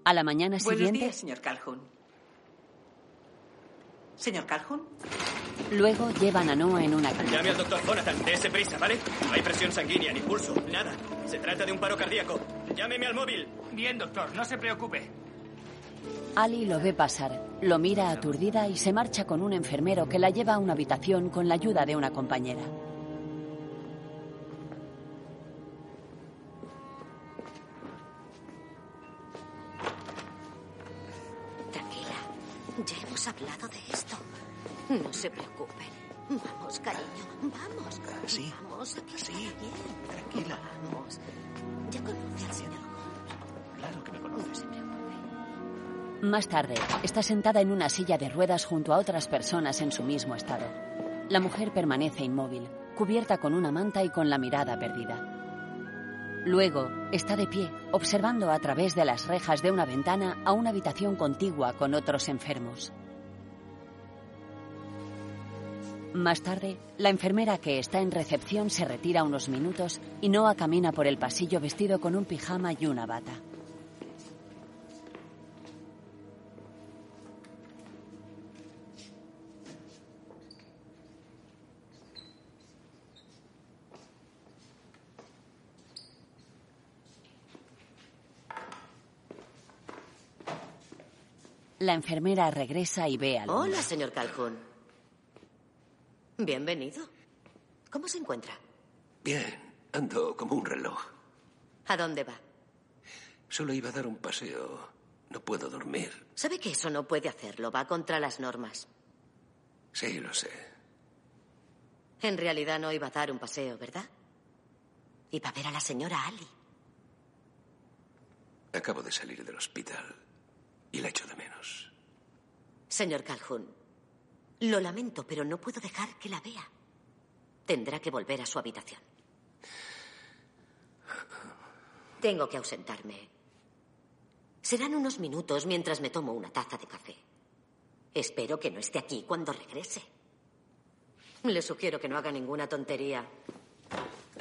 [SPEAKER 1] A la mañana
[SPEAKER 7] Buenos
[SPEAKER 1] siguiente,
[SPEAKER 7] días, señor Calhoun. Señor Calhoun,
[SPEAKER 1] luego llevan a Noah en una cama.
[SPEAKER 27] Llame al doctor Jonathan, dése prisa, ¿vale? No hay presión sanguínea ni pulso, nada. Se trata de un paro cardíaco. Llámeme al móvil. Bien, doctor, no se preocupe.
[SPEAKER 1] Ali lo ve pasar, lo mira aturdida y se marcha con un enfermero que la lleva a una habitación con la ayuda de una compañera.
[SPEAKER 25] Tranquila. Ya hemos hablado de esto. No se preocupen. Vamos, cariño. Vamos. Sí. Vamos. Aquí sí. bien. Tranquila. Vamos. Ya conoce al señor. Claro que me conoces.
[SPEAKER 1] Más tarde, está sentada en una silla de ruedas junto a otras personas en su mismo estado. La mujer permanece inmóvil, cubierta con una manta y con la mirada perdida. Luego, está de pie, observando a través de las rejas de una ventana a una habitación contigua con otros enfermos. Más tarde, la enfermera que está en recepción se retira unos minutos y Noah camina por el pasillo vestido con un pijama y una bata. La enfermera regresa y ve a Luna.
[SPEAKER 17] Hola, señor Calhoun. Bienvenido. ¿Cómo se encuentra?
[SPEAKER 3] Bien, ando como un reloj.
[SPEAKER 17] ¿A dónde va?
[SPEAKER 3] Solo iba a dar un paseo. No puedo dormir.
[SPEAKER 17] Sabe que eso no puede hacerlo. Va contra las normas.
[SPEAKER 3] Sí, lo sé.
[SPEAKER 17] En realidad no iba a dar un paseo, ¿verdad? Iba a ver a la señora Ali.
[SPEAKER 3] Acabo de salir del hospital y la echo de menos.
[SPEAKER 17] Señor Calhoun, lo lamento, pero no puedo dejar que la vea. Tendrá que volver a su habitación. Tengo que ausentarme. Serán unos minutos mientras me tomo una taza de café. Espero que no esté aquí cuando regrese. Le sugiero que no haga ninguna tontería.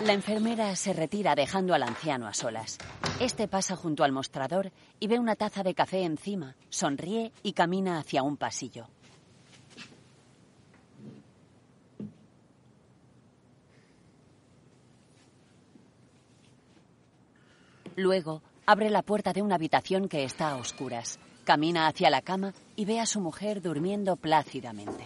[SPEAKER 1] La enfermera se retira dejando al anciano a solas. Este pasa junto al mostrador y ve una taza de café encima, sonríe y camina hacia un pasillo. Luego, abre la puerta de una habitación que está a oscuras, camina hacia la cama y ve a su mujer durmiendo plácidamente.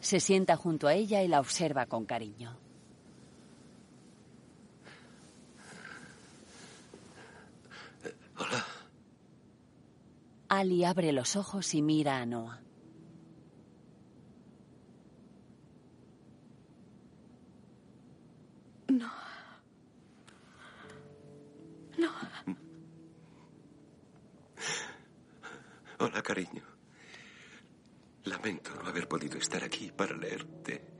[SPEAKER 1] Se sienta junto a ella y la observa con cariño. Ali abre los ojos y mira a Noah.
[SPEAKER 25] No. No.
[SPEAKER 3] Hola, cariño. Lamento no haber podido estar aquí para leerte.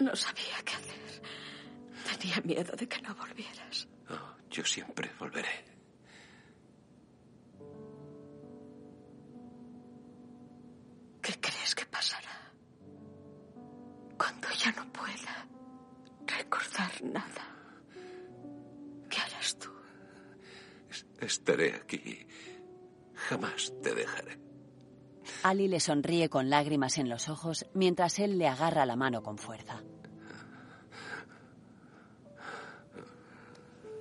[SPEAKER 25] No sabía qué hacer. Tenía miedo de que no volvieras.
[SPEAKER 3] Oh, yo siempre volveré.
[SPEAKER 25] ¿Qué crees que pasará? Cuando ya no pueda recordar nada. ¿Qué harás tú?
[SPEAKER 3] Estaré aquí. Jamás te dejaré.
[SPEAKER 1] Ali le sonríe con lágrimas en los ojos mientras él le agarra la mano con fuerza.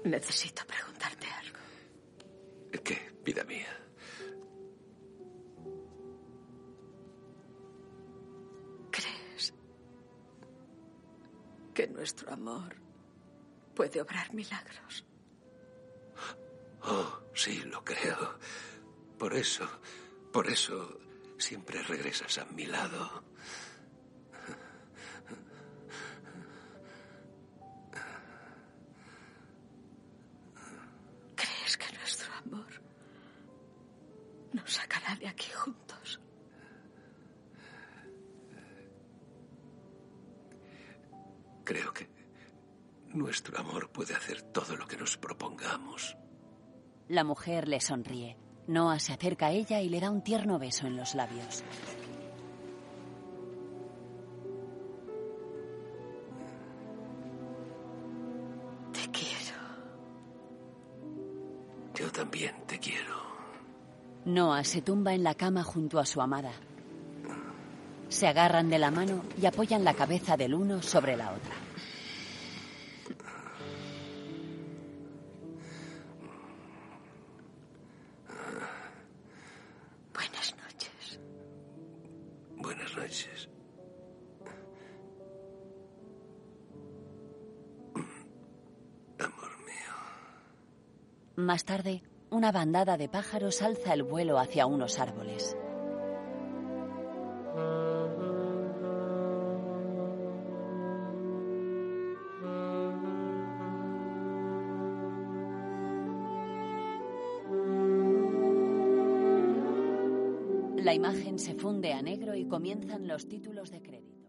[SPEAKER 25] Necesito preguntarte algo.
[SPEAKER 3] ¿Qué, vida mía?
[SPEAKER 25] ¿Crees que nuestro amor puede obrar milagros?
[SPEAKER 3] Oh, sí, lo creo. Por eso, por eso siempre regresas a mi lado.
[SPEAKER 25] ¿Crees que nuestro amor nos sacará de aquí juntos?
[SPEAKER 3] Creo que nuestro amor puede hacer todo lo que nos propongamos.
[SPEAKER 1] La mujer le sonríe. Noah se acerca a ella y le da un tierno beso en los labios.
[SPEAKER 25] Te quiero.
[SPEAKER 3] Yo también te quiero.
[SPEAKER 1] Noah se tumba en la cama junto a su amada. Se agarran de la mano y apoyan la cabeza del uno sobre la otra.
[SPEAKER 25] Buenas noches.
[SPEAKER 3] Buenas noches.
[SPEAKER 1] Más tarde, una bandada de pájaros alza el vuelo hacia unos árboles. La imagen se funde a negro y comienzan los títulos de crédito.